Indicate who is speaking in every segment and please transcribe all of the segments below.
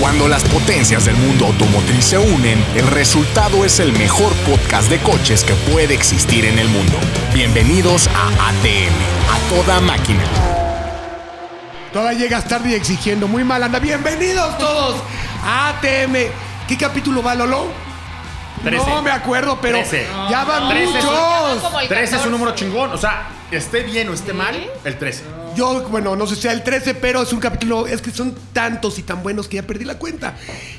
Speaker 1: Cuando las potencias del mundo automotriz se unen, el resultado es el mejor podcast de coches que puede existir en el mundo. Bienvenidos a ATM, a toda máquina.
Speaker 2: Todavía llegas tarde y exigiendo. Muy mal anda. Bienvenidos todos a ATM. ¿Qué capítulo va, Lolo?
Speaker 3: Trece.
Speaker 2: No me acuerdo, pero
Speaker 3: Trece.
Speaker 2: ya van
Speaker 3: Trece.
Speaker 2: muchos.
Speaker 4: Como el
Speaker 3: 13 es
Speaker 4: 14.
Speaker 3: un número chingón, o sea, esté bien o esté mal, el 13.
Speaker 2: Yo, bueno, no sé si sea el 13, pero es un capítulo, es que son tantos y tan buenos que ya perdí la cuenta.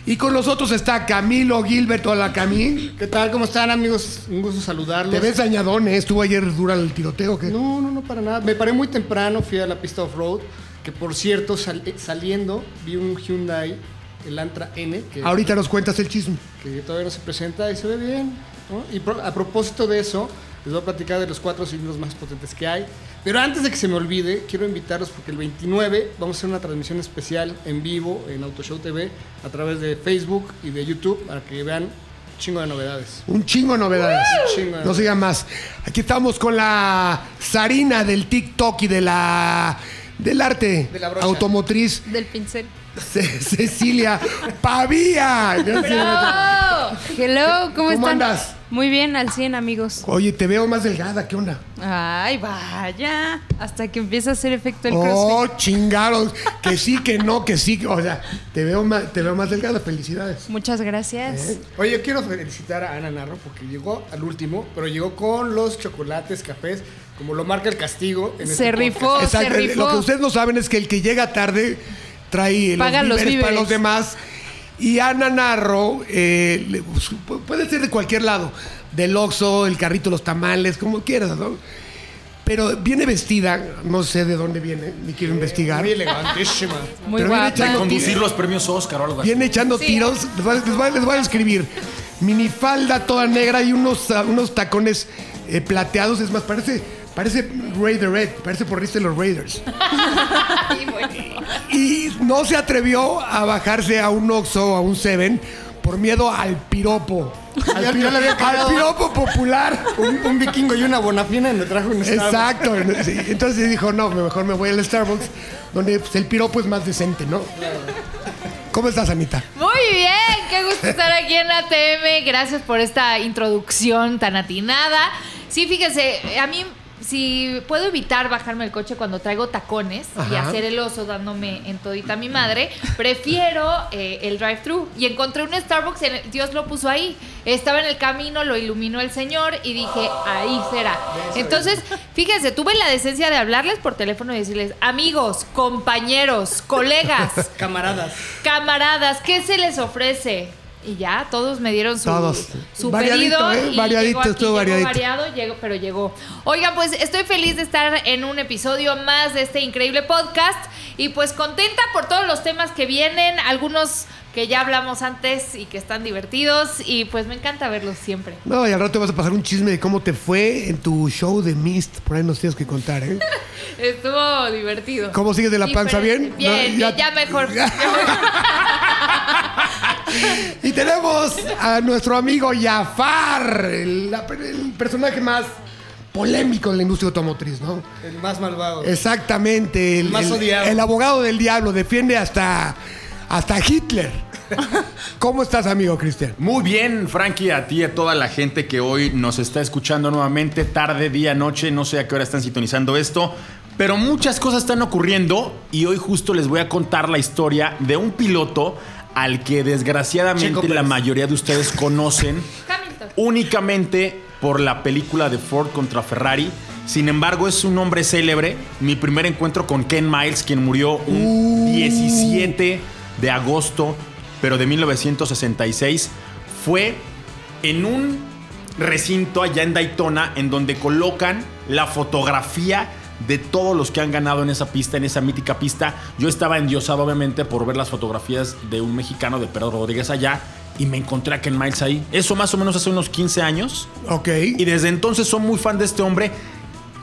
Speaker 2: Y con nosotros está Camilo Gilbert, hola Camil.
Speaker 5: ¿Qué tal? ¿Cómo están, amigos? Un gusto saludarlos.
Speaker 2: Te ves dañadón, ¿eh? ¿Estuvo ayer dura el tiroteo? o ¿qué?
Speaker 5: No, no, no, para nada. Me paré muy temprano, fui a la pista off-road, que por cierto, sal- eh, saliendo, vi un Hyundai, el Antra N, que,
Speaker 2: Ahorita nos cuentas el chisme.
Speaker 5: que todavía no se presenta y se ve bien. ¿no? Y pro- a propósito de eso, les voy a platicar de los cuatro cilindros más potentes que hay. Pero antes de que se me olvide, quiero invitarlos porque el 29 vamos a hacer una transmisión especial en vivo en Autoshow TV a través de Facebook y de YouTube para que vean un chingo de novedades.
Speaker 2: Un chingo de novedades.
Speaker 5: Un chingo de
Speaker 2: No sigan más. Aquí estamos con la Sarina del TikTok y de la del arte
Speaker 5: De la brocha.
Speaker 2: automotriz
Speaker 4: Del pincel.
Speaker 2: Ce- Cecilia Pavía.
Speaker 4: ¡Bravo! Hello, ¿cómo,
Speaker 2: ¿Cómo
Speaker 4: están?
Speaker 2: andas?
Speaker 4: Muy bien, al 100, amigos.
Speaker 2: Oye, te veo más delgada, ¿qué onda?
Speaker 4: Ay, vaya. Hasta que empieza a hacer efecto el
Speaker 2: Oh,
Speaker 4: crossfit.
Speaker 2: chingaron. Que sí, que no, que sí. que- O sea, te veo más, te veo más delgada. Felicidades.
Speaker 4: Muchas gracias.
Speaker 2: Eh,
Speaker 5: Oye, yo quiero felicitar a Ana Narro porque llegó al último, pero llegó con los chocolates, cafés, como lo marca el castigo. En este
Speaker 4: Se rifó,
Speaker 5: podcast.
Speaker 4: se rifó.
Speaker 2: Lo que ustedes no saben es que el que llega tarde trae
Speaker 4: Paga
Speaker 2: los,
Speaker 4: los
Speaker 2: víveres para
Speaker 4: víveres.
Speaker 2: los demás. Y Ana Narro eh, le- su- puede ser de cualquier lado, del Oxxo, el carrito, los tamales, como quieras, ¿no? Pero viene vestida, no sé de dónde viene, ni quiero investigar.
Speaker 5: Muy elegantísima.
Speaker 4: Muy
Speaker 2: Pero bien hecha
Speaker 4: guapa.
Speaker 2: y
Speaker 3: Conducir los premios Oscar o algo así.
Speaker 2: Viene echando tiros. Les voy, a- les voy a- les voy a escribir. Minifalda toda negra y unos, ah, unos tacones eh, plateados. Es más, parece, parece Raider Red. Parece por de los Raiders. y no se atrevió a bajarse a un Oxxo o a un Seven por miedo al piropo. Al,
Speaker 5: Ya-
Speaker 2: piro-
Speaker 5: ya le había
Speaker 2: al
Speaker 5: cagado.
Speaker 2: piropo popular.
Speaker 5: Un, un vikingo y una bonafina me trajo un Starbucks.
Speaker 2: Exacto. Sí, Entonces dijo, no, mejor me voy al Starbucks, donde pues, el piropo es más decente, ¿no? ¿Cómo estás, Anita?
Speaker 6: Muy bien, qué gusto estar aquí en ATM. Gracias por esta introducción tan atinada. Sí, fíjense, a mí si puedo evitar bajarme el coche cuando traigo tacones y
Speaker 2: Ajá.
Speaker 6: hacer el oso dándome en todita a mi madre, prefiero eh, el drive-thru. Y encontré un Starbucks, en- Dios lo puso ahí. Estaba en el camino, lo iluminó el señor y dije, ahí será. Entonces, fíjense, tuve la decencia de hablarles por teléfono y decirles, amigos, compañeros, colegas,
Speaker 5: Camaradas.
Speaker 6: Camaradas, ¿qué se les ofrece? Y ya, todos me dieron su,
Speaker 2: Todos.
Speaker 6: su
Speaker 2: Variadito,
Speaker 6: pedido.
Speaker 2: ¿eh?
Speaker 6: y
Speaker 2: Variadito,
Speaker 6: llegó aquí,
Speaker 2: estuvo
Speaker 6: llegó
Speaker 2: variadito.
Speaker 6: variado, llegó- pero llegó. Oigan, pues estoy feliz de estar en un episodio más de este increíble podcast. Y pues contenta por todos los temas que vienen, algunos que ya hablamos antes y que están divertidos. Y pues me encanta verlos siempre.
Speaker 2: No, y al rato vas a pasar un chisme de cómo te fue en tu show de Mist. Por ahí nos tienes que contar, ¿eh?
Speaker 6: Estuvo divertido.
Speaker 2: ¿Cómo sigues de la panza?
Speaker 6: Diferente.
Speaker 2: ¿Bien?
Speaker 6: Bien,
Speaker 2: No,
Speaker 6: ya,
Speaker 2: ya-
Speaker 6: mejor.
Speaker 2: Y tenemos a nuestro amigo Jafar, el, la- el personaje más polémico en la industria automotriz, ¿no?
Speaker 5: El más malvado.
Speaker 2: Exactamente. El,
Speaker 5: Más
Speaker 2: el-
Speaker 5: odiado.
Speaker 2: el abogado del diablo defiende hasta, hasta Hitler. ¿Cómo estás, amigo Cristian?
Speaker 3: Muy bien, Frankie, a ti y a toda la gente que hoy nos está escuchando nuevamente, tarde, día, noche, no sé a qué hora están sintonizando esto, pero muchas cosas están ocurriendo y hoy justo les voy a contar la historia de un piloto al que
Speaker 5: Checo
Speaker 3: desgraciadamente
Speaker 5: Pérez.
Speaker 3: la mayoría de ustedes conocen.
Speaker 6: Hamilton.
Speaker 3: únicamente por la película de Ford contra Ferrari. Sin embargo, es un hombre célebre. Mi primer encuentro con Ken Miles, quien murió un 17 de agosto, pero de 1966, fue en un recinto allá en Daytona, en donde colocan la fotografía de todos los que han ganado en esa pista, en esa mítica pista. Yo estaba endiosado, obviamente, por ver las fotografías de un mexicano, de Pedro Rodríguez allá, y me encontré a Ken Miles ahí. Eso más o menos hace unos 15 años.
Speaker 2: Ok.
Speaker 3: Y desde entonces son muy fan de este hombre,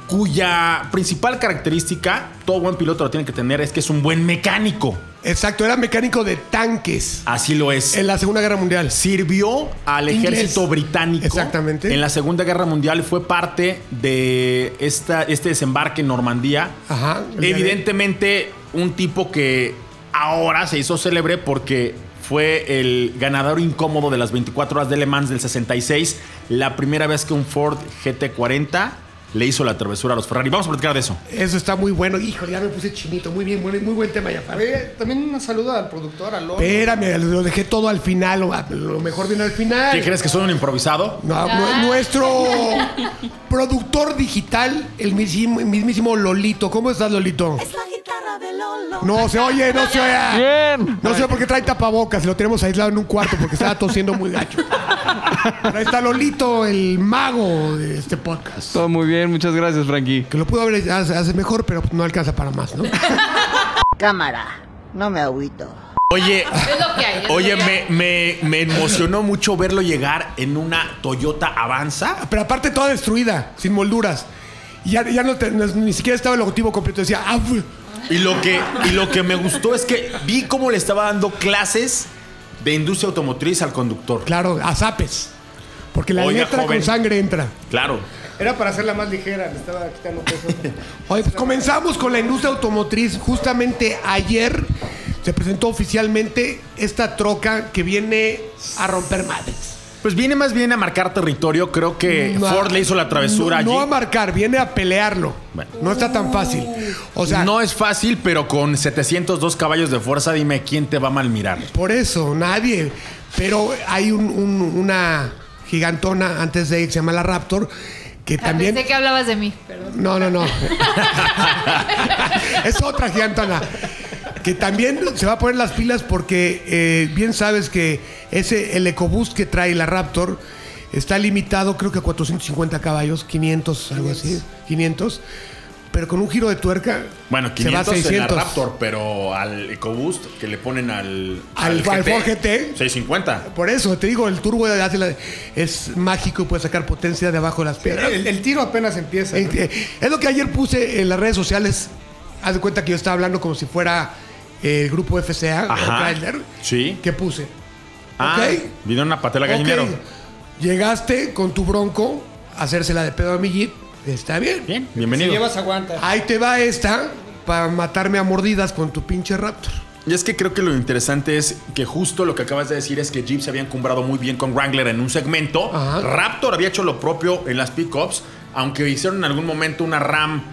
Speaker 3: cuya principal característica, todo buen piloto lo tiene que tener, es que es un buen mecánico.
Speaker 2: Exacto, era mecánico de tanques
Speaker 3: Así lo es.
Speaker 2: en la Segunda Guerra Mundial.
Speaker 3: Sirvió al
Speaker 2: Inglés.
Speaker 3: ejército británico.
Speaker 2: Exactamente.
Speaker 3: En la Segunda Guerra Mundial fue parte de esta, este desembarque en Normandía.
Speaker 2: Ajá. el día de-
Speaker 3: Evidentemente, un tipo que ahora se hizo célebre porque fue el ganador incómodo de las 24 horas de Le Mans del 66, la primera vez que un Ford GT40 le hizo la travesura a los Ferrari. Vamos a platicar de eso.
Speaker 2: Eso está muy bueno. Híjole, ya me puse chinito. Muy bien, muy, muy buen tema, ya.
Speaker 5: Oye, también un saludo al productor, al Lolo.
Speaker 2: Espérame, lo dejé todo al final. Lo, lo mejor viene al final.
Speaker 3: ¿Qué crees que soy un improvisado?
Speaker 2: No, nu- nuestro productor digital, el mismísimo, mismísimo Lolito. ¿Cómo estás, Lolito? Es la guitarra de Lolo. No se oye, no se oye. Bien. No sé por qué trae tapabocas. Lo tenemos aislado en un cuarto porque estaba tosiendo muy gacho. Pero ahí está Lolito, el mago de este podcast.
Speaker 7: Todo muy bien, muchas gracias, Frankie.
Speaker 2: Que lo pudo haber hecho- hace, hace mejor, pero no alcanza para más, ¿no?
Speaker 8: Cámara, no me agüito.
Speaker 3: Oye,
Speaker 6: Es lo que hay. es
Speaker 3: oye,
Speaker 6: lo que hay.
Speaker 3: me, me- me emocionó mucho verlo llegar en una Toyota Avanza.
Speaker 2: Pero aparte toda destruida, sin molduras. Y ya, ya no te- no- ni siquiera estaba el logotipo completo. Decía, "Ah, fu-".
Speaker 3: Y lo, que, y lo que me gustó es que vi cómo le estaba dando clases de industria automotriz al conductor.
Speaker 2: claro, a zapes. Porque la
Speaker 3: Oiga,
Speaker 2: letra
Speaker 3: joven.
Speaker 2: con sangre entra.
Speaker 3: Claro.
Speaker 5: Era para hacerla más ligera, le estaba quitando peso.
Speaker 2: Oye, pues comenzamos con la industria automotriz. Justamente ayer se presentó oficialmente esta troca que viene a romper madres.
Speaker 3: Pues viene más bien a marcar territorio. Creo que
Speaker 2: No,
Speaker 3: Ford le hizo la travesura
Speaker 2: Mm, no, no a
Speaker 3: allí.
Speaker 2: marcar, viene a pelearlo.
Speaker 3: Bueno.
Speaker 2: No está tan fácil. O sea,
Speaker 3: no es fácil, pero con 702 caballos de fuerza, dime quién te va a malmirar.
Speaker 2: Por eso, nadie. Pero hay un- un- una gigantona antes de ella que se llama la Raptor, que
Speaker 6: Ah,
Speaker 2: también...
Speaker 6: Pensé que hablabas de mí, perdón.
Speaker 2: No, no, no. es otra gigantona. Que también se va a poner las pilas porque eh, bien sabes que ese, el ecobús que trae la Raptor está limitado creo que a 450 caballos, 500, algo así, 500. Pero con un giro de tuerca
Speaker 3: Bueno,
Speaker 2: se va a
Speaker 3: 500 en la
Speaker 2: 600.
Speaker 3: Raptor, pero al EcoBoost que le ponen al
Speaker 2: Al- al Ford GT.
Speaker 3: 650.
Speaker 2: Por eso, te digo, el turbo hace la- es mágico y puede sacar potencia de abajo de las piedras.
Speaker 5: El, el tiro apenas empieza. ¿no?
Speaker 2: Eh, eh, Es lo que ayer puse en las redes sociales. Haz de cuenta que yo estaba hablando como si fuera eh, el grupo FCA, el
Speaker 3: Ajá.
Speaker 2: trailer,
Speaker 3: Sí.
Speaker 2: que puse.
Speaker 3: Ah,
Speaker 2: Ok.
Speaker 3: vino una patela gallinero.
Speaker 2: Ok, Llegaste con tu bronco a hacérsela de pedo a mi jeep. Está bien.
Speaker 3: Bien,
Speaker 5: Si
Speaker 3: bienvenido.
Speaker 5: llevas, aguanta.
Speaker 2: Ahí te va esta para matarme a mordidas con tu pinche Raptor.
Speaker 3: Y es que creo que lo interesante es que justo lo que acabas de decir es que Jeep se habían cumbrado muy bien con Wrangler en un segmento.
Speaker 2: Ajá.
Speaker 3: Raptor había hecho lo propio en las pickups, aunque hicieron en algún momento una RAM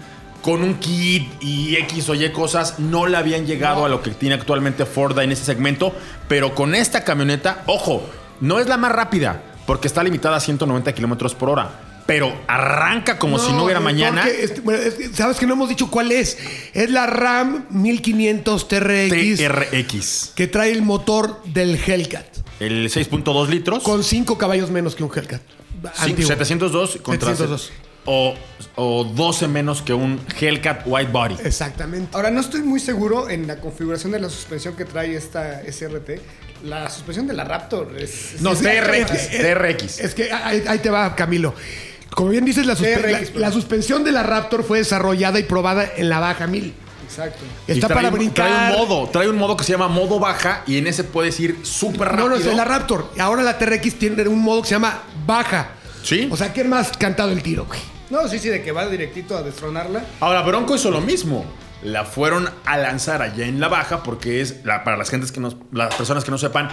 Speaker 3: con un kit y X o Y cosas, no le habían llegado a lo que tiene actualmente Ford en ese segmento, pero con esta camioneta, ojo, no es la más rápida, porque está limitada a 190 kilómetros por hora, pero arranca como si no hubiera
Speaker 2: eh,
Speaker 3: mañana.
Speaker 2: porque, este, bueno, es que, Sabes que no hemos dicho cuál es. Es la RAM 1500 TRX
Speaker 3: TRX,
Speaker 2: que trae el motor del Hellcat.
Speaker 3: el 6.2 litros.
Speaker 2: Con 5 caballos menos que un Hellcat.
Speaker 3: Sí,
Speaker 2: antiguo.
Speaker 3: 702 contra
Speaker 2: 702.
Speaker 3: O, o 12 menos que un Hellcat White Body.
Speaker 2: Exactamente.
Speaker 5: Ahora, no estoy muy seguro en la configuración de la suspensión que trae esta SRT. La suspensión de la Raptor es. es-
Speaker 3: No,
Speaker 5: es-
Speaker 3: TRX.
Speaker 2: eh,
Speaker 3: TRX.
Speaker 2: Es que ahí, ahí te va, Camilo. Como bien dices, la, suspe-
Speaker 5: TRX,
Speaker 2: la-
Speaker 5: perdón.
Speaker 2: la suspensión de la Raptor fue desarrollada y probada en la baja 1000.
Speaker 5: Exacto.
Speaker 3: Y
Speaker 2: Está
Speaker 3: trae
Speaker 2: para
Speaker 3: un-
Speaker 2: brincar.
Speaker 3: Trae un modo, trae un modo que se llama modo baja y en ese puedes ir súper rápido.
Speaker 2: No, no, es la Raptor. Ahora la TRX tiene un modo que se llama baja.
Speaker 3: Sí.
Speaker 2: O sea, ¿quién más cantado el tiro, güey?
Speaker 5: No, sí, sí, de que va directito a destronarla.
Speaker 3: Ahora, Bronco hizo lo mismo. La fueron a lanzar allá en la baja porque es, la- para las, gentes que nos, las personas que no sepan,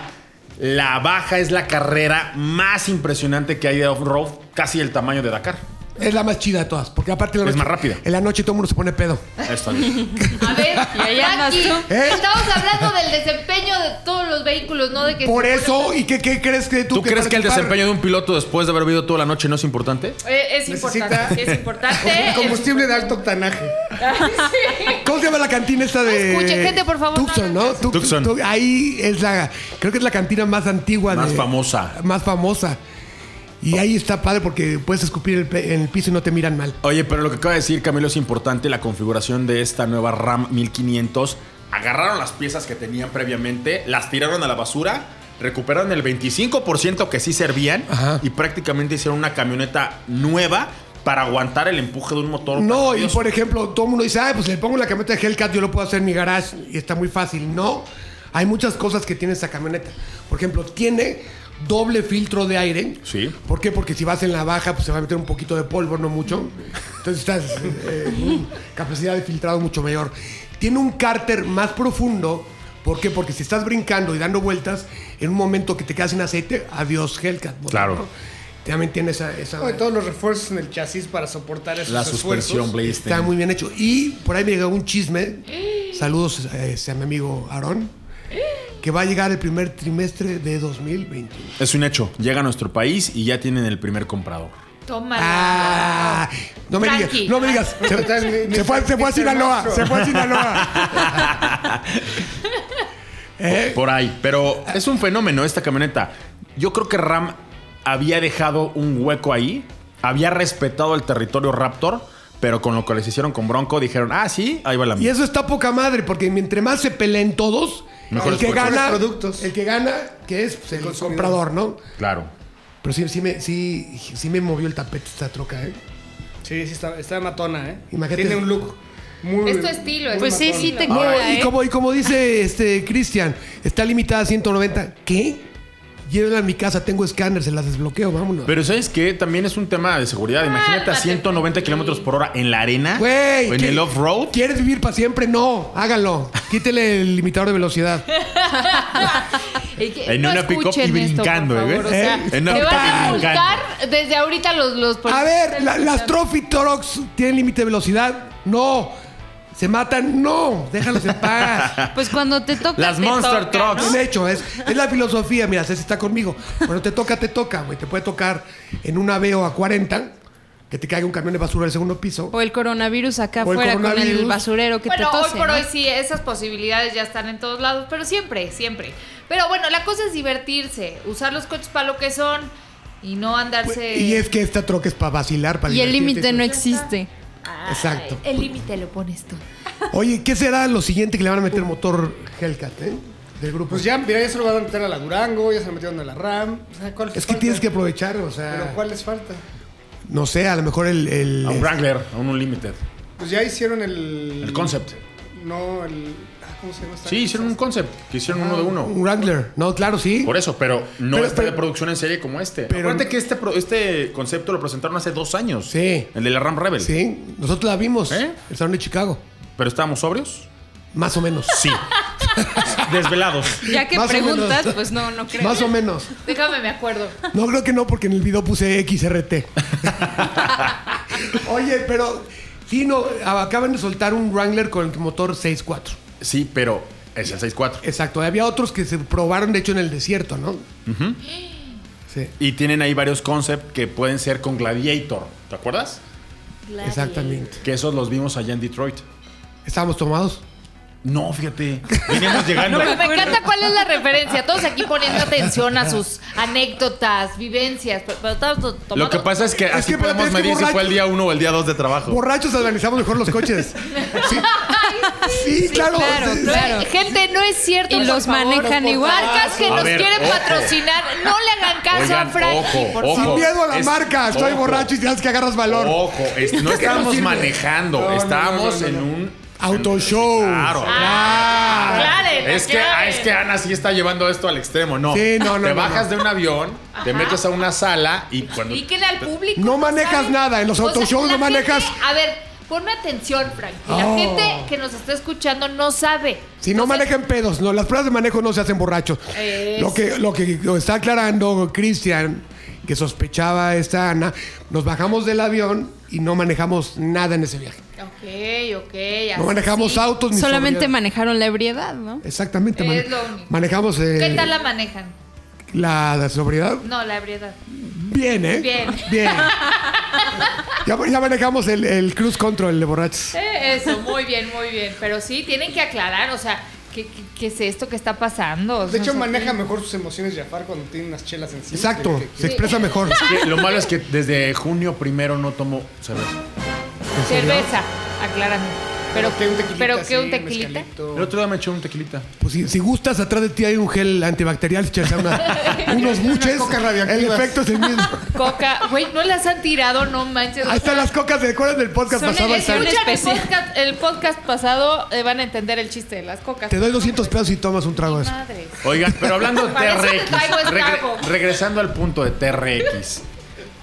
Speaker 3: la baja es la carrera más impresionante que hay de off-road, casi el tamaño de Dakar.
Speaker 2: Es la más chida de todas, porque aparte... en la
Speaker 3: Es
Speaker 2: noche-
Speaker 3: más rápida.
Speaker 2: En la noche todo el mundo se pone pedo.
Speaker 3: Está bien.
Speaker 6: A ver,
Speaker 4: Y ahí andas
Speaker 6: Jackie,
Speaker 4: tú.
Speaker 2: ¿Eh?
Speaker 6: estamos hablando del desempeño de todos los vehículos, no de que.
Speaker 2: Por eso, ¿y qué, qué crees que tú...
Speaker 3: ¿Tú crees que el
Speaker 2: participar-
Speaker 3: desempeño de un piloto después de haber vivido toda la noche no es importante?
Speaker 6: Eh, es
Speaker 5: Necesita-
Speaker 6: importante, sí es importante.
Speaker 5: Combustible de alto octanaje.
Speaker 2: ¿Cómo se llama la cantina esta de.?
Speaker 6: No escuchen, gente, por favor,
Speaker 2: Tucson,
Speaker 6: no
Speaker 2: ¿no?
Speaker 6: hagan
Speaker 2: Tu- tu-
Speaker 3: Tucson.
Speaker 2: tu- ahí es la. Creo que es la cantina más antigua.
Speaker 3: Más
Speaker 2: de-
Speaker 3: famosa.
Speaker 2: Más famosa. Y ahí está padre porque puedes escupir el pe- en el piso y no te miran mal.
Speaker 3: Oye, pero lo que acaba de decir Camilo es importante, la configuración de esta nueva RAM 1500. Agarraron las piezas que tenían previamente, las tiraron a la basura, recuperaron el 25% que sí servían
Speaker 2: Ajá.
Speaker 3: y prácticamente hicieron una camioneta nueva para aguantar el empuje de un motor.
Speaker 2: No, y
Speaker 3: Dios.
Speaker 2: por ejemplo, todo el mundo dice, ay, pues le pongo la camioneta de Hellcat, yo lo puedo hacer en mi garage y está muy fácil. No, hay muchas cosas que tiene esta camioneta. Por ejemplo, tiene doble filtro de aire.
Speaker 3: Sí.
Speaker 2: ¿Por qué? Porque si vas en la baja, pues se va a meter un poquito de polvo, no mucho. Entonces estás eh, en capacidad de filtrado mucho mayor. Tiene un cárter más profundo ¿Por qué? Porque si estás brincando y dando vueltas, en un momento que te quedas sin aceite, adiós Hellcat. ¿no?
Speaker 3: Claro.
Speaker 2: También tiene esa... esa
Speaker 5: No, y todos los refuerzos en el chasis para soportar esos
Speaker 3: La
Speaker 5: esfuerzos.
Speaker 3: suspensión Blaisten.
Speaker 2: Está muy bien hecho. Y por ahí me llegó un chisme. Saludos eh, a mi amigo Aarón. Que va a llegar el primer trimestre de 2021.
Speaker 3: Es un hecho. Llega a nuestro país y ya tienen el primer comprador.
Speaker 6: Toma.
Speaker 2: Ah, no me digas,
Speaker 6: Tranqui.
Speaker 2: no me digas. Se, se fue, se fue a Sinaloa, se fue a Sinaloa.
Speaker 3: Por ahí. Pero es un fenómeno esta camioneta. Yo creo que Ram había dejado un hueco ahí. Había respetado el territorio Raptor. Pero con lo que les hicieron con Bronco, dijeron, ah, sí, ahí va la
Speaker 2: Y
Speaker 3: mía.
Speaker 2: eso está poca madre, porque mientras más se peleen todos,
Speaker 3: Mejores
Speaker 2: el que
Speaker 3: productos.
Speaker 2: gana,
Speaker 5: Mejores productos.
Speaker 2: el que gana, que es pues, el
Speaker 5: consumidor.
Speaker 2: comprador, ¿no?
Speaker 3: Claro.
Speaker 2: Pero sí, sí me, sí, sí me movió el tapete esta troca, ¿eh?
Speaker 5: Sí, sí, está, está matona, ¿eh?
Speaker 2: Imagínate.
Speaker 5: Tiene un look muy...
Speaker 6: Es tu estilo, es
Speaker 4: Pues
Speaker 6: tu
Speaker 4: sí,
Speaker 6: estilo.
Speaker 4: sí te
Speaker 2: No,
Speaker 4: queda,
Speaker 2: y,
Speaker 4: ¿eh?
Speaker 2: como, y como dice este Cristian, está limitada a 190. ¿Qué? Llévenla a mi casa, tengo escáner, se las desbloqueo, vámonos.
Speaker 3: Pero ¿sabes qué? También es un tema de
Speaker 6: Ah,
Speaker 3: seguridad. Imagínate a
Speaker 6: Cálmate,
Speaker 3: 190
Speaker 6: Frankie.
Speaker 3: kilómetros por hora en la arena.
Speaker 2: Güey,
Speaker 3: o en
Speaker 2: ¿qué-
Speaker 3: el off-road.
Speaker 2: ¿Quieres vivir para siempre? No, háganlo. Quítele el limitador de velocidad.
Speaker 6: Y que
Speaker 3: En una pick-up y
Speaker 6: escuchen
Speaker 3: brincando,
Speaker 6: esto, por favor,
Speaker 3: ¿eh?
Speaker 6: o sea,
Speaker 3: ¿Eh? En una
Speaker 6: te
Speaker 3: pick-up
Speaker 6: van a
Speaker 3: y brincando.
Speaker 6: multar desde ahorita los... los
Speaker 2: A
Speaker 6: policías
Speaker 2: ver,
Speaker 6: del-
Speaker 2: la- las Trophy Torox tienen límite de velocidad. No. ¿Se matan? No. Déjalos en paz.
Speaker 4: Pues cuando te toca.
Speaker 3: Las
Speaker 4: te
Speaker 3: Monster
Speaker 4: toca,
Speaker 3: Trucks.
Speaker 4: ¿no?
Speaker 2: Bien hecho, es, es la filosofía. Mira, Ceci está conmigo. Bueno, te toca, te toca, güey. Te puede tocar en una veo a 40, que te caiga un camión de basura del segundo piso.
Speaker 4: O el coronavirus acá
Speaker 2: O el
Speaker 4: afuera con
Speaker 2: coronavirus.
Speaker 4: el basurero que
Speaker 6: bueno,
Speaker 4: te tose.
Speaker 6: hoy por
Speaker 4: ¿no?
Speaker 6: hoy sí, esas posibilidades ya están en todos lados, pero siempre, siempre. Pero bueno, la cosa es divertirse, usar los coches para lo que son y no andarse...
Speaker 2: Pues, Y es que esta troca es para vacilar, para
Speaker 4: Y el
Speaker 2: divertirte.
Speaker 4: límite no existe.
Speaker 6: Ay,
Speaker 2: Exacto.
Speaker 6: El límite lo pones tú.
Speaker 2: Oye, ¿qué será lo siguiente que le van a meter motor Hellcat, eh? Del grupo.
Speaker 5: Pues ya, mira, ya se lo van a meter a la Durango, ya se lo metieron a la RAM. O sea, ¿cuál les
Speaker 2: es que
Speaker 5: falta?
Speaker 2: tienes que aprovechar, o sea.
Speaker 5: ¿Pero cuál les falta?
Speaker 2: No sé, a lo mejor el. el-
Speaker 3: A un Wrangler, a un Unlimited.
Speaker 5: Pues ya hicieron el...
Speaker 3: El concept.
Speaker 5: No, el... ah, ¿Cómo se llama? esta
Speaker 3: Sí,
Speaker 5: cosa?
Speaker 3: hicieron un concept. Que hicieron uno de uno.
Speaker 2: un Wrangler. No, claro, sí.
Speaker 3: Por eso, pero no
Speaker 2: Pero-
Speaker 3: está de
Speaker 2: pero-
Speaker 3: producción en serie como este.
Speaker 2: pero-
Speaker 3: Acuérdate que este, pro- este concepto lo presentaron hace dos años.
Speaker 2: Sí.
Speaker 3: El de la Ram Rebel.
Speaker 2: Sí, nosotros la vimos.
Speaker 3: ¿Eh?
Speaker 2: El Salón de Chicago.
Speaker 3: ¿Pero estábamos sobrios?
Speaker 2: Más o menos.
Speaker 3: Sí. Desvelados.
Speaker 4: Ya que
Speaker 2: Más o
Speaker 4: preguntas,
Speaker 2: menos.
Speaker 4: pues no, no creo.
Speaker 2: Más o menos.
Speaker 6: Déjame, me acuerdo.
Speaker 2: No creo que no, porque en el video puse XRT. Oye, pero. Sí, no, acaban de soltar un Wrangler con el motor 6.4.
Speaker 3: Sí, pero es el 6.4.
Speaker 2: Exacto, había otros que se probaron, de hecho, en el desierto, ¿no? Sí,
Speaker 3: Y tienen ahí varios concepts que pueden ser con Gladiator. ¿Te acuerdas?
Speaker 2: exactamente.
Speaker 3: Que esos los vimos allá en Detroit.
Speaker 2: ¿Estábamos tomados?
Speaker 3: No, fíjate. Veníamos llegando.
Speaker 6: Pero me encanta cuál es la referencia. Todos aquí poniendo atención a sus anécdotas, vivencias. Pero, pero todos to-
Speaker 3: Lo
Speaker 6: tomando-
Speaker 3: que pasa es que
Speaker 2: Es
Speaker 3: así
Speaker 2: que, espérate,
Speaker 3: podemos
Speaker 2: es que
Speaker 3: medir si fue
Speaker 2: borracho-
Speaker 3: el día 1 o el día 2 de trabajo.
Speaker 2: Borrachos organizamos mejor los coches. Sí, Sí, claro.
Speaker 4: claro,
Speaker 2: Sí,
Speaker 6: No es-
Speaker 4: claro.
Speaker 6: Gente, no es cierto.
Speaker 4: Y
Speaker 6: por
Speaker 4: los
Speaker 6: favor.
Speaker 4: manejan igual.
Speaker 2: Ah,
Speaker 6: Marcas que
Speaker 3: A
Speaker 6: nos
Speaker 3: ver,
Speaker 6: quieren
Speaker 3: ojo.
Speaker 6: patrocinar, no le hagan caso
Speaker 3: Oigan,
Speaker 6: a Frankie,
Speaker 3: ojo,
Speaker 6: por
Speaker 3: ojo.
Speaker 6: favor.
Speaker 2: Sin miedo a la
Speaker 3: Es-
Speaker 2: marca, estoy
Speaker 3: ojo.
Speaker 2: borracho y tienes que agarras valor.
Speaker 3: Ojo, es- no estábamos manejando,
Speaker 5: No, no,
Speaker 3: estábamos
Speaker 5: no, no, no,
Speaker 3: en un
Speaker 2: Auto show.
Speaker 3: Claro.
Speaker 6: Ah, aclaren,
Speaker 3: Es que, ah,
Speaker 6: aclaren.
Speaker 3: es que Ana sí está llevando esto al extremo, no.
Speaker 2: Sí, no, no,
Speaker 3: Te
Speaker 2: no,
Speaker 3: bajas
Speaker 2: no.
Speaker 3: de un avión, te metes a una sala y cuando.
Speaker 6: Explíquenle al público.
Speaker 2: No manejas
Speaker 6: ¿saben?
Speaker 2: nada, en los
Speaker 6: O
Speaker 2: autoshows
Speaker 6: sea, la
Speaker 2: no manejas.
Speaker 6: gente- a ver, ponme atención, Frankie. La
Speaker 2: Oh.
Speaker 6: gente que nos está escuchando no sabe.
Speaker 2: Si no
Speaker 6: Entonces,
Speaker 2: manejan pedos, no, las pruebas de manejo no se hacen borrachos.
Speaker 6: Es-
Speaker 2: Lo que, lo que está aclarando Cristian, que sospechaba esta Ana, nos bajamos del avión y no manejamos nada en ese viaje.
Speaker 6: Ok, ok. así
Speaker 2: No manejamos
Speaker 6: sí.
Speaker 2: autos ni
Speaker 4: Solamente
Speaker 2: sobriedad.
Speaker 4: manejaron la ebriedad, ¿no?
Speaker 2: Exactamente.
Speaker 6: Es
Speaker 2: mane-
Speaker 6: lo único.
Speaker 2: Manejamos eh,
Speaker 6: ¿Qué tal la manejan?
Speaker 2: la, la sobriedad.
Speaker 6: No, la ebriedad.
Speaker 2: Bien, ¿eh?
Speaker 6: Bien.
Speaker 2: ya, ya manejamos el, el cruise control de borrachos.
Speaker 6: Eh, Eso, muy bien, muy bien. Pero sí, tienen que aclarar, o sea, ¿qué, qué- qué es esto que está pasando?
Speaker 5: De hecho,
Speaker 6: No sé
Speaker 5: maneja mejor sus emociones Jafar cuando tiene unas chelas encima.
Speaker 2: Exacto,
Speaker 5: Que- que-
Speaker 2: se expresa mejor.
Speaker 3: Que Lo malo es que desde junio primero no tomo cerveza.
Speaker 6: qué. Cerveza, aclárame. Pero,
Speaker 5: que un tequilita.
Speaker 6: pero que
Speaker 5: así,
Speaker 6: un tequilita.
Speaker 5: mezcalito.
Speaker 3: El otro día me eché un tequilita.
Speaker 2: Pues si, si gustas, atrás de ti hay un gel antibacterial, si echas una- unos buches.
Speaker 5: cocas
Speaker 2: el
Speaker 5: radioactivas.
Speaker 2: efecto es el mismo.
Speaker 6: Coca, güey, no las han tirado, no manches.
Speaker 2: Ahí están las cocas, ¿te acuerdas del podcast
Speaker 4: Son
Speaker 2: pasado?
Speaker 4: el-
Speaker 2: Están-
Speaker 4: son
Speaker 6: Escuchan el
Speaker 4: especial.
Speaker 6: podcast, el podcast pasado, eh, van a entender el chiste de las cocas.
Speaker 2: Te doy 200 pesos y tomas un trago de eso.
Speaker 6: Madres.
Speaker 3: Oigan, pero hablando de
Speaker 6: Para eso te
Speaker 3: TRX,
Speaker 6: traigo este el
Speaker 3: regre-
Speaker 6: trago.
Speaker 3: regresando al punto de TRX.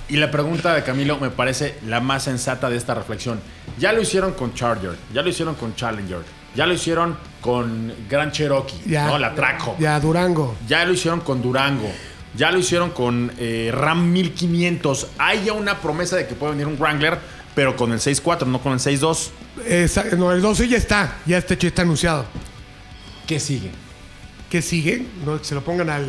Speaker 3: Y la pregunta de Camilo me parece la más sensata de esta reflexión. Ya lo hicieron con Charger, ya lo hicieron con Challenger. Ya lo hicieron con Gran Cherokee,
Speaker 2: Ya.
Speaker 3: ¿no? La Traco. Ya.
Speaker 2: Ya, Durango.
Speaker 3: lo hicieron con Durango. Ya lo hicieron con eh, Ram 1500. Hay ya una promesa de que puede venir un Wrangler, pero con el 6.4, no con el 6.2.
Speaker 2: Esa- no, el 12 ya está. Ya este hecho está anunciado.
Speaker 3: ¿Qué sigue?
Speaker 2: ¿Qué sigue? No, que se lo pongan al,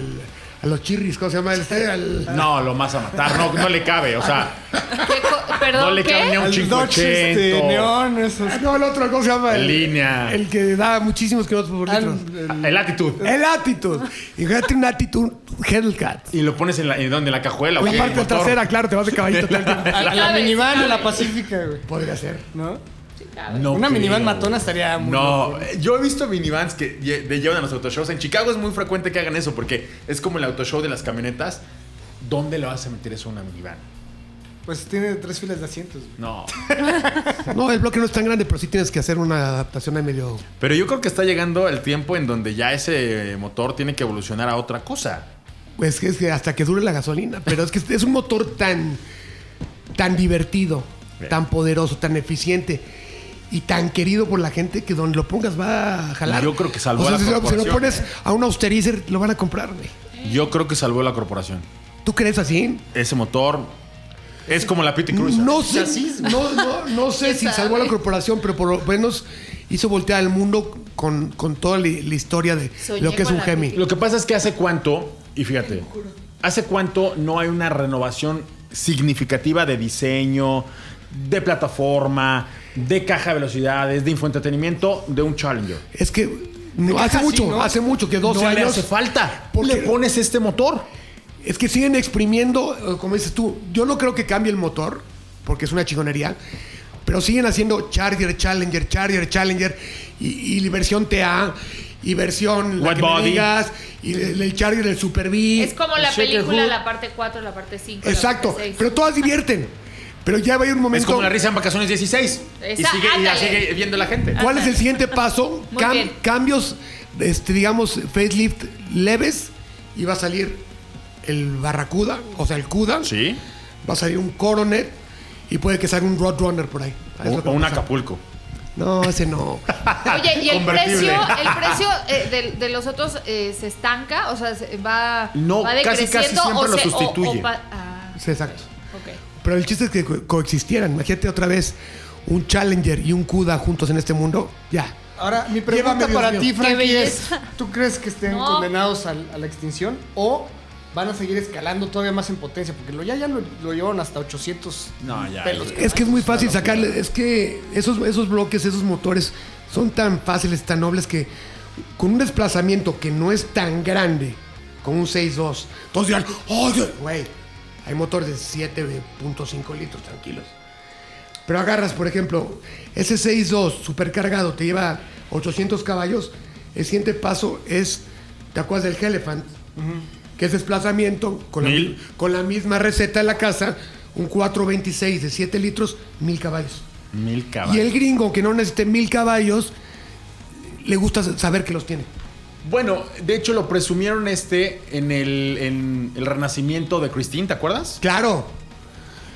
Speaker 2: a los chirris. ¿Cómo se llama? El, al-
Speaker 3: No, lo más a matar. No, no le cabe. O sea,
Speaker 6: ¿Qué co- Perdón,
Speaker 3: no le cabe ni
Speaker 6: ¿qué?
Speaker 3: a un
Speaker 5: Al Dodge este,
Speaker 3: 580.
Speaker 5: Neón, esos.
Speaker 2: Ah, no, el otro. ¿Cómo se llama? El,
Speaker 3: Línea.
Speaker 2: El que da muchísimos kilómetros por litro.
Speaker 5: Al-
Speaker 3: El actitud.
Speaker 2: El Attitude. Imagínate un Attitude Hellcat.
Speaker 3: Y lo pones en la, en donde, en la cajuela. o
Speaker 2: La
Speaker 3: qué?
Speaker 2: parte
Speaker 3: Motor.
Speaker 2: trasera, claro, te vas de caballito. todo el tiempo.
Speaker 5: al- A la
Speaker 6: Cabe,
Speaker 5: minivan, a
Speaker 6: cabe.
Speaker 5: la pacífica, güey.
Speaker 2: Podría ser.
Speaker 5: ¿No?
Speaker 3: No
Speaker 5: Una
Speaker 3: creo.
Speaker 5: minivan matona estaría muy.
Speaker 3: No, eh, yo he visto minivans que lle- de llevan a los autoshows. En Chicago es muy frecuente que hagan eso porque es como el autoshow de las camionetas. ¿Dónde le vas a meter eso a una minivan?
Speaker 5: Pues tiene tres filas de asientos, güey.
Speaker 3: No.
Speaker 2: No, el bloque no es tan grande, pero sí tienes que hacer una adaptación a medio.
Speaker 3: Pero yo creo que está llegando el tiempo en donde ya ese motor tiene que evolucionar a otra cosa.
Speaker 2: Pues que es que hasta que dure la gasolina. Pero es que es un motor tan, tan divertido, tan poderoso, tan eficiente y tan querido por la gente que donde lo pongas va a jalar.
Speaker 3: Yo creo que salvó
Speaker 2: O sea,
Speaker 3: a la
Speaker 2: si lo- si, lo
Speaker 3: corporación,
Speaker 2: pones
Speaker 3: ¿eh?
Speaker 2: a un austerizer, lo van a comprar, güey.
Speaker 3: Yo creo que salvó la corporación.
Speaker 2: ¿Tú crees así?
Speaker 3: Ese motor es como la PT Cruiser.
Speaker 2: No sé, no, no, no sé si salvó a la corporación, pero por lo menos hizo voltear al mundo con, con toda la, la historia de
Speaker 6: Soñé
Speaker 2: lo que es
Speaker 6: con
Speaker 2: un
Speaker 6: la
Speaker 2: Hemi.
Speaker 6: Titi.
Speaker 3: Lo que pasa es que hace cuánto, y fíjate, hace cuánto no hay una renovación significativa de diseño, de plataforma, de caja de velocidades, de infoentretenimiento de un Challenger.
Speaker 2: Es que no, hace
Speaker 5: así,
Speaker 2: mucho,
Speaker 5: ¿no?
Speaker 2: hace mucho que 12
Speaker 3: no le
Speaker 2: años.
Speaker 3: hace falta.
Speaker 2: ¿Por
Speaker 3: le
Speaker 2: qué?
Speaker 3: pones este motor.
Speaker 2: Es que siguen exprimiendo, eh, como dices tú, yo no creo que cambie el motor, porque es una chingonería, pero siguen haciendo Charger, Challenger, Charger, Challenger, y, y versión TA, y versión la
Speaker 3: Wet
Speaker 2: que me
Speaker 3: body.
Speaker 2: digas, y el, el Charger, el Super B.
Speaker 6: Es como la
Speaker 3: Shaker
Speaker 6: película,
Speaker 3: Hood.
Speaker 6: la parte 4, la parte 5.
Speaker 2: Exacto, pero todas divierten. Pero ya va a ir un
Speaker 3: Es
Speaker 2: momento.
Speaker 3: como la risa en vacaciones 16. y
Speaker 6: Esa-
Speaker 3: sigue, y la
Speaker 6: ándale.
Speaker 3: sigue viendo la gente.
Speaker 2: ¿Cuál es el siguiente paso?
Speaker 6: Muy bien.
Speaker 2: Cambios, este, digamos, facelift leves, y va a salir el Barracuda, o sea, el CUDA.
Speaker 3: Sí.
Speaker 2: va a salir un Coronet y puede que salga un Roadrunner por ahí. Es
Speaker 3: O,
Speaker 2: lo que va
Speaker 3: o un
Speaker 2: a pasar.
Speaker 3: Acapulco.
Speaker 2: No, ese no.
Speaker 6: Oye, ¿y el
Speaker 3: Convertible.
Speaker 6: precio, el precio eh, de, de los otros eh, se estanca? O sea, se- va,
Speaker 3: No,
Speaker 6: va
Speaker 3: casi, casi
Speaker 6: decreciendo
Speaker 3: siempre
Speaker 6: o
Speaker 3: lo
Speaker 6: se- o-
Speaker 3: sustituye.
Speaker 6: o pa- ah,
Speaker 2: Sí, exacto.
Speaker 6: ok.
Speaker 2: Pero el chiste es que co- coexistieran. Imagínate otra vez un Challenger y un CUDA juntos en este mundo. Ya.
Speaker 5: Ahora, mi pregunta
Speaker 2: Llévame,
Speaker 5: para
Speaker 2: Dios
Speaker 5: ti,
Speaker 2: mío.
Speaker 5: Frankie,
Speaker 6: Qué
Speaker 5: es: ¿tú crees que estén
Speaker 6: No.
Speaker 5: condenados al- a la extinción o van a seguir escalando todavía más en potencia? Porque lo, ya, ya lo, lo llevaron hasta 800
Speaker 3: No, ya,
Speaker 5: pelos.
Speaker 3: ya.
Speaker 2: Es que es muy fácil sacarle. Es que esos, esos bloques, esos motores son tan fáciles, tan nobles que con un desplazamiento que no es tan grande como un 6.2, todos dirán, oye, güey, hay motores de 7.5 litros, tranquilos. Pero agarras, por ejemplo, ese 6.2 supercargado te lleva 800 caballos. El siguiente paso es, ¿te acuerdas del Elephant? Que es desplazamiento con la,
Speaker 3: Mil.
Speaker 2: con la misma receta de la casa, un 426 de 7 litros, 1000 caballos.
Speaker 3: Mil
Speaker 2: Y
Speaker 3: caballos.
Speaker 2: el gringo que no necesite 1000 caballos, le gusta saber que los tiene.
Speaker 3: Bueno, de hecho lo presumieron este en el, en el renacimiento de Christine, ¿te acuerdas?
Speaker 2: Claro,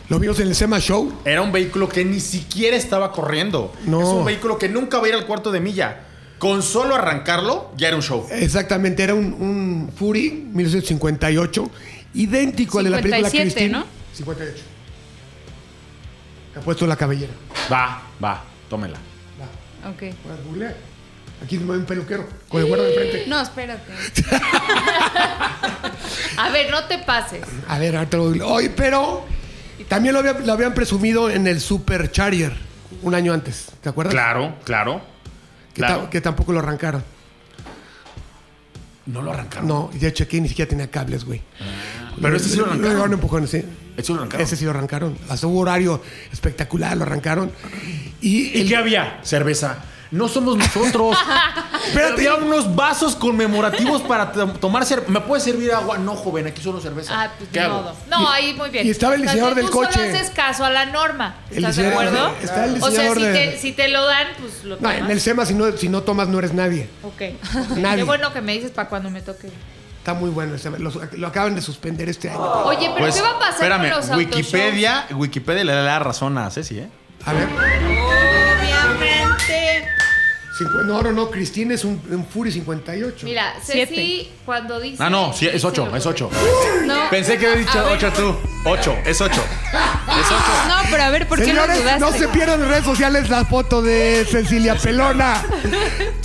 Speaker 2: lo vimos en el SEMA Show.
Speaker 3: Era un vehículo que ni siquiera estaba corriendo.
Speaker 2: No.
Speaker 3: Es un vehículo que nunca va a ir al cuarto de milla. Con solo arrancarlo, ya era un show.
Speaker 2: Exactamente, era un, un Fury 1958, idéntico al de la película
Speaker 4: 57,
Speaker 2: Christine.
Speaker 4: ¿no?
Speaker 2: 58. Te ha puesto la cabellera.
Speaker 3: Va, va, tómela.
Speaker 4: Ok.
Speaker 2: Bueno, googlea. Aquí me ve un peluquero con el guarda de frente.
Speaker 4: No, espérate.
Speaker 6: A ver, no te pases.
Speaker 2: A ver, ahorita lo googleo. Oye, pero también lo, había- lo habían presumido en el Super Charger un año antes, ¿te acuerdas?
Speaker 3: Claro, claro.
Speaker 2: Que, ta-
Speaker 3: claro.
Speaker 2: que tampoco lo arrancaron.
Speaker 3: No lo arrancaron.
Speaker 2: No, ya chequé, ni siquiera tenía cables, güey.
Speaker 3: pero ese sí lo arrancaron.
Speaker 2: llevaron empujones, sí.
Speaker 3: Ese sí lo arrancaron.
Speaker 2: Ese sí lo arrancaron. Hasta hubo horario espectacular, lo arrancaron. Y
Speaker 3: ¿Y
Speaker 2: el-
Speaker 3: qué había? Cerveza. No somos nosotros.
Speaker 2: Espérate.
Speaker 3: Había unos vasos conmemorativos para to- tomar cerveza. ¿Me puede servir agua? No, joven, aquí solo cerveza.
Speaker 6: Ah, pues
Speaker 3: ¿Qué
Speaker 6: ni
Speaker 3: hago?
Speaker 6: modo. No, ahí muy bien.
Speaker 2: y estaba el
Speaker 6: O sea,
Speaker 2: diseñador
Speaker 6: tú
Speaker 2: del
Speaker 6: solo
Speaker 2: coche.
Speaker 6: haces caso a la norma.
Speaker 2: El
Speaker 6: ¿Estás de
Speaker 2: diseñador-
Speaker 6: acuerdo?
Speaker 2: está el
Speaker 6: o sea,
Speaker 2: diseñador
Speaker 6: si,
Speaker 2: de-
Speaker 6: te, si te lo dan, pues lo
Speaker 2: No,
Speaker 6: tomas.
Speaker 2: en el SEMA, si no, si no tomas, no eres nadie.
Speaker 6: Ok.
Speaker 2: Nadie.
Speaker 6: Qué bueno que me dices para cuando me toque.
Speaker 2: Está muy bueno el SEMA. Los- Lo, acaban de suspender este año.
Speaker 6: Oye, pero
Speaker 3: Pues,
Speaker 6: ¿qué va a pasar
Speaker 3: espérame,
Speaker 6: con los
Speaker 3: Wikipedia, Wikipedia le da la razón a Ceci, ¿eh?
Speaker 2: A ver.
Speaker 6: autoshows? Obviamente.
Speaker 2: Cincu- No, no, no, Cristina es un, un Fury 58.
Speaker 6: Mira, Ceci cuando dice.
Speaker 3: Ah, no, sí, es
Speaker 6: dice
Speaker 3: 8,
Speaker 6: lo
Speaker 3: es
Speaker 6: correcto.
Speaker 3: 8.
Speaker 6: No.
Speaker 7: Pensé que había
Speaker 6: A
Speaker 7: dicho
Speaker 6: ver,
Speaker 7: 8 tú.
Speaker 3: 8, es 8.
Speaker 4: No, pero a ver, ¿por qué no
Speaker 2: Señores,
Speaker 4: dudaste?
Speaker 2: no se pierdan en redes sociales la foto de Cecilia Pelona.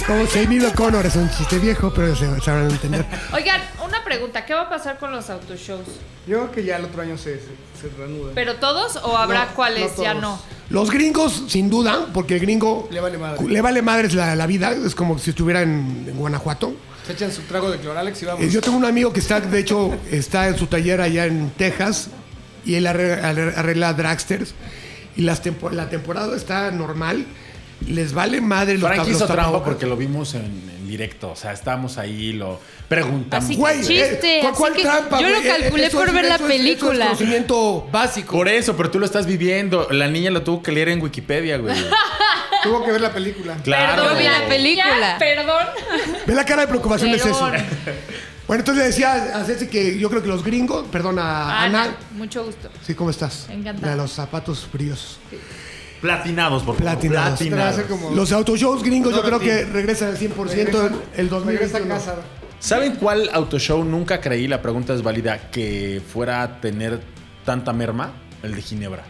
Speaker 2: Como Jamie O'Connor, es un chiste viejo, pero se sabrán entender.
Speaker 6: Oigan, una pregunta, ¿qué va a pasar con los autoshows?
Speaker 5: Yo creo que ya el otro año se, se, se reanuda.
Speaker 6: ¿Pero todos o habrá
Speaker 5: No,
Speaker 6: cuáles
Speaker 5: no
Speaker 6: ya
Speaker 5: todos.
Speaker 6: no?
Speaker 2: Los gringos, sin duda, porque el gringo
Speaker 5: Le vale madre.
Speaker 2: cu- le vale madres la, la vida, es como si estuviera en, en Guanajuato.
Speaker 5: Se echan su trago de cloralex y vamos.
Speaker 2: Eh, Yo tengo un amigo que está, de hecho, está en su taller allá en Texas y él arregla, arregla dragsters y las tempo- la temporada está normal. Les vale madre los
Speaker 3: Frank
Speaker 2: tab- los
Speaker 3: hizo trampa
Speaker 2: tapabocas.
Speaker 3: porque lo vimos en, en directo. O sea, estábamos ahí, lo preguntamos.
Speaker 4: Así que
Speaker 2: Güey,
Speaker 4: chiste,
Speaker 2: eh, ¿cuál,
Speaker 4: así
Speaker 2: cuál
Speaker 4: que
Speaker 2: trampa?
Speaker 4: yo lo
Speaker 2: güey? Eh,
Speaker 4: calculé
Speaker 2: eso
Speaker 4: por
Speaker 2: es-
Speaker 4: ver la
Speaker 2: eso es- eso es
Speaker 4: película.
Speaker 2: conocimiento básico.
Speaker 3: Por eso, pero tú lo estás viviendo. La niña lo tuvo que leer en Wikipedia, güey.
Speaker 5: Tuvo que ver la película.
Speaker 3: Claro.
Speaker 4: Perdón,
Speaker 3: güey.
Speaker 4: la película.
Speaker 6: Ya, Perdón.
Speaker 2: Ve la cara de preocupación de Ceci.
Speaker 6: Perdón.
Speaker 2: Bueno, entonces le decía a Ceci que yo creo que los gringos, perdón, a
Speaker 4: Ah,
Speaker 2: Ana.
Speaker 6: Ana, mucho gusto.
Speaker 2: Sí, ¿cómo estás?
Speaker 6: Encantada.
Speaker 2: De los zapatos fríos.
Speaker 3: Platinados, por favor.
Speaker 2: Platinados.
Speaker 5: Te va a hacer como-
Speaker 2: Los autoshows gringos yo creo
Speaker 5: Ahora sí.
Speaker 2: que regresan al 100%
Speaker 5: Regresa-
Speaker 2: el- el 2021.
Speaker 5: Regresa a casa.
Speaker 3: ¿Saben cuál autoshow nunca creí, la pregunta es válida, que fuera a tener tanta merma? El de Ginebra.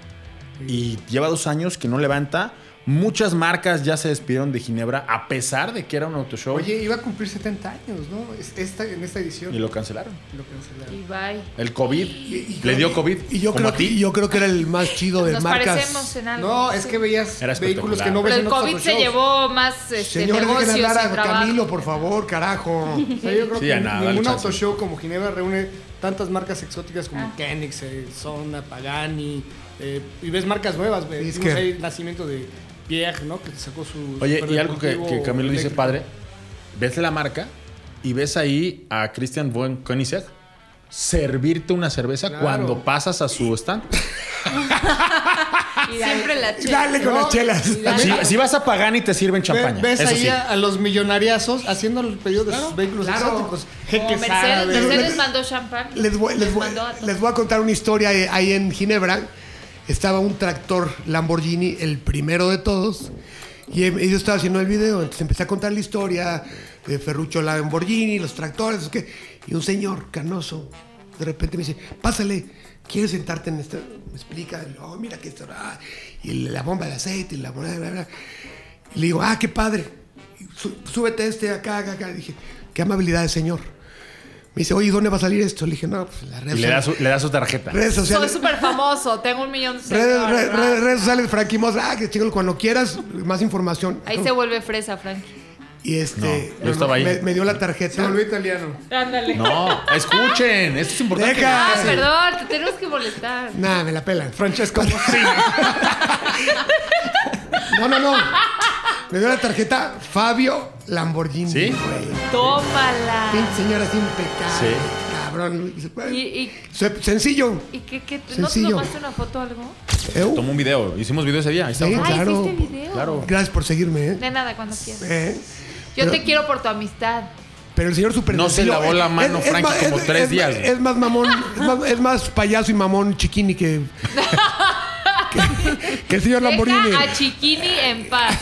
Speaker 3: Y lleva dos años que no levanta. Muchas marcas ya se despidieron de Ginebra, a pesar de que era un autoshow.
Speaker 5: Oye, iba a cumplir 70 años, ¿no? Es- Esta, en esta edición.
Speaker 3: Y lo cancelaron.
Speaker 5: Lo cancelaron.
Speaker 6: Y bye.
Speaker 3: El COVID.
Speaker 2: Y- y
Speaker 3: le
Speaker 2: creo-
Speaker 3: dio COVID.
Speaker 2: Y yo
Speaker 3: como
Speaker 2: creo,
Speaker 3: a
Speaker 2: que,
Speaker 3: ti.
Speaker 2: yo creo que era el más chido de
Speaker 6: Nos
Speaker 2: marcas.
Speaker 6: parecemos en algo.
Speaker 5: No, es que veías
Speaker 3: Era
Speaker 5: vehículos
Speaker 3: espectacular.
Speaker 5: que no ves
Speaker 6: Pero
Speaker 5: en
Speaker 6: el
Speaker 5: otros
Speaker 6: COVID se
Speaker 5: shows.
Speaker 6: llevó más este,
Speaker 2: Señor, dejen
Speaker 6: negocios
Speaker 2: hablar
Speaker 6: y
Speaker 2: a
Speaker 6: trabajo.
Speaker 2: Camilo, por favor, carajo.
Speaker 5: O sea, yo creo
Speaker 3: Sí,
Speaker 5: que
Speaker 3: a nada, dale
Speaker 5: ningún
Speaker 3: chance.
Speaker 5: autoshow como Ginebra reúne tantas marcas exóticas como
Speaker 6: Ah.
Speaker 5: Kenix, Zona, Pagani. eh, y ves marcas nuevas, güey.
Speaker 2: Es
Speaker 5: Es
Speaker 2: que-
Speaker 5: el nacimiento de Pieg, ¿no? Que sacó su.
Speaker 3: Oye, y algo que,
Speaker 5: superdeportivo
Speaker 3: que Camilo dice,
Speaker 5: eléctrico.
Speaker 3: padre, ves la marca y ves ahí a Christian von Koenigsegg servirte una cerveza
Speaker 5: Claro.
Speaker 3: cuando pasas a su stand.
Speaker 6: Y siempre la
Speaker 2: Y
Speaker 6: chica.
Speaker 2: Dale con las chelas.
Speaker 3: Si, si vas a Pagani te sirven
Speaker 5: Ve-
Speaker 3: champaña.
Speaker 5: Ves
Speaker 3: eso
Speaker 5: ahí
Speaker 3: sí.
Speaker 5: a, a los millonariazos haciendo el pedido de sus vehículos
Speaker 2: claro.
Speaker 5: exóticos.
Speaker 6: Como
Speaker 5: Jeques
Speaker 6: Mercedes,
Speaker 5: árabes.
Speaker 6: Mercedes mandó champán.
Speaker 2: Les voy, les,
Speaker 6: Nos
Speaker 2: voy,
Speaker 6: mandó a todos.
Speaker 2: les voy a contar una historia eh, ahí en Ginebra. Estaba un tractor Lamborghini, el primero de todos. Y em- y yo estaba haciendo el video, entonces empecé a contar la historia de Ferrucho Lamborghini, los tractores, no sé qué. y un señor canoso de repente me dice, pásale, ¿quieres sentarte en esta? Me explica, y, oh, mira que esto, ah, y la bomba de aceite, y la moneda, bla, bla. Y le digo, ah, qué padre, Sú- súbete este acá, acá, acá. Y dije, qué amabilidad, señor. Me dice, oye, ¿y ¿dónde va a salir esto? Le dije, no, pues en las
Speaker 3: Y
Speaker 2: redes
Speaker 3: le das
Speaker 2: sociales.
Speaker 3: su, le das su tarjeta.
Speaker 2: Redes
Speaker 6: Soy
Speaker 2: sociales.
Speaker 6: súper famoso, tengo un millón de
Speaker 2: Redes,
Speaker 6: seguidores.
Speaker 2: re-
Speaker 6: ¿verdad?
Speaker 2: re- redes sociales, Frankie Moss. Ah, que chico, cuando quieras, más información.
Speaker 6: Ahí se vuelve fresa, Frankie.
Speaker 2: Y este.
Speaker 3: No, yo estaba ahí.
Speaker 2: Me, me dio la tarjeta.
Speaker 5: Se volvió italiano.
Speaker 6: Ándale.
Speaker 3: No, escuchen, esto es importante.
Speaker 2: Deja.
Speaker 6: Ah, perdón, te tenemos que molestar.
Speaker 2: Nah, me la pelan. Francesco. no, no, no. Me dio la tarjeta Fabio Lamborghini.
Speaker 3: ¿Sí?
Speaker 2: güey.
Speaker 6: Tómala.
Speaker 2: Pinche señora es impecable. Cabrón.
Speaker 6: ¿Y, y,
Speaker 2: Se- Sencillo.
Speaker 6: y qué, qué- ¿No te
Speaker 2: Sencillo.
Speaker 6: tomaste una foto o algo?
Speaker 2: ¿eh?
Speaker 3: Tomó un video, hicimos video ese día. ahí está.
Speaker 2: Sí.
Speaker 6: Ay,
Speaker 2: Claro.
Speaker 6: hiciste video.
Speaker 3: Claro.
Speaker 2: Gracias por seguirme, ¿eh?
Speaker 6: De nada, cuando quieras.
Speaker 2: Eh,
Speaker 6: Yo
Speaker 2: pero-
Speaker 6: te quiero por tu amistad.
Speaker 2: Pero el señor super
Speaker 3: No se
Speaker 2: sencillo,
Speaker 3: lavó la mano, Frankie,
Speaker 2: más-
Speaker 3: como tres días,
Speaker 2: más-
Speaker 3: güey.
Speaker 2: Es más mamón, es más, es más payaso y mamón chiquini que. que, que el señor Lamborghini.
Speaker 6: Deja a Chiquini en paz.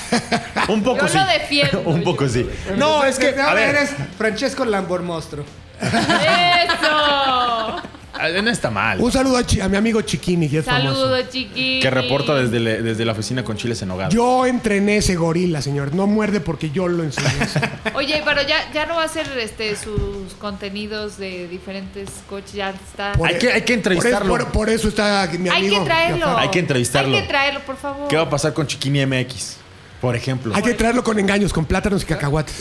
Speaker 3: Un poco
Speaker 6: Yo
Speaker 3: sí.
Speaker 6: lo defiendo,
Speaker 3: un poco sí. No, es que,
Speaker 5: Desde ahora
Speaker 3: a ver,
Speaker 5: eres Francesco Lambormostro.
Speaker 6: ¡Eso!
Speaker 3: Ah, no está mal.
Speaker 2: Un saludo a, Chi- a mi amigo Chiquini, que es famoso.
Speaker 6: Saludo, Chiquini.
Speaker 3: Que reporta desde, le- desde la oficina con chiles en hogar.
Speaker 2: Yo entrené ese gorila, señor. No muerde porque yo lo enseñé.
Speaker 6: Oye, pero ya, ya no va a hacer este, sus contenidos de diferentes coches. Ya está.
Speaker 2: Por-
Speaker 3: Hay que- hay que entrevistarlo.
Speaker 2: Por, por- por eso está aquí mi
Speaker 6: Hay
Speaker 2: amigo.
Speaker 6: que traerlo.
Speaker 2: Jafar.
Speaker 3: Hay que entrevistarlo.
Speaker 6: Hay que traerlo, por favor.
Speaker 3: ¿Qué va a pasar con Chiquini MX? Por ejemplo.
Speaker 2: Hay que traerlo con engaños, con plátanos y cacahuates.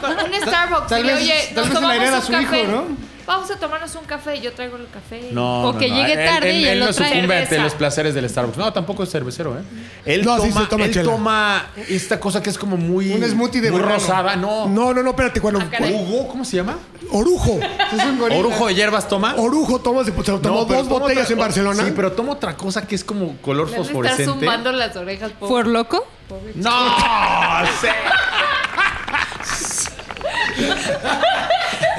Speaker 6: Con un Starbucks.
Speaker 5: tal
Speaker 6: y le,
Speaker 5: vez-
Speaker 6: oye,
Speaker 5: tal vez se
Speaker 6: nos
Speaker 5: la
Speaker 6: tomamos
Speaker 5: hereda
Speaker 6: un
Speaker 5: a su
Speaker 6: café.
Speaker 5: hijo, ¿no?
Speaker 6: Vamos a tomarnos un café. Yo traigo el café.
Speaker 3: No,
Speaker 4: O
Speaker 3: no,
Speaker 4: que
Speaker 3: no.
Speaker 4: llegue
Speaker 3: Él-
Speaker 4: tarde
Speaker 3: él,
Speaker 4: y
Speaker 3: él
Speaker 4: él
Speaker 3: no
Speaker 4: lo trae.
Speaker 3: sucumbe ante
Speaker 6: Cerveza.
Speaker 3: los placeres del Starbucks. No, tampoco es cervecero, ¿eh? Él
Speaker 2: No, sí
Speaker 3: toma,
Speaker 2: se toma
Speaker 3: él
Speaker 2: chela.
Speaker 3: toma esta cosa que es como muy
Speaker 5: Un smoothie de
Speaker 3: muy
Speaker 5: verano.
Speaker 3: rosada, no.
Speaker 2: No, no, no, espérate, cuando.
Speaker 6: Oh. Ah, caray.
Speaker 3: Hugo, ¿cómo se llama?
Speaker 2: Orujo.
Speaker 5: Es un gorila.
Speaker 3: Orujo de hierbas toma.
Speaker 2: Orujo toma, se se lo tomó
Speaker 3: No, pero
Speaker 2: dos
Speaker 3: toma
Speaker 2: botellas
Speaker 3: otra-
Speaker 2: en Barcelona.
Speaker 3: Sí, pero toma otra cosa que es como color
Speaker 6: Le han de estar
Speaker 3: fosforescente.
Speaker 6: zumbando las orejas. pobre.
Speaker 4: ¿Por loco?
Speaker 3: No, sé.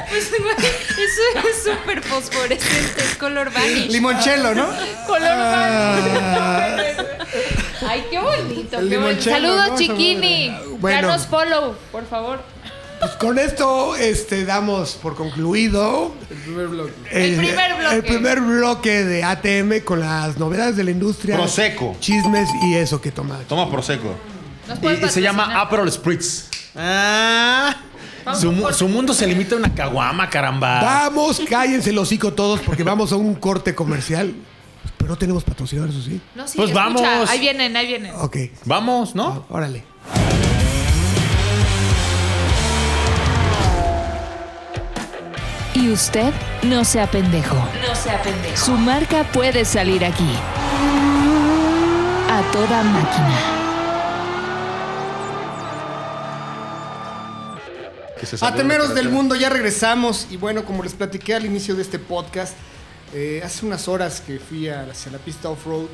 Speaker 4: Pues, güey, Eso es súper fosforescente, es color vanish.
Speaker 5: Limonchelo, ¿no?
Speaker 6: Color vanish. Ay, qué bonito.
Speaker 5: Ah. El
Speaker 6: qué bonito.
Speaker 5: limonchelo,
Speaker 6: Saludos,
Speaker 5: ¿no? Esa
Speaker 6: Chiquini.
Speaker 2: Bueno.
Speaker 6: Danos follow, por favor.
Speaker 2: Pues con esto este, damos por concluido
Speaker 5: El primer bloque.
Speaker 6: El primer bloque.
Speaker 2: el primer bloque de ATM con las novedades de la industria.
Speaker 9: Prosecco.
Speaker 2: Chismes y eso que toma.
Speaker 9: Toma Prosecco.
Speaker 6: Nos puedes
Speaker 3: Y, y se llama
Speaker 6: patrocinar.
Speaker 3: Aperol Spritz. Ah. Su, mu- su mundo se limita a una caguama, caramba.
Speaker 2: Vamos, cállense el hocico todos porque vamos a un corte comercial. Pero no tenemos patrocinadores, ¿o sí?
Speaker 6: No, sí,
Speaker 3: Pues
Speaker 6: escucha,
Speaker 3: vamos.
Speaker 6: Ahí vienen, ahí vienen.
Speaker 2: Ok,
Speaker 3: Vamos, ¿no?
Speaker 2: órale.
Speaker 10: Y usted no sea pendejo. No sea pendejo. Su marca puede salir aquí. A toda máquina.
Speaker 9: Que se salió
Speaker 5: Atemeros
Speaker 9: de
Speaker 5: del
Speaker 9: operación.
Speaker 5: mundo, ya regresamos. Y bueno, como les platiqué al inicio de este podcast, eh, hace unas horas que fui a- hacia la pista off-road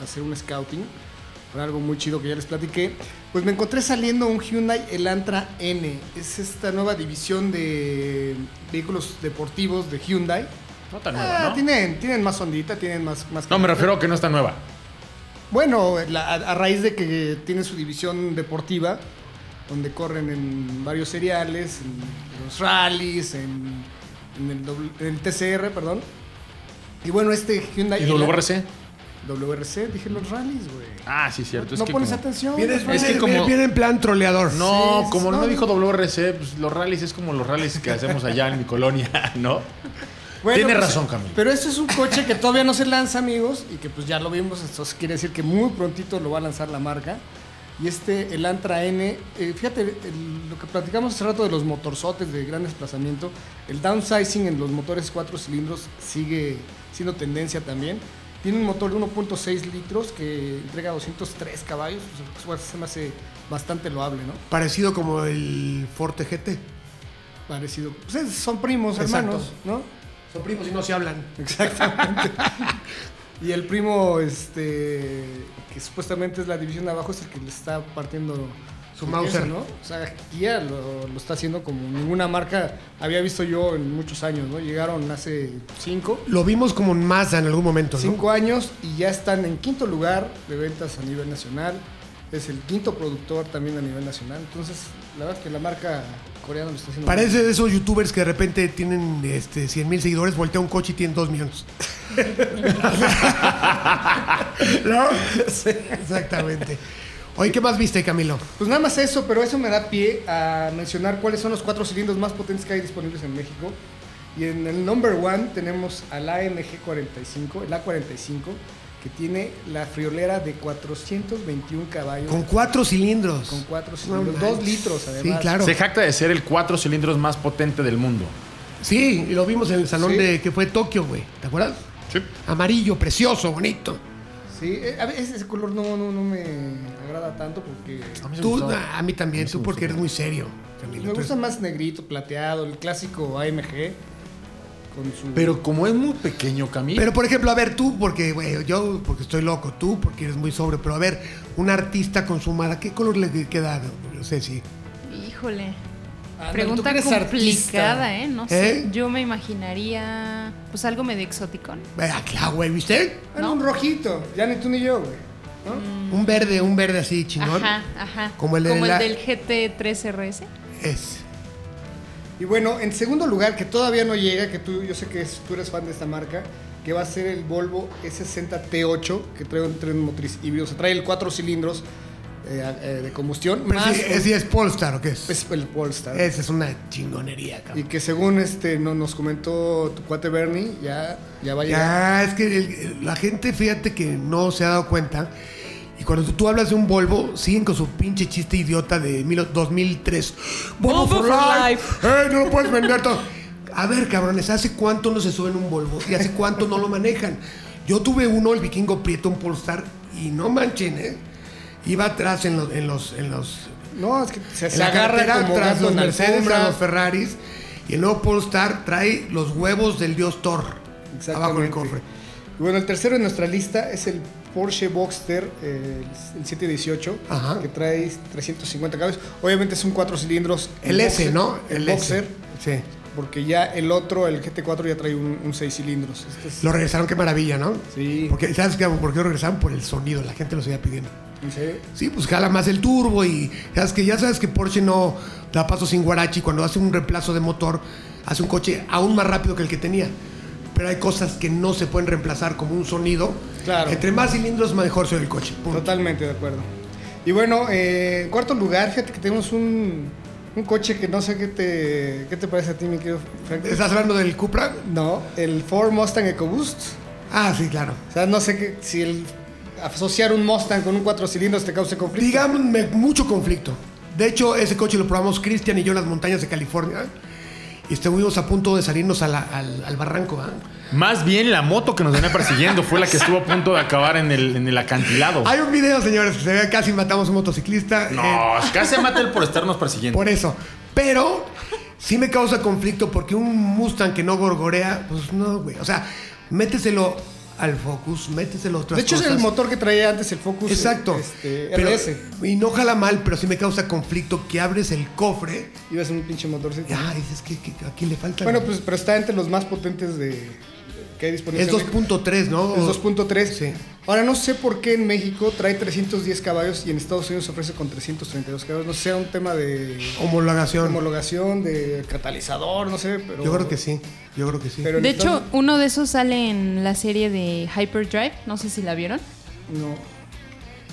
Speaker 5: a hacer un scouting, por algo muy chido que ya les platiqué, pues me encontré saliendo un Hyundai Elantra N. Es esta nueva división de vehículos deportivos de Hyundai.
Speaker 3: No tan
Speaker 5: Ah,
Speaker 3: nueva, ¿no?
Speaker 5: tienen, tienen más ondita, tienen más... más
Speaker 3: No, me refiero a que no está nueva.
Speaker 5: Bueno, la- a, a raíz de que tiene su división deportiva, donde corren en varios seriales, en los rallies, en, en el, doble- en el TCR, perdón. Y bueno, este Hyundai...
Speaker 3: ¿Y WRC?
Speaker 5: WRC, dije los rallies, güey.
Speaker 3: Ah, sí, cierto.
Speaker 5: no
Speaker 3: es que
Speaker 5: pones
Speaker 3: como-
Speaker 5: atención.
Speaker 2: Viene,
Speaker 5: güey.
Speaker 3: Es que
Speaker 2: viene-
Speaker 3: como-
Speaker 2: viene en plan troleador.
Speaker 3: No,
Speaker 5: Sí,
Speaker 3: como
Speaker 5: no.
Speaker 3: no dijo WRC, pues los rallies es como los rallies que hacemos allá en mi colonia, ¿no?
Speaker 5: Bueno,
Speaker 3: Tienes
Speaker 5: pues,
Speaker 3: razón, Camilo.
Speaker 5: Pero esto es un coche que todavía no se lanza, amigos, y que pues ya lo vimos. Esto quiere decir que muy prontito lo va a lanzar la marca. Y este, el Antra N, eh, fíjate, el- lo que platicamos hace rato de los motorzotes de gran desplazamiento, el downsizing en los motores cuatro cilindros sigue siendo tendencia también. Tiene un motor de 1.6 litros que entrega 203 caballos, pues, pues, se me hace bastante loable, ¿no?
Speaker 2: Parecido como el Forte GT.
Speaker 5: Parecido. Pues es- son primos,
Speaker 2: Exacto.
Speaker 5: hermanos, ¿no?
Speaker 2: Son primos y no se hablan.
Speaker 5: Exactamente. y el primo, este, que supuestamente es la división de abajo, es el que le está partiendo
Speaker 2: Su
Speaker 5: el
Speaker 2: Mauser.
Speaker 5: queso, ¿no? O sea, Kia lo, lo está haciendo como ninguna marca había visto yo en muchos años, ¿no? Llegaron hace cinco,
Speaker 2: Lo vimos como en masa en algún momento, ¿no?
Speaker 5: cinco años y ya están en quinto lugar de ventas a nivel nacional. Es el quinto productor también a nivel nacional. Entonces, la verdad es que la marca coreana lo está haciendo.
Speaker 2: Parece de esos youtubers que de repente tienen este, 100 mil seguidores, voltea un coche y tienen 2 millones. ¿No? Sí, exactamente. Oye, ¿qué más viste, Camilo?
Speaker 5: Pues nada más eso, pero eso me da pie a mencionar cuáles son los cuatro cilindros más potentes que hay disponibles en México. Y en el number one tenemos al AMG 45, el A45, que tiene la friolera de 421 caballos.
Speaker 2: Con cuatro cilindros.
Speaker 5: Con cuatro
Speaker 2: No
Speaker 5: cilindros,
Speaker 2: manches.
Speaker 5: dos litros
Speaker 2: Sí,
Speaker 5: además.
Speaker 2: claro.
Speaker 3: Se jacta de ser el cuatro cilindros más potente del mundo.
Speaker 2: Sí, y lo vimos en el salón
Speaker 5: Sí.
Speaker 2: de que fue Tokio, güey. ¿Te acuerdas?
Speaker 3: Sí.
Speaker 2: Amarillo, precioso, bonito.
Speaker 5: Sí, eh, a veces ese color no, no, no me agrada tanto porque
Speaker 2: Tú, ah, a mí también, tú porque eres muy serio, Camilo.
Speaker 5: me
Speaker 2: Tú
Speaker 5: gusta
Speaker 2: eres-
Speaker 5: más negrito, plateado, el clásico AMG con su...
Speaker 3: Pero como es muy pequeño, Camilo.
Speaker 2: Pero por ejemplo, a ver, tú, porque güey, yo porque estoy loco, tú porque eres muy sobrio, pero a ver, una artista consumada, ¿qué color le queda? No sé si.
Speaker 4: Híjole.
Speaker 5: Ándale, Ah, tú
Speaker 4: Pregunta
Speaker 5: que eres
Speaker 4: complicada,
Speaker 5: artista.
Speaker 4: ¿eh? No
Speaker 2: ¿Eh?
Speaker 4: sé. Yo me imaginaría. Pues algo medio exóticón.
Speaker 2: Ah, claro, güey, ¿viste?
Speaker 5: Ah, no, Un rojito, ya ni tú ni yo, güey. ¿no?
Speaker 2: Un verde, un verde así chingón.
Speaker 4: Ajá, ajá.
Speaker 2: Como el de la-
Speaker 4: del GT3RS.
Speaker 2: Es.
Speaker 5: Y bueno, en segundo lugar, que todavía no llega, que tú, yo sé que es- tú eres fan de esta marca, que va a ser el Volvo E60 T8, que trae un tren motriz híbrido. O sea, trae el cuatro cilindros eh, a- eh, de combustión,
Speaker 2: Pero
Speaker 5: más
Speaker 2: Pues sí,
Speaker 5: un-
Speaker 2: es, sí es Polestar, ¿o qué es?
Speaker 5: es el Polestar.
Speaker 2: Esa es una chingonería,
Speaker 5: Y
Speaker 2: cabrón.
Speaker 5: que según este no, nos comentó tu cuate Bernie, ya, ya va a llegar.
Speaker 2: Ya, es que el- la gente, fíjate que no se ha dado cuenta. Y cuando tú, tú hablas de un Volvo, siguen con su pinche chiste idiota de mil- 2003. Volvo, for, life. ¡Eh, no lo puedes vender todo! A ver, cabrones, ¿hace cuánto no se suben un Volvo? ¿Y hace cuánto no lo manejan? Yo tuve uno, el vikingo Prieto, un Polestar, y no manchen, ¿eh? Iba atrás en los, en los, en los
Speaker 5: No, es que se,
Speaker 2: se
Speaker 5: se agarra
Speaker 2: agarra
Speaker 5: como
Speaker 2: tras
Speaker 5: gato
Speaker 2: los
Speaker 5: en la
Speaker 2: Mercedes,
Speaker 5: alfombra.
Speaker 2: tras los Ferraris. Y el nuevo Polestar trae los huevos del dios Thor abajo del
Speaker 5: Exactamente.
Speaker 2: cofre.
Speaker 5: Y bueno, el tercero en nuestra lista es el Porsche Boxster, eh, el 718,
Speaker 2: Ajá.
Speaker 5: que trae 350 caballos. Obviamente es un cuatro cilindros.
Speaker 2: El S,
Speaker 5: boxer,
Speaker 2: ¿no?
Speaker 5: El,
Speaker 2: S.
Speaker 5: Boxer,
Speaker 2: Sí.
Speaker 5: porque ya el otro, el GT4, ya trae un, un seis cilindros. Este es-
Speaker 2: Lo regresaron, qué maravilla, ¿no?
Speaker 5: Sí.
Speaker 2: Porque, ¿Sabes qué? por qué lo regresaron? Por el sonido, la gente lo seguía pidiendo. Sí, pues jala más el turbo y sabes que ya sabes que Porsche no da paso sin guarachi cuando hace un reemplazo de motor, hace un coche aún más rápido que el que tenía. Pero hay cosas que no se pueden reemplazar como un sonido.
Speaker 5: Claro.
Speaker 2: Entre más cilindros mejor se ve el coche. punto.
Speaker 5: Totalmente de acuerdo. Y bueno, eh, en cuarto lugar, fíjate que tenemos un, un coche que no sé qué te, qué te parece a ti, mi querido Frank.
Speaker 2: ¿Estás hablando del Cupra?
Speaker 5: No, el Ford Mustang EcoBoost.
Speaker 2: Ah, sí, claro.
Speaker 5: O sea, no sé qué- si el asociar un Mustang con un cuatro cilindros te cause conflicto.
Speaker 2: Digamos, me- mucho conflicto. De hecho, ese coche lo probamos Cristian y yo en las montañas de California. Y estuvimos a punto de salirnos a la- al, al barranco. ¿ah?
Speaker 3: Más bien la moto que nos venía persiguiendo fue la que estuvo a punto de acabar en el, en el acantilado.
Speaker 2: Hay un video, señores, que se ve casi matamos a un motociclista. eh,
Speaker 3: No, casi se mata él por estarnos persiguiendo.
Speaker 2: Por eso. Pero sí me causa conflicto porque un Mustang que no gorgorea, pues no, güey. O sea, méteselo al Focus, méteselo a otras
Speaker 5: de hecho, es
Speaker 2: cosas.
Speaker 5: el motor que traía antes el Focus.
Speaker 2: Exacto.
Speaker 5: Este,
Speaker 2: Pero-
Speaker 5: RS.
Speaker 2: y no jala mal, pero sí me causa conflicto que abres el cofre
Speaker 5: Y ves un pinche motorcito.
Speaker 2: y ah, dices que, que aquí le falta.
Speaker 5: Bueno, pues, pero está entre los más potentes de que hay disponibles.
Speaker 2: es
Speaker 5: en México.
Speaker 2: 2.3, ¿no?
Speaker 5: Es 2.3.
Speaker 2: Sí.
Speaker 5: Ahora no sé por qué en México trae 310 caballos y en Estados Unidos se ofrece con 332 caballos. No sé, sea un tema de
Speaker 2: Homologación.
Speaker 5: homologación, de catalizador, no sé, pero.
Speaker 2: Yo creo que sí. Yo creo que sí.
Speaker 5: Pero en
Speaker 4: De
Speaker 5: Estados-
Speaker 4: hecho, uno de esos sale en la serie de Hyperdrive, no sé si la vieron.
Speaker 5: no.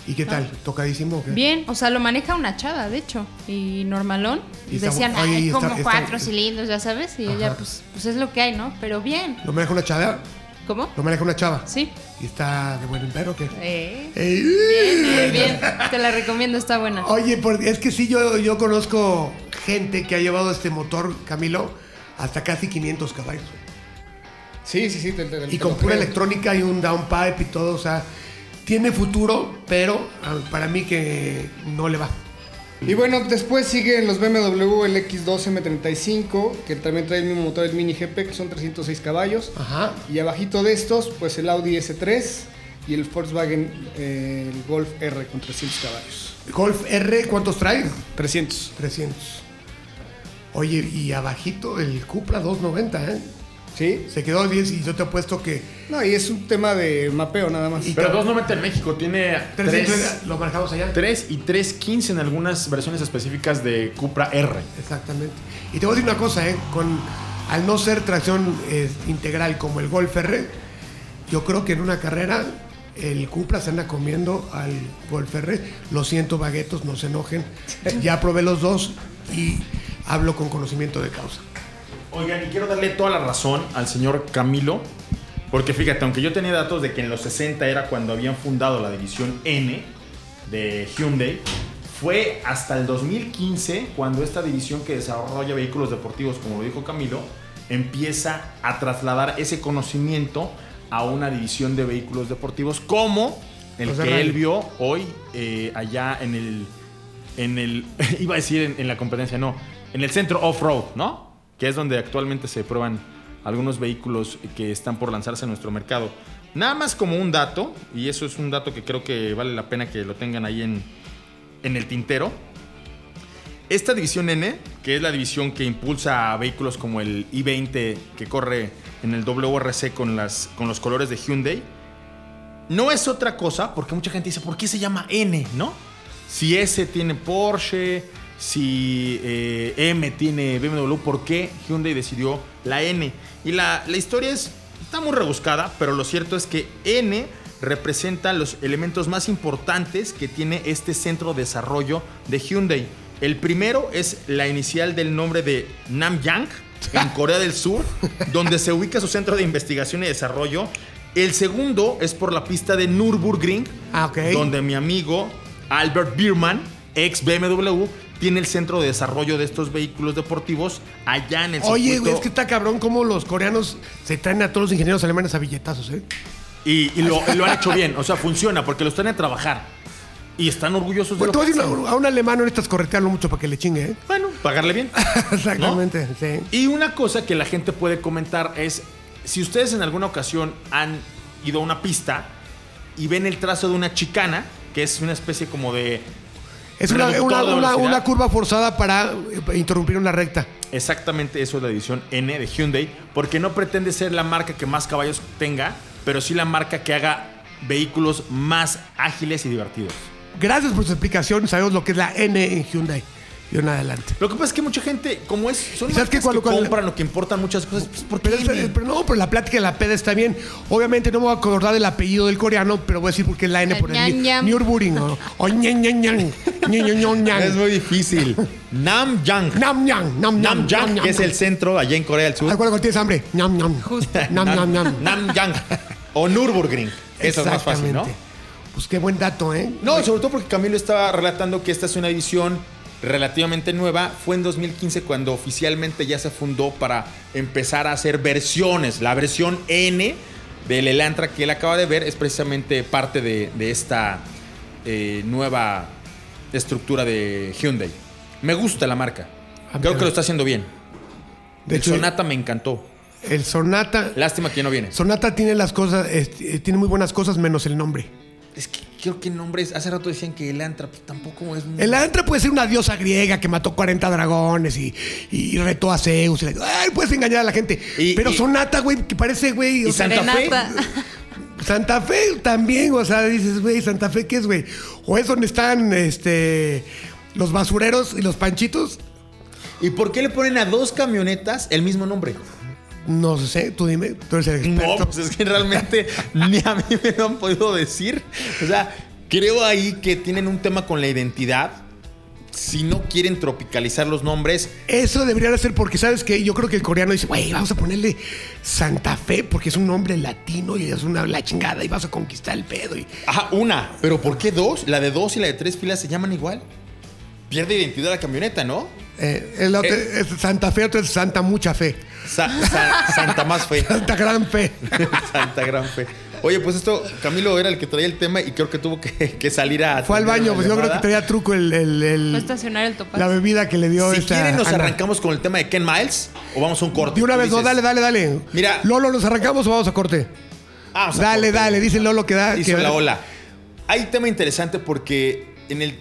Speaker 2: ¿Y qué tal? ¿Tocadísimo? o qué?
Speaker 4: Bien, o sea, lo maneja una chava, de hecho, y normalón.
Speaker 2: Y
Speaker 4: Y decían,
Speaker 2: está- oye,
Speaker 4: "Ay,
Speaker 2: y está-
Speaker 4: como
Speaker 2: está-
Speaker 4: cuatro cilindros, ya sabes, y ella, pues, pues es lo que hay, ¿no? Pero bien,
Speaker 2: ¿Lo maneja una chava?
Speaker 4: ¿cómo?
Speaker 2: ¿Lo maneja una chava?
Speaker 4: Sí.
Speaker 2: ¿Y está de buen empero o qué?
Speaker 4: Eh,
Speaker 2: Ey.
Speaker 4: bien, eh, bien, te la recomiendo, está buena.
Speaker 2: Oye, por- es que sí, yo, yo conozco gente que ha llevado este motor, Camilo, hasta casi 500 caballos.
Speaker 5: Sí, sí, sí. te- te-
Speaker 2: Y
Speaker 5: te
Speaker 2: con
Speaker 5: lo
Speaker 2: pura
Speaker 5: creo.
Speaker 2: electrónica y un downpipe y todo, o sea, tiene futuro, pero ah, para mí que no le va.
Speaker 5: Y bueno, después siguen los BMW, el X2 M35, que también trae el mismo motor, el Mini GP, que son 306 caballos.
Speaker 2: Ajá.
Speaker 5: Y abajito de estos, pues el Audi S3 y el Volkswagen eh, el Golf R con 300 caballos.
Speaker 2: Golf R, ¿cuántos trae?
Speaker 5: 300.
Speaker 2: 300. Oye, y abajito el Cupra 290, ¿eh?
Speaker 5: ¿Sí?
Speaker 2: Se quedó 10 y yo te apuesto que
Speaker 5: No, y es un tema de mapeo nada más.
Speaker 3: Pero 290 en México tiene 3,
Speaker 2: 300 lo manejamos allá.
Speaker 3: 3 y 315 en algunas versiones específicas de Cupra R.
Speaker 2: Exactamente. Y te voy a decir una cosa, ¿eh? Con, al no ser tracción eh, integral como el Golf R, yo creo que en una carrera el Cupra se anda comiendo al Golf R. Lo siento, baguetos, no se enojen. Ya probé los dos y hablo con conocimiento de causa.
Speaker 3: Oigan, y quiero darle toda la razón al señor Camilo, porque fíjate, aunque yo tenía datos de que en los 60 era cuando habían fundado la división N de Hyundai, fue hasta el 2015 cuando esta división que desarrolla vehículos deportivos, como lo dijo Camilo, empieza a trasladar ese conocimiento a una división de vehículos deportivos como el
Speaker 2: Los de
Speaker 3: que él
Speaker 2: rally.
Speaker 3: vio hoy eh, allá en el en el, iba a decir en, en la competencia, no, en el centro off-road, ¿no? Que es donde actualmente se prueban algunos vehículos que están por lanzarse en nuestro mercado. Nada más como un dato, y eso es un dato que creo que vale la pena que lo tengan ahí en, en el tintero. Esta división N, que es la división que impulsa a vehículos como el i20 que corre en el WRC con, las, con los colores de Hyundai, no es otra cosa, porque mucha gente dice, ¿por qué se llama N, no? Si S tiene Porsche, si eh, M tiene BMW, ¿por qué Hyundai decidió la N? Y la, la historia es, está muy rebuscada, pero lo cierto es que N representa los elementos más importantes que tiene este centro de desarrollo de Hyundai. El primero es la inicial del nombre de Namyang, en Corea del Sur, donde se ubica su centro de investigación y desarrollo. El segundo es por la pista de Nürburgring,
Speaker 2: Ah, ok.
Speaker 3: donde mi amigo Albert Bierman, ex BMW, tiene el centro de desarrollo de estos vehículos deportivos allá en el
Speaker 2: Oye,
Speaker 3: circuito.
Speaker 2: güey, es que está cabrón cómo los coreanos se traen a todos los ingenieros alemanes a billetazos, ¿eh?
Speaker 3: Y, y lo, y lo han hecho bien, o sea, funciona porque los traen a trabajar y están orgullosos
Speaker 2: Bueno, te
Speaker 3: de lo
Speaker 2: voy
Speaker 3: que
Speaker 2: a decir,
Speaker 3: hacen.
Speaker 2: a un alemán no necesitas corretearlo mucho para que le chingue, ¿eh?
Speaker 3: Bueno, pagarle bien.
Speaker 2: Exactamente, sí.
Speaker 3: Y una cosa que la gente puede comentar es, si ustedes en alguna ocasión han ido a una pista y ven el trazo de una chicana, que es una especie como de...
Speaker 2: Es una,
Speaker 3: reductor
Speaker 2: una-
Speaker 3: de
Speaker 2: una-
Speaker 3: velocidad.
Speaker 2: una curva forzada para eh, interrumpir una recta.
Speaker 3: Exactamente eso es la edición N de Hyundai, porque no pretende ser la marca que más caballos tenga, pero sí la marca que haga vehículos más ágiles y divertidos.
Speaker 2: Gracias por su explicación. Sabemos lo que es la N en Hyundai. Y en adelante.
Speaker 11: Lo que pasa es que mucha gente, como es, son
Speaker 2: ¿Sabes
Speaker 11: marcas
Speaker 2: qué? Cuando-
Speaker 11: que
Speaker 2: cuando-
Speaker 11: compran lo que importan muchas cosas. Pues, ¿Por qué?
Speaker 2: Pero, es-
Speaker 11: Andy?
Speaker 2: pero no, pero la plática de la peda está bien. Obviamente no me voy a acordar del apellido del coreano, pero voy a decir porque es la N
Speaker 4: El
Speaker 2: por el
Speaker 4: ñam, ñam.
Speaker 2: Nürburgring. O, o ñan, ñan, ñan. Ñan, ñan, ñan, ñan.
Speaker 3: Es muy difícil. Namyang.
Speaker 2: Nam, ñan, nam, ñam, nam,
Speaker 3: Namyang,
Speaker 2: ñam.
Speaker 3: que es el centro allá en Corea del Sur.
Speaker 2: Ay, cuando tienes hambre. Ñam, ñam. Nam, ñam, ñam.
Speaker 3: Namyang. O Nürburgring. que Eso es más fácil, ¿no?
Speaker 2: Exactamente. Pues qué buen dato, ¿eh?
Speaker 3: No, y sobre todo porque Camilo estaba relatando que esta es una división relativamente nueva. Fue en 2015 cuando oficialmente ya se fundó para empezar a hacer versiones. La versión N del Elantra que él acaba de ver es precisamente parte de, de esta eh, nueva estructura de Hyundai. Me gusta la marca.
Speaker 2: A mí
Speaker 3: Creo que
Speaker 2: también.
Speaker 3: lo está haciendo bien.
Speaker 2: De
Speaker 3: el
Speaker 2: hecho,
Speaker 3: Sonata me encantó.
Speaker 2: el Sonata.
Speaker 3: Lástima que ya no viene.
Speaker 2: Sonata tiene las cosas, este, tiene muy buenas cosas menos el nombre.
Speaker 3: Es que creo que nombres. Hace rato decían que Elantra pues, tampoco es. muy-
Speaker 2: El Antra puede ser una diosa griega que mató 40 dragones y, y retó a Zeus. y le- ay, puedes engañar a la gente.
Speaker 3: Y-
Speaker 2: Pero
Speaker 3: y-
Speaker 2: Sonata, güey, que parece, güey. o
Speaker 3: ¿Y
Speaker 2: sea,
Speaker 3: Santa Fe?
Speaker 2: Santa Fe también, o sea, dices, güey, Santa Fe, ¿qué es, güey? O es donde están este, los basureros y los panchitos.
Speaker 3: ¿Y por qué le ponen a dos camionetas el mismo nombre?
Speaker 2: No sé, tú dime, tú eres el
Speaker 3: No,
Speaker 2: experto.
Speaker 3: pues es que realmente ni a mí me lo han podido decir. O sea, creo ahí que tienen un tema con la identidad. Si no quieren tropicalizar los nombres,
Speaker 2: Eso debería de ser porque, ¿sabes qué? Yo creo que el coreano dice, güey, vamos a ponerle Santa Fe porque es un nombre latino y es una la chingada y vas a conquistar el pedo. Y,
Speaker 3: ajá, una, pero ¿por qué dos? La de dos y la de tres filas se llaman igual. Pierde identidad la camioneta, ¿no?
Speaker 2: Eh, el otro
Speaker 3: Eh.
Speaker 2: es Santa Fe, otro es Santa Mucha Fe.
Speaker 3: Sa- sa- Santa más fe.
Speaker 2: Santa Gran Fe.
Speaker 3: Santa gran fe. Oye, pues esto, Camilo era el que traía el tema y creo que tuvo que, que salir a.
Speaker 2: Fue al baño,
Speaker 3: atender
Speaker 2: pues yo creo
Speaker 3: la
Speaker 2: que
Speaker 3: llamada.
Speaker 2: traía truco el, el- el-
Speaker 4: Fue a estacionar el topaz.
Speaker 2: Mm. la bebida que le dio
Speaker 3: Si
Speaker 2: esta
Speaker 3: quieren, nos
Speaker 2: Ana.
Speaker 3: arrancamos con el tema de Ken Miles o vamos a un corte.
Speaker 2: De una
Speaker 3: Tú
Speaker 2: vez, no,
Speaker 3: dices.
Speaker 2: dale, dale, dale.
Speaker 3: Mira.
Speaker 2: Lolo, ¿nos arrancamos o vamos a corte?
Speaker 3: Ah, o sea,
Speaker 2: dale,
Speaker 3: corte.
Speaker 2: dale, dice Lolo que da.
Speaker 3: Hizo
Speaker 2: que-
Speaker 3: la ola. Hay tema interesante porque en el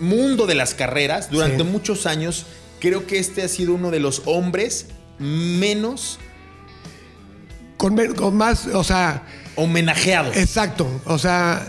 Speaker 3: mundo de las carreras,
Speaker 2: Sí.
Speaker 3: durante muchos años, creo que este ha sido uno de los hombres menos
Speaker 2: Con, men- con más, o sea,
Speaker 3: homenajeados.
Speaker 2: exacto. O sea,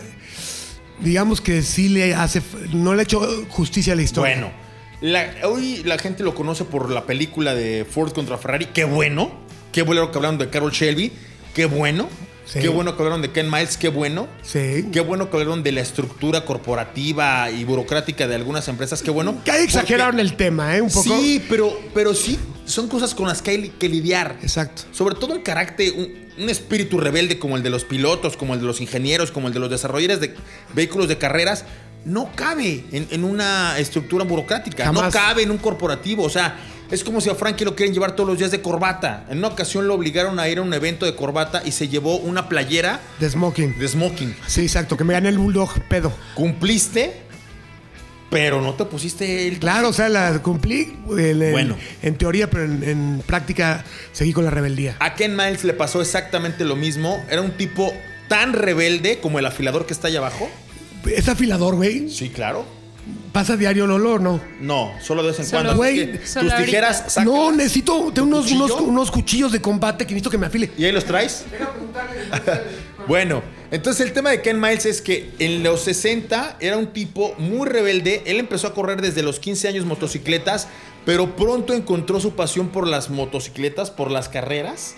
Speaker 2: digamos que sí le hace. No le ha hecho justicia a la historia.
Speaker 3: bueno, la- hoy la gente lo conoce por la película de Ford contra Ferrari. Qué bueno. Qué bueno que hablaron de Carol Shelby. Qué bueno.
Speaker 2: Sí.
Speaker 3: Qué bueno que hablaron de Ken Miles. Qué bueno.
Speaker 2: Sí.
Speaker 3: Qué bueno que hablaron de la estructura corporativa y burocrática de algunas empresas. Qué bueno.
Speaker 2: Que ahí exageraron
Speaker 3: Porque-
Speaker 2: el tema, ¿eh? Un poco.
Speaker 3: Sí, pero, pero sí son cosas con las que hay que lidiar.
Speaker 2: Exacto.
Speaker 3: Sobre todo un carácter, un, un espíritu rebelde como el de los pilotos, como el de los ingenieros, como el de los desarrolladores de vehículos de carreras, no cabe en, en una estructura burocrática, no
Speaker 2: Jamás.
Speaker 3: cabe en un corporativo. O sea, es como si a Frankie lo quieren llevar todos los días de corbata. En una ocasión lo obligaron a ir a un evento de corbata y se llevó una playera
Speaker 2: De smoking.
Speaker 3: de smoking.
Speaker 2: Sí, exacto. Que me gané el bulldog pedo.
Speaker 3: Cumpliste, pero no te pusiste el...
Speaker 2: Claro, o sea, la cumplí el- el-
Speaker 3: Bueno.
Speaker 2: en teoría, pero en, en práctica seguí con la rebeldía.
Speaker 3: A Ken Miles le pasó exactamente lo mismo. Era un tipo tan rebelde como el afilador que está allá abajo.
Speaker 2: ¿Es afilador, güey?
Speaker 3: Sí, claro.
Speaker 2: ¿Pasa diario el olor o no?
Speaker 3: No, solo de vez en
Speaker 4: Solo-
Speaker 3: cuando. Así
Speaker 2: Güey,
Speaker 3: que
Speaker 4: solo
Speaker 3: tus tijeras,
Speaker 4: ahorita.
Speaker 3: sácalas.
Speaker 2: No, necesito tengo unos,
Speaker 3: cuchillo?
Speaker 2: unos, unos cuchillos de combate que necesito que me afile.
Speaker 3: ¿Y ahí los traes? bueno, entonces el tema de Ken Miles es que en los 60 era un tipo muy rebelde. Él empezó a correr desde los 15 años motocicletas, pero pronto encontró su pasión por las motocicletas, por las carreras.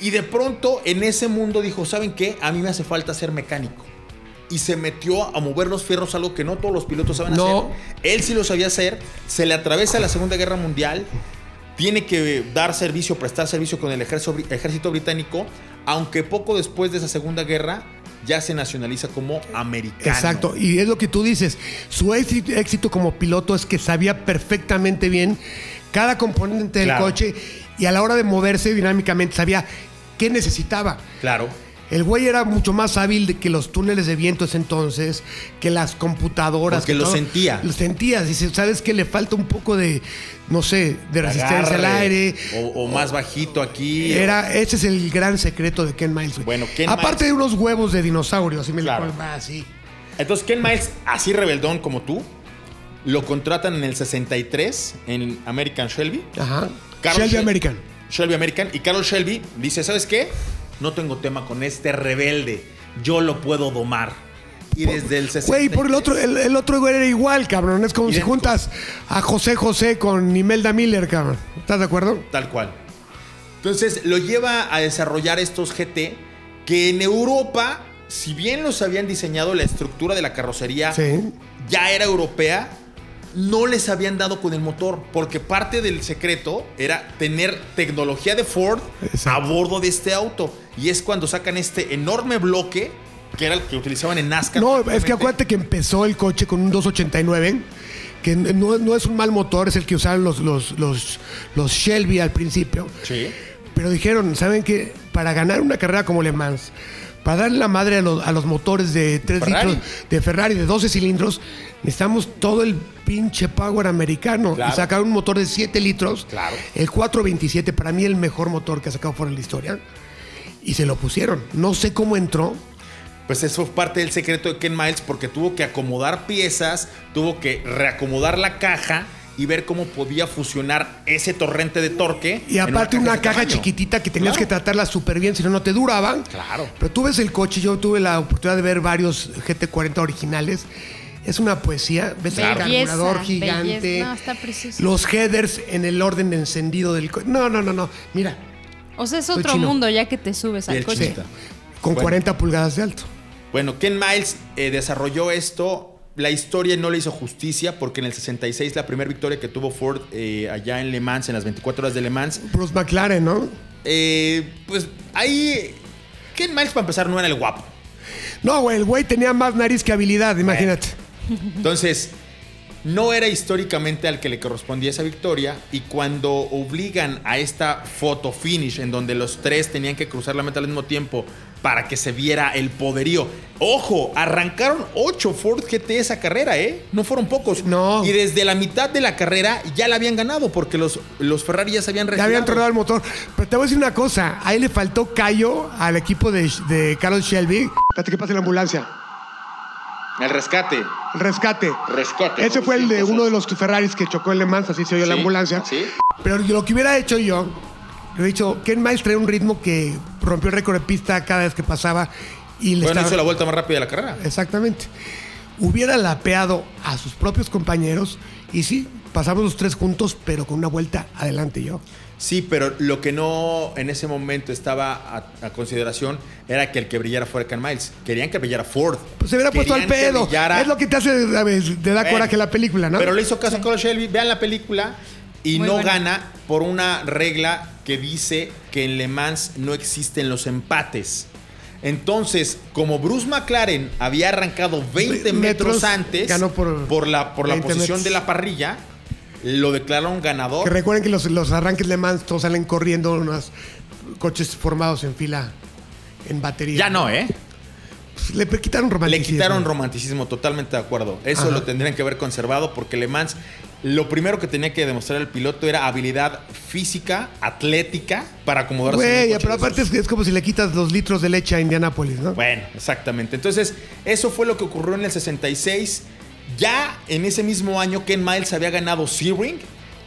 Speaker 3: Y de pronto en ese mundo dijo, ¿saben qué? A mí me hace falta ser mecánico. Y se metió a mover los fierros, algo que no todos los pilotos saben
Speaker 2: No.
Speaker 3: hacer. Él sí lo sabía hacer. Se le atraviesa la Segunda Guerra Mundial. Tiene que dar servicio, prestar servicio con el ejército, bri- ejército británico. Aunque poco después de esa Segunda Guerra ya se nacionaliza como americano.
Speaker 2: Exacto, y es lo que tú dices. Su éxito, éxito como piloto es que sabía perfectamente bien cada componente del
Speaker 3: Claro.
Speaker 2: coche y a la hora de moverse dinámicamente sabía qué necesitaba.
Speaker 3: Claro.
Speaker 2: El güey era mucho más hábil de que los túneles de viento ese entonces, que las computadoras.
Speaker 3: Porque
Speaker 2: que
Speaker 3: lo
Speaker 2: todo.
Speaker 3: sentía.
Speaker 2: Lo sentías. Dices, ¿sabes que Le falta un poco de, no sé, de resistencia al
Speaker 3: Agarre,
Speaker 2: aire.
Speaker 3: O, o más bajito aquí.
Speaker 2: Era, ese es el gran secreto de Ken Miles. güey.
Speaker 3: Bueno, Ken
Speaker 2: Aparte
Speaker 3: Miles-
Speaker 2: de unos huevos de dinosaurio, así me ah, le
Speaker 3: Claro.
Speaker 2: ponen, va así.
Speaker 3: Entonces, Ken Miles, así rebeldón como tú, lo contratan en el 63 en American Shelby.
Speaker 2: Ajá.
Speaker 3: Carol
Speaker 2: Shelby
Speaker 3: Shel-
Speaker 2: American.
Speaker 3: Shelby American. Y Carol Shelby dice, ¿sabes qué? No tengo tema con este rebelde. Yo lo puedo domar. Y desde el 60.
Speaker 2: Güey, por el otro, el, el otro güey era igual, cabrón. Es como si
Speaker 3: Idéntico.
Speaker 2: juntas a José José con Imelda Miller, cabrón. ¿Estás de acuerdo?
Speaker 3: Tal cual. Entonces lo lleva a desarrollar estos GT que en Europa, si bien los habían diseñado la estructura de la carrocería
Speaker 2: Sí.
Speaker 3: ya era europea, no les habían dado con el motor, porque parte del secreto era tener tecnología de Ford a bordo de este auto. Y es cuando sacan este enorme bloque, que era el que utilizaban en NASCAR.
Speaker 2: No, es que acuérdate que empezó el coche con un 289, que no, no es un mal motor, es el que usaban los, los, los, los Shelby al principio.
Speaker 3: Sí.
Speaker 2: Pero dijeron, ¿saben qué? Para ganar una carrera como Le Mans, para darle la madre a los, a los motores de 3
Speaker 3: Ferrari.
Speaker 2: litros de Ferrari de 12 cilindros, necesitamos todo el pinche power americano.
Speaker 3: Claro.
Speaker 2: Y sacar un motor de 7 litros,
Speaker 3: Claro.
Speaker 2: el 427, para mí el mejor motor que ha sacado fuera de la historia. Y se lo pusieron. No sé cómo entró.
Speaker 3: Pues eso fue parte del secreto de Ken Miles porque tuvo que acomodar piezas, tuvo que reacomodar la caja y ver cómo podía fusionar ese torrente de torque.
Speaker 2: Y
Speaker 3: en
Speaker 2: aparte una
Speaker 3: de
Speaker 2: caja,
Speaker 3: tamaño.
Speaker 2: chiquitita que tenías que tratarla súper bien, si no, no te duraban.
Speaker 3: Claro.
Speaker 2: Pero tú ves el coche, yo tuve la oportunidad de ver varios GT40 originales. Es una poesía. Ves el
Speaker 4: Belleza,
Speaker 2: carburador gigante.
Speaker 4: belleza. No, está precioso.
Speaker 2: Los headers en el orden de encendido del coche. No, no, no, no. Mira,
Speaker 4: O sea, es
Speaker 2: Soy
Speaker 4: otro
Speaker 2: chino.
Speaker 4: mundo ya que te subes
Speaker 3: Y
Speaker 4: al
Speaker 3: el
Speaker 4: coche.
Speaker 3: chinita.
Speaker 2: con
Speaker 3: Bueno.
Speaker 2: 40 pulgadas de alto.
Speaker 3: Bueno, Ken Miles eh, desarrolló esto. La historia no le hizo justicia porque en el 66 la primera victoria que tuvo Ford eh, allá en Le Mans, en las 24 horas de Le Mans,
Speaker 2: Bruce McLaren, ¿no?
Speaker 3: eh, pues ahí Ken Miles para empezar no era el guapo.
Speaker 2: No, güey, el güey tenía más nariz que
Speaker 3: Eh,
Speaker 2: habilidad, imagínate.
Speaker 3: Entonces, no era históricamente al que le correspondía esa victoria y cuando obligan a esta foto finish en donde los tres tenían que cruzar la meta al mismo tiempo para que se viera el poderío. Ojo, arrancaron ocho Ford GT esa carrera, ¿eh? No fueron pocos.
Speaker 2: No.
Speaker 3: Y desde la mitad de la carrera ya la habían ganado porque los, los Ferrari ya se habían
Speaker 2: Le
Speaker 3: retirado.
Speaker 2: habían tronado el motor. Pero te voy a decir una cosa. Ahí le faltó callo al equipo de, de Carol Shelby. Espérate que pase la ambulancia.
Speaker 3: El rescate.
Speaker 2: Rescate.
Speaker 3: Rescate.
Speaker 2: Ese fue el de uno de los Ferraris que chocó en Le Mans, así se oyó la
Speaker 3: Sí,
Speaker 2: ambulancia.
Speaker 3: sí.
Speaker 2: Pero lo que hubiera hecho yo, lo he dicho, Ken Miles trae un ritmo que rompió el récord de pista cada vez que pasaba y le
Speaker 3: Bueno,
Speaker 2: estaba-
Speaker 3: hizo la vuelta más rápida de la carrera.
Speaker 2: Exactamente. Hubiera lapeado a sus propios compañeros y sí, pasamos los tres juntos, pero con una vuelta adelante yo.
Speaker 3: Sí, pero lo que no en ese momento estaba a, a consideración era que el que brillara fuera Ken Miles. Querían que brillara Ford.
Speaker 2: Pues se hubiera puesto al
Speaker 3: Querían que
Speaker 2: pedo.
Speaker 3: brillara-
Speaker 2: Es lo que te hace, a veces, te da
Speaker 3: Bueno,
Speaker 2: coraje la película, ¿no?
Speaker 3: Pero le hizo caso a Carl Shelby. Vean la película y
Speaker 4: Muy
Speaker 3: no
Speaker 4: buena.
Speaker 3: gana por una regla que dice que en Le Mans no existen los empates. Entonces, como Bruce McLaren había arrancado 20
Speaker 2: Metros,
Speaker 3: metros, antes
Speaker 2: ganó por
Speaker 3: la, por la
Speaker 2: 20
Speaker 3: posición
Speaker 2: metros.
Speaker 3: de la parrilla, lo declararon ganador.
Speaker 2: Que recuerden que los, los arranques Le Mans todos salen corriendo unos coches formados en fila en batería.
Speaker 12: Ya no, ¿eh?
Speaker 2: Pues, Le quitaron
Speaker 3: Le
Speaker 2: romanticismo.
Speaker 3: quitaron romanticismo, totalmente de acuerdo. Eso
Speaker 2: Ajá.
Speaker 3: lo tendrían que haber conservado porque Le Mans, lo primero que tenía que demostrar el piloto era habilidad física, atlética, para acomodarse. en un
Speaker 2: Güey,
Speaker 3: coche
Speaker 2: pero
Speaker 3: de esos.
Speaker 2: aparte es, es como si le quitas los litros de leche a Indianápolis, ¿no?
Speaker 3: Bueno, exactamente. Entonces, eso fue lo que ocurrió en el 66. Ya en ese mismo año, Ken Miles había ganado Sebring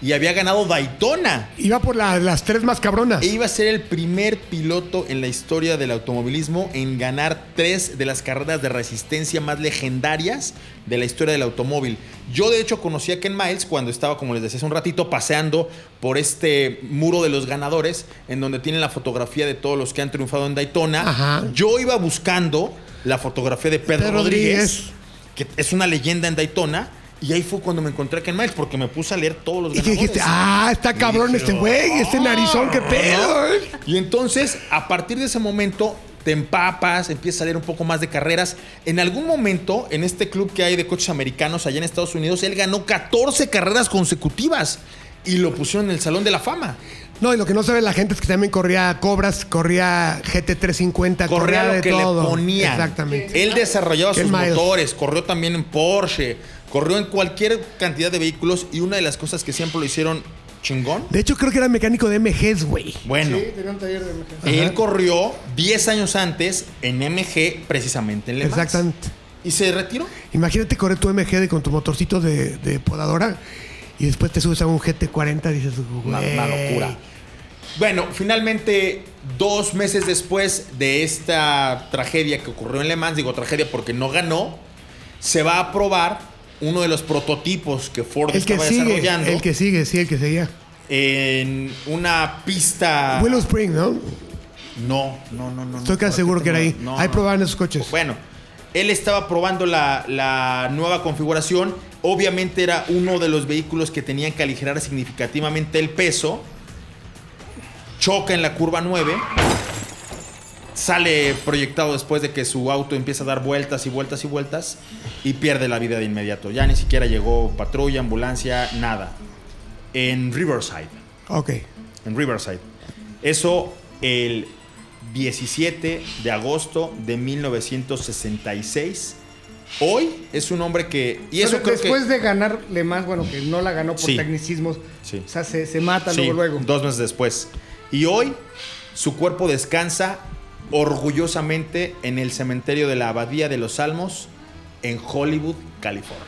Speaker 3: y había ganado Daytona.
Speaker 2: Iba por la- las tres más cabronas.
Speaker 3: E iba a ser el primer piloto en la historia del automovilismo en ganar tres de las carreras de resistencia más legendarias de la historia del automóvil. Yo de hecho conocí a Ken Miles cuando estaba, como les decía hace un ratito, paseando por este muro de los ganadores, en donde tienen la fotografía de todos los que han triunfado en Daytona.
Speaker 2: Ajá.
Speaker 3: Yo iba buscando la fotografía de Pedro,
Speaker 2: Pedro
Speaker 3: Rodríguez, que es una leyenda en Daytona. Y ahí fue cuando me encontré a Ken Miles, porque me puse a leer todos los
Speaker 2: y que
Speaker 3: ganadores. ¡Oh!
Speaker 2: dijiste, ah, está cabrón
Speaker 3: Dije,
Speaker 2: este güey, este narizón, qué pedo. ¿eh?".
Speaker 3: Y entonces, a partir de ese momento, te empapas, empiezas a leer un poco más de carreras. En algún momento, en este club que hay de coches americanos allá en Estados Unidos, él ganó 14 carreras consecutivas y lo pusieron en el Salón de la Fama.
Speaker 2: No, y lo que no sabe la gente es que también corría Cobras, corría GT350, corría,
Speaker 3: Corría lo
Speaker 2: de
Speaker 3: que
Speaker 2: todo.
Speaker 3: le ponían.
Speaker 2: Exactamente.
Speaker 3: Él desarrollaba
Speaker 2: Ken
Speaker 3: sus
Speaker 2: Miles.
Speaker 3: motores, corrió también en Porsche, corrió en cualquier cantidad de vehículos y una de las cosas que siempre lo hicieron chingón.
Speaker 2: De hecho, creo que era mecánico de MGs, güey.
Speaker 3: Bueno,
Speaker 5: Sí, tenía un taller de emergencia.
Speaker 3: él corrió 10 años antes en MG, precisamente en Le Mans.
Speaker 2: Exactamente.
Speaker 3: ¿Y se retiró?
Speaker 2: Imagínate correr tu MG de- con tu motorcito de, de podadora y después te subes a un GT40 y dices, güey.
Speaker 3: Una, una locura. Bueno, finalmente, dos meses después de esta tragedia que ocurrió en Le Mans, digo tragedia porque no ganó, se va a probar uno de los prototipos que Ford
Speaker 2: El que
Speaker 3: estaba
Speaker 2: sigue,
Speaker 3: desarrollando
Speaker 2: el que sigue, sí, el que seguía.
Speaker 3: en una pista.
Speaker 2: Willow Spring, ¿no?
Speaker 3: No, no, no, no.
Speaker 2: Estoy
Speaker 3: no,
Speaker 2: casi seguro que era ahí.
Speaker 3: no,
Speaker 2: ahí
Speaker 3: no.
Speaker 2: probaban esos coches.
Speaker 3: Bueno, él estaba probando la, la nueva configuración. Obviamente era uno de los vehículos que tenían que aligerar significativamente el peso. Choca en la curva 9. Sale proyectado después de que su auto empieza a dar vueltas y vueltas y vueltas y pierde la vida de inmediato. Ya ni siquiera llegó patrulla, ambulancia, nada. En Riverside
Speaker 2: Ok.
Speaker 3: en Riverside. Eso el 17 de agosto de 1966. Hoy es un hombre que... Y eso
Speaker 5: Entonces,
Speaker 3: creo
Speaker 5: después
Speaker 3: que...
Speaker 5: de ganarle más, bueno, que no la ganó por
Speaker 3: Sí.
Speaker 5: tecnicismos.
Speaker 3: Sí.
Speaker 5: O sea, se, se mata
Speaker 3: Sí,
Speaker 5: luego, luego.
Speaker 3: Dos meses después. Y hoy su cuerpo descansa orgullosamente en el cementerio de la Abadía de los Salmos en Hollywood, California.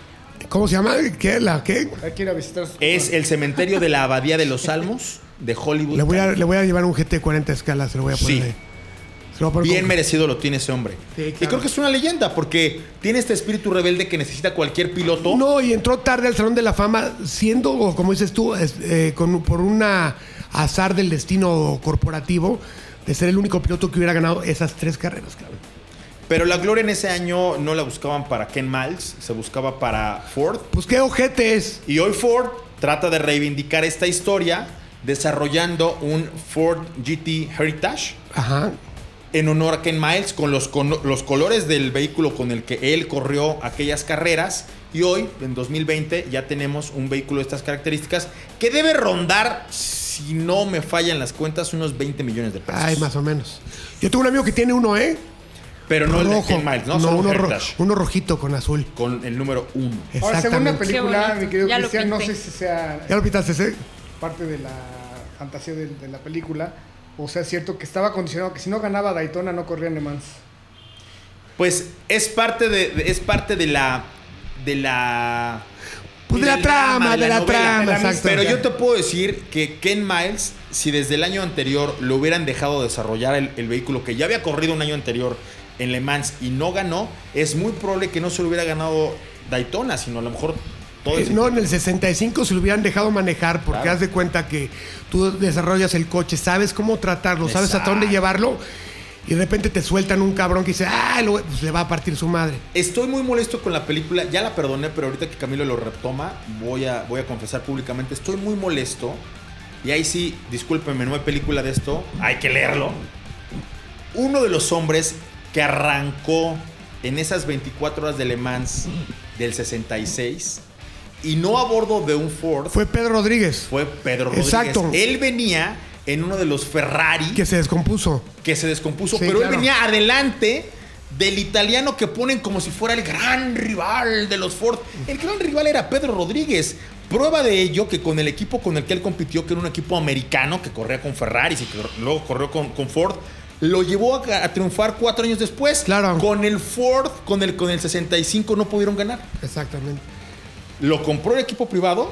Speaker 2: ¿Cómo se llama? ¿Qué? ¿La qué?
Speaker 5: Hay que ir a visitar. sus-
Speaker 3: Es el cementerio de la Abadía de los Salmos de Hollywood.
Speaker 2: Le voy, a,
Speaker 3: California.
Speaker 2: le voy a llevar un GT40 escala, se lo voy a poner
Speaker 3: Sí.
Speaker 2: ahí. Se lo voy a poner
Speaker 3: Bien
Speaker 2: con-
Speaker 3: merecido lo tiene ese hombre.
Speaker 2: Sí,
Speaker 3: Y
Speaker 2: claro.
Speaker 3: creo que es una leyenda porque tiene este espíritu rebelde que necesita cualquier piloto.
Speaker 2: No, y entró tarde al Salón de la Fama, siendo, o como dices tú, es- eh, con- por un azar del destino corporativo, de ser el único piloto que hubiera ganado esas tres carreras, cabrón.
Speaker 3: Pero la gloria en ese año no la buscaban para Ken Miles, se buscaba para Ford.
Speaker 2: Pues qué ojete es.
Speaker 3: Y hoy Ford trata de reivindicar esta historia desarrollando un Ford GT Heritage
Speaker 2: Ajá.
Speaker 3: en honor a Ken Miles con los, cono- los colores del vehículo con el que él corrió aquellas carreras. Y hoy, en 2020, ya tenemos un vehículo de estas características que debe rondar, si no me fallan las cuentas, unos 20 millones de pesos.
Speaker 2: Ay, más o menos. Yo tengo un amigo que tiene uno, ¿eh?
Speaker 3: Pero no el de Ken Miles, ¿no? Solo un
Speaker 2: uno, ro-
Speaker 3: Heritage,
Speaker 2: uno rojito con azul.
Speaker 3: Con el número uno.
Speaker 5: Ahora, según la
Speaker 2: Exactamente.
Speaker 5: película,
Speaker 4: Qué
Speaker 5: mi querido
Speaker 4: bonito. Ya lo
Speaker 5: Cristian, no
Speaker 4: pinté.
Speaker 5: sé si sea
Speaker 2: ¿Ya lo pintaste ese?
Speaker 5: parte de la fantasía del- de, la película. O sea, es cierto que estaba condicionado que si no ganaba Daytona no corría Le Mans.
Speaker 3: Pues es parte de, de- es parte de la. de la.
Speaker 2: Pues de la trama, de la
Speaker 3: novela.
Speaker 2: trama, exacto.
Speaker 3: Pero yo te puedo decir que Ken Miles, si desde el año anterior lo hubieran dejado desarrollar el, el vehículo que ya había corrido un año anterior en Le Mans y no ganó, es muy probable que no se lo hubiera ganado Daytona, sino a lo mejor todo
Speaker 2: Eh,
Speaker 3: ese-
Speaker 2: No, en el 65 se lo hubieran dejado manejar porque
Speaker 3: Claro.
Speaker 2: haz de cuenta que tú desarrollas el coche, sabes cómo tratarlo, sabes hasta dónde
Speaker 3: Exacto.
Speaker 2: llevarlo y de repente te sueltan un cabrón que dice, ah, lo- pues le va a partir su madre.
Speaker 3: Estoy muy molesto con la película, ya la perdoné, pero ahorita que Camilo lo retoma, voy a, voy a confesar públicamente, estoy muy molesto. Y ahí sí, discúlpenme, no hay película de esto, hay que leerlo. Uno de los hombres que arrancó en esas 24 horas de Le Mans del 66 y no a bordo de un Ford
Speaker 2: Fue
Speaker 3: fue,
Speaker 2: Pedro Rodríguez
Speaker 3: Pedro Rodríguez.
Speaker 2: Exacto.
Speaker 3: Él venía en uno de los Ferrari
Speaker 2: que se descompuso.
Speaker 3: que se descompuso,
Speaker 2: Sí,
Speaker 3: pero
Speaker 2: claro.
Speaker 3: él venía adelante del italiano que ponen como si fuera el gran rival de los Ford. El gran rival era Pedro Rodríguez. Prueba de ello que con el equipo con el que él compitió, que era un equipo americano que corría con Ferrari y que luego corrió con, con Ford, lo llevó a, a triunfar cuatro años después.
Speaker 2: Claro.
Speaker 3: Con el Ford, con el, con el 65 no pudieron ganar.
Speaker 2: Exactamente.
Speaker 3: Lo compró el equipo privado,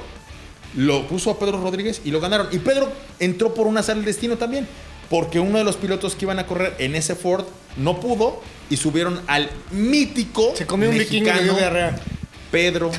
Speaker 3: lo puso a Pedro Rodríguez y lo ganaron. Y Pedro entró por un azar del destino también, porque uno de los pilotos que iban a correr en ese Ford no pudo y subieron al mítico
Speaker 5: Se comió un vikingo y le dio diarrea.
Speaker 3: Pedro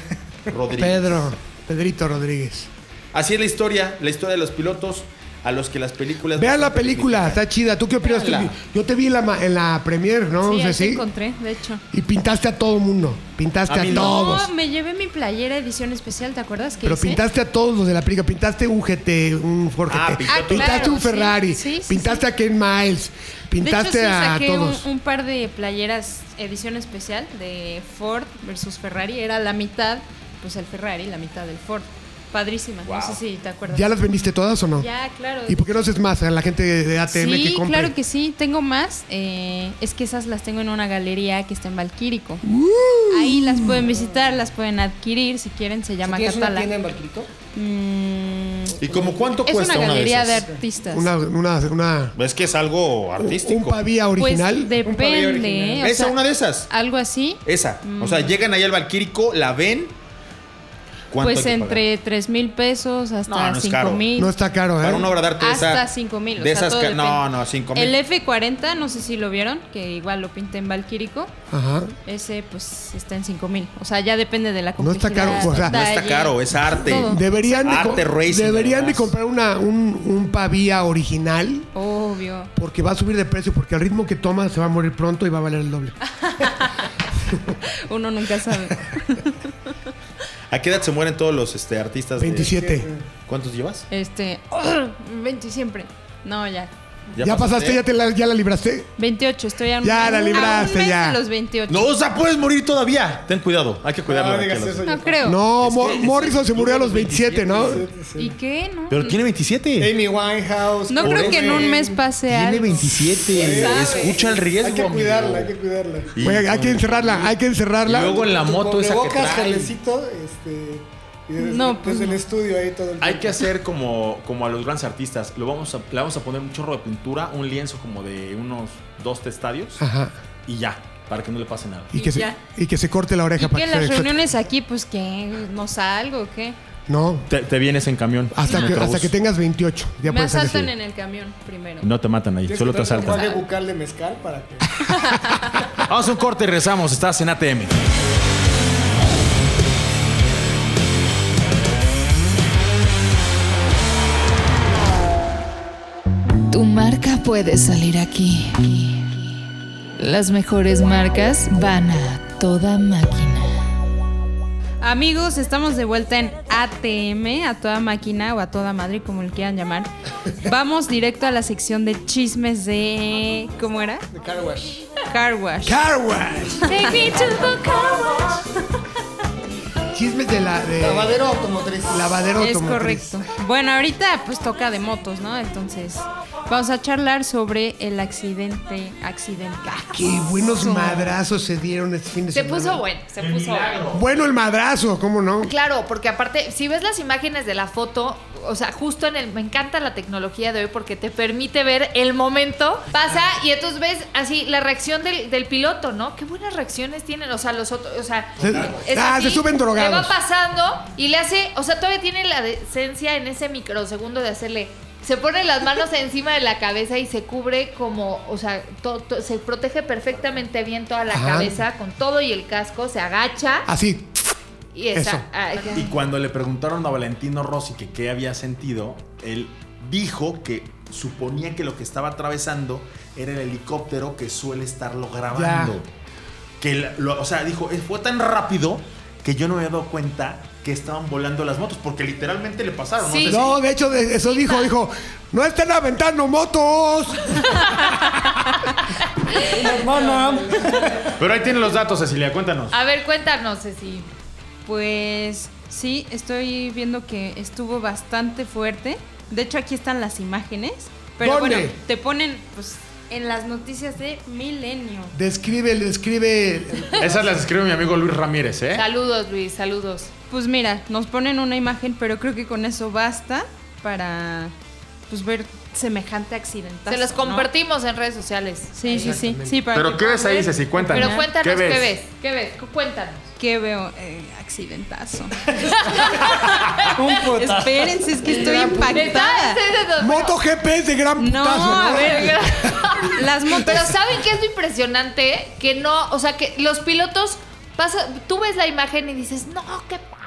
Speaker 3: Rodríguez.
Speaker 2: Pedro, Pedrito Rodríguez.
Speaker 3: Así es la historia, la historia de los pilotos a los que las películas...
Speaker 2: Vean la película, está chida. ¿Tú qué opinas? Tú-
Speaker 3: Véanla.
Speaker 2: Yo te vi en la, ma- en la premier, ¿no?
Speaker 4: Sí,
Speaker 2: No sé
Speaker 4: ahí
Speaker 2: si.
Speaker 4: te encontré, de hecho.
Speaker 2: Y pintaste a todo mundo. Pintaste
Speaker 3: A
Speaker 2: a,
Speaker 3: mí no.
Speaker 2: todos.
Speaker 4: No, me llevé mi playera edición especial, ¿te acuerdas que
Speaker 2: Pero
Speaker 4: hice?
Speaker 2: pintaste a todos los de la película. Pintaste un GT, un Ford
Speaker 3: Ah,
Speaker 2: GT.
Speaker 3: pintó Ah, tú.
Speaker 2: pintaste
Speaker 4: claro,
Speaker 2: un Ferrari.
Speaker 4: sí, sí, sí,
Speaker 2: pintaste a Ken Miles.
Speaker 4: de hecho,
Speaker 2: Pintaste
Speaker 4: sí,
Speaker 2: a
Speaker 4: saqué un-
Speaker 2: todos.
Speaker 4: Un, par de playeras edición especial de Ford versus Ferrari. Era la mitad, pues el Ferrari, la mitad del Ford. Padrísima, no sé si te acuerdas.
Speaker 2: ¿Ya las vendiste todas o no?
Speaker 4: Ya, claro.
Speaker 2: ¿Y por qué no haces más a la gente de ATM
Speaker 4: sí,
Speaker 2: que compre?
Speaker 4: claro que sí, tengo más. eh, es que esas las tengo en una galería que está en Valquírico.
Speaker 2: Uh.
Speaker 4: Ahí las pueden visitar, las pueden adquirir si quieren, se llama
Speaker 5: ¿Tienes una
Speaker 4: Catala.
Speaker 5: tienda en Barquilito?
Speaker 4: Mm,
Speaker 3: ¿Y como cuánto
Speaker 4: es
Speaker 3: cuesta
Speaker 4: una
Speaker 3: una,
Speaker 4: galería
Speaker 3: de
Speaker 4: de,
Speaker 3: esas?
Speaker 4: artistas.
Speaker 2: Una, una, una-
Speaker 3: Es que es algo artístico.
Speaker 2: un pavía
Speaker 4: pues
Speaker 2: original.
Speaker 5: Un pabellón original.
Speaker 4: depende. o
Speaker 3: Esa,
Speaker 4: sea, mm.
Speaker 3: una de esas.
Speaker 4: Algo así.
Speaker 3: Esa. O sea, llegan ahí al Valquírico, la ven
Speaker 9: ¿Cuánto
Speaker 4: pues
Speaker 9: hay que
Speaker 4: entre 3 mil pesos hasta
Speaker 9: No, no es
Speaker 4: 5
Speaker 9: caro.
Speaker 4: mil.
Speaker 2: No está caro, ¿eh?
Speaker 9: Para una obra de arte de esa-
Speaker 4: Hasta 5 mil.
Speaker 9: de esas ca- no, no, 5,000.
Speaker 4: El F40, no sé si lo vieron, que igual lo pinté en Valquírico.
Speaker 2: Ajá.
Speaker 4: Ese pues está en 5 mil. O sea, ya depende de la
Speaker 2: No está
Speaker 4: complejidad.
Speaker 2: caro, o sea-
Speaker 9: No está
Speaker 4: detalle.
Speaker 9: caro, es arte.
Speaker 4: Todo.
Speaker 2: Deberían de,
Speaker 9: Arte
Speaker 2: co-
Speaker 9: racing,
Speaker 2: deberían de
Speaker 9: además.
Speaker 2: comprar una, un, un pavía original
Speaker 4: Obvio.
Speaker 2: porque va a subir de precio, porque al ritmo que toma se va a morir pronto y va a valer el doble.
Speaker 4: Uno nunca sabe.
Speaker 9: ¿A qué edad se mueren todos los este, artistas? de-
Speaker 2: 27.
Speaker 9: ¿Cuántos llevas?
Speaker 4: Este, 20 siempre. No, ya.
Speaker 2: ¿Ya, pasaste? ¿Ya, te la, ya la libraste?
Speaker 4: 28, estoy a un,
Speaker 2: Ya la
Speaker 4: a un
Speaker 2: libraste,
Speaker 4: mes
Speaker 2: ya.
Speaker 4: de los 28.
Speaker 9: No, o sea, puedes morir todavía. Ten cuidado, hay que cuidarlo.
Speaker 5: No Ah, digas
Speaker 9: Raquel.
Speaker 5: eso.
Speaker 4: No creo.
Speaker 2: No,
Speaker 9: Es
Speaker 2: Mo-
Speaker 9: que- es que
Speaker 2: Morrison se
Speaker 9: tuvo
Speaker 2: murió a los 27,
Speaker 9: 27,
Speaker 2: ¿no?
Speaker 4: ¿Y qué? No,
Speaker 9: Pero tiene 27.
Speaker 5: Amy Winehouse.
Speaker 4: no
Speaker 9: por
Speaker 4: creo
Speaker 9: eso.
Speaker 4: que en un mes pase
Speaker 9: Tiene
Speaker 4: algo.
Speaker 9: 27.
Speaker 4: sabe?
Speaker 9: Escucha el riesgo.
Speaker 5: Hay que cuidarla, hay
Speaker 9: amigo.
Speaker 5: que cuidarla.
Speaker 2: Oye, hay que encerrarla, hay que
Speaker 9: Y
Speaker 2: encerrarla.
Speaker 9: luego en la moto esa que
Speaker 5: Cubrebocas,
Speaker 9: trae.
Speaker 5: jalecito, este. Y desde,
Speaker 4: No,
Speaker 5: desde
Speaker 4: pues
Speaker 5: el
Speaker 4: no.
Speaker 5: estudio ahí todo el
Speaker 3: Hay
Speaker 5: tiempo.
Speaker 3: que hacer como, como a los grandes artistas. Lo vamos a, le vamos a poner un chorro de pintura, un lienzo como de unos dos estadios
Speaker 2: Ajá.
Speaker 3: y ya, para que no le pase nada.
Speaker 2: Y que, se,
Speaker 4: Ya.
Speaker 2: y que se corte la oreja
Speaker 4: ¿Y
Speaker 2: para que
Speaker 4: qué?
Speaker 2: se
Speaker 4: Las
Speaker 2: dé cuenta.
Speaker 4: reuniones aquí, pues que no salgo, o ¿qué?
Speaker 2: No,
Speaker 3: Te, te vienes en camión.
Speaker 2: hasta,
Speaker 3: en
Speaker 2: que,
Speaker 3: autobús.
Speaker 2: hasta que tengas 28. Ya
Speaker 4: Me
Speaker 2: puedes salir.
Speaker 4: asaltan en el camión primero.
Speaker 3: No te matan ahí,
Speaker 5: Tienes
Speaker 3: solo
Speaker 5: que
Speaker 3: te
Speaker 5: traer un
Speaker 3: asaltan.
Speaker 5: jale bucal de mezcal para que.
Speaker 3: Vamos a un corte y rezamos. Estás en ATM.
Speaker 10: Tu marca puede salir aquí. Las mejores marcas van a toda máquina.
Speaker 4: Amigos, estamos de vuelta en ATM, a toda máquina o a toda madre, como le quieran llamar. Vamos directo a la sección de chismes de. ¿Cómo era?
Speaker 5: de car wash.
Speaker 4: Car wash.
Speaker 2: Car wash.
Speaker 4: Take me to the car wash.
Speaker 2: Chismes de la de
Speaker 5: Lavadero automotriz.
Speaker 2: lavadero
Speaker 4: Es
Speaker 2: automotriz.
Speaker 4: correcto. Bueno, ahorita pues toca de motos, ¿no? Entonces, vamos a charlar sobre el accidente accidental.
Speaker 2: Ah, Qué buenos madrazos se dieron este fin de
Speaker 6: Se
Speaker 2: semana.
Speaker 6: puso bueno, se puso bueno.
Speaker 2: Bueno el madrazo, ¿cómo no?
Speaker 6: Claro, porque aparte, si ves las imágenes de la foto, o sea, justo en el. Me encanta la tecnología de hoy porque te permite ver el momento. Pasa y entonces ves así la reacción del, del piloto, ¿no? Qué buenas reacciones tienen. O sea, los otros. O sea,
Speaker 2: Se- ah, se suben drogados.
Speaker 6: Le va pasando y le hace. O sea, todavía tiene la decencia en ese microsegundo de hacerle. Se pone las manos encima de la cabeza y se cubre como, o sea, to- to- se protege perfectamente bien toda la
Speaker 2: Ajá.
Speaker 6: cabeza con todo y el casco, se agacha
Speaker 2: Así.
Speaker 6: y esa-
Speaker 2: eso.
Speaker 6: ah, ya.
Speaker 3: Y cuando le preguntaron a Valentino Rossi que qué había sentido, él dijo que suponía que lo que estaba atravesando era el helicóptero que suele estarlo grabando.
Speaker 2: Ya.
Speaker 3: Que la- lo- o sea, dijo, "Eh, fue tan rápido que yo no me había dado cuenta que estaban volando las motos, porque literalmente le pasaron.
Speaker 6: Sí.
Speaker 3: No sé si-
Speaker 2: No, de hecho, de- eso dijo, dijo, no estén aventando motos.
Speaker 3: Pero ahí tienen los datos, Cecilia, cuéntanos.
Speaker 4: Ah.
Speaker 6: A ver, cuéntanos, Ceci.
Speaker 4: Pues sí, estoy viendo que estuvo bastante fuerte. De hecho, aquí están las imágenes. Pero
Speaker 2: ¿Dónde?
Speaker 4: bueno, te ponen pues en las noticias de Milenio.
Speaker 2: Describe, describe.
Speaker 3: Esas las escribe mi amigo Luis Ramírez, ¿eh?
Speaker 6: Saludos, Luis, saludos.
Speaker 4: Pues mira, nos ponen una imagen, pero creo que con eso basta para pues ver semejante accidente.
Speaker 6: Se los compartimos en redes sociales.
Speaker 4: Sí, sí, sí, sí. para
Speaker 3: Pero
Speaker 4: que
Speaker 3: ¿qué
Speaker 4: puedan
Speaker 3: ves ahí,
Speaker 4: ver.
Speaker 3: Ceci? Cuéntanos.
Speaker 6: Pero cuéntanos
Speaker 3: ¿Qué
Speaker 6: qué
Speaker 3: ves?
Speaker 6: ves, qué ves, Cu- cuéntanos.
Speaker 4: ¿Qué veo? Eh, accidentazo.
Speaker 5: Un puta.
Speaker 4: Espérense, es que estoy
Speaker 6: Está-
Speaker 4: impactada.
Speaker 6: está- está-
Speaker 2: Moto GPS de gran
Speaker 4: No,
Speaker 2: putazo.
Speaker 4: a ver, las motos.
Speaker 6: Pero ¿saben qué es lo impresionante? Que no, o sea, que los pilotos pasa, tú ves la imagen y dices, no, qué padre.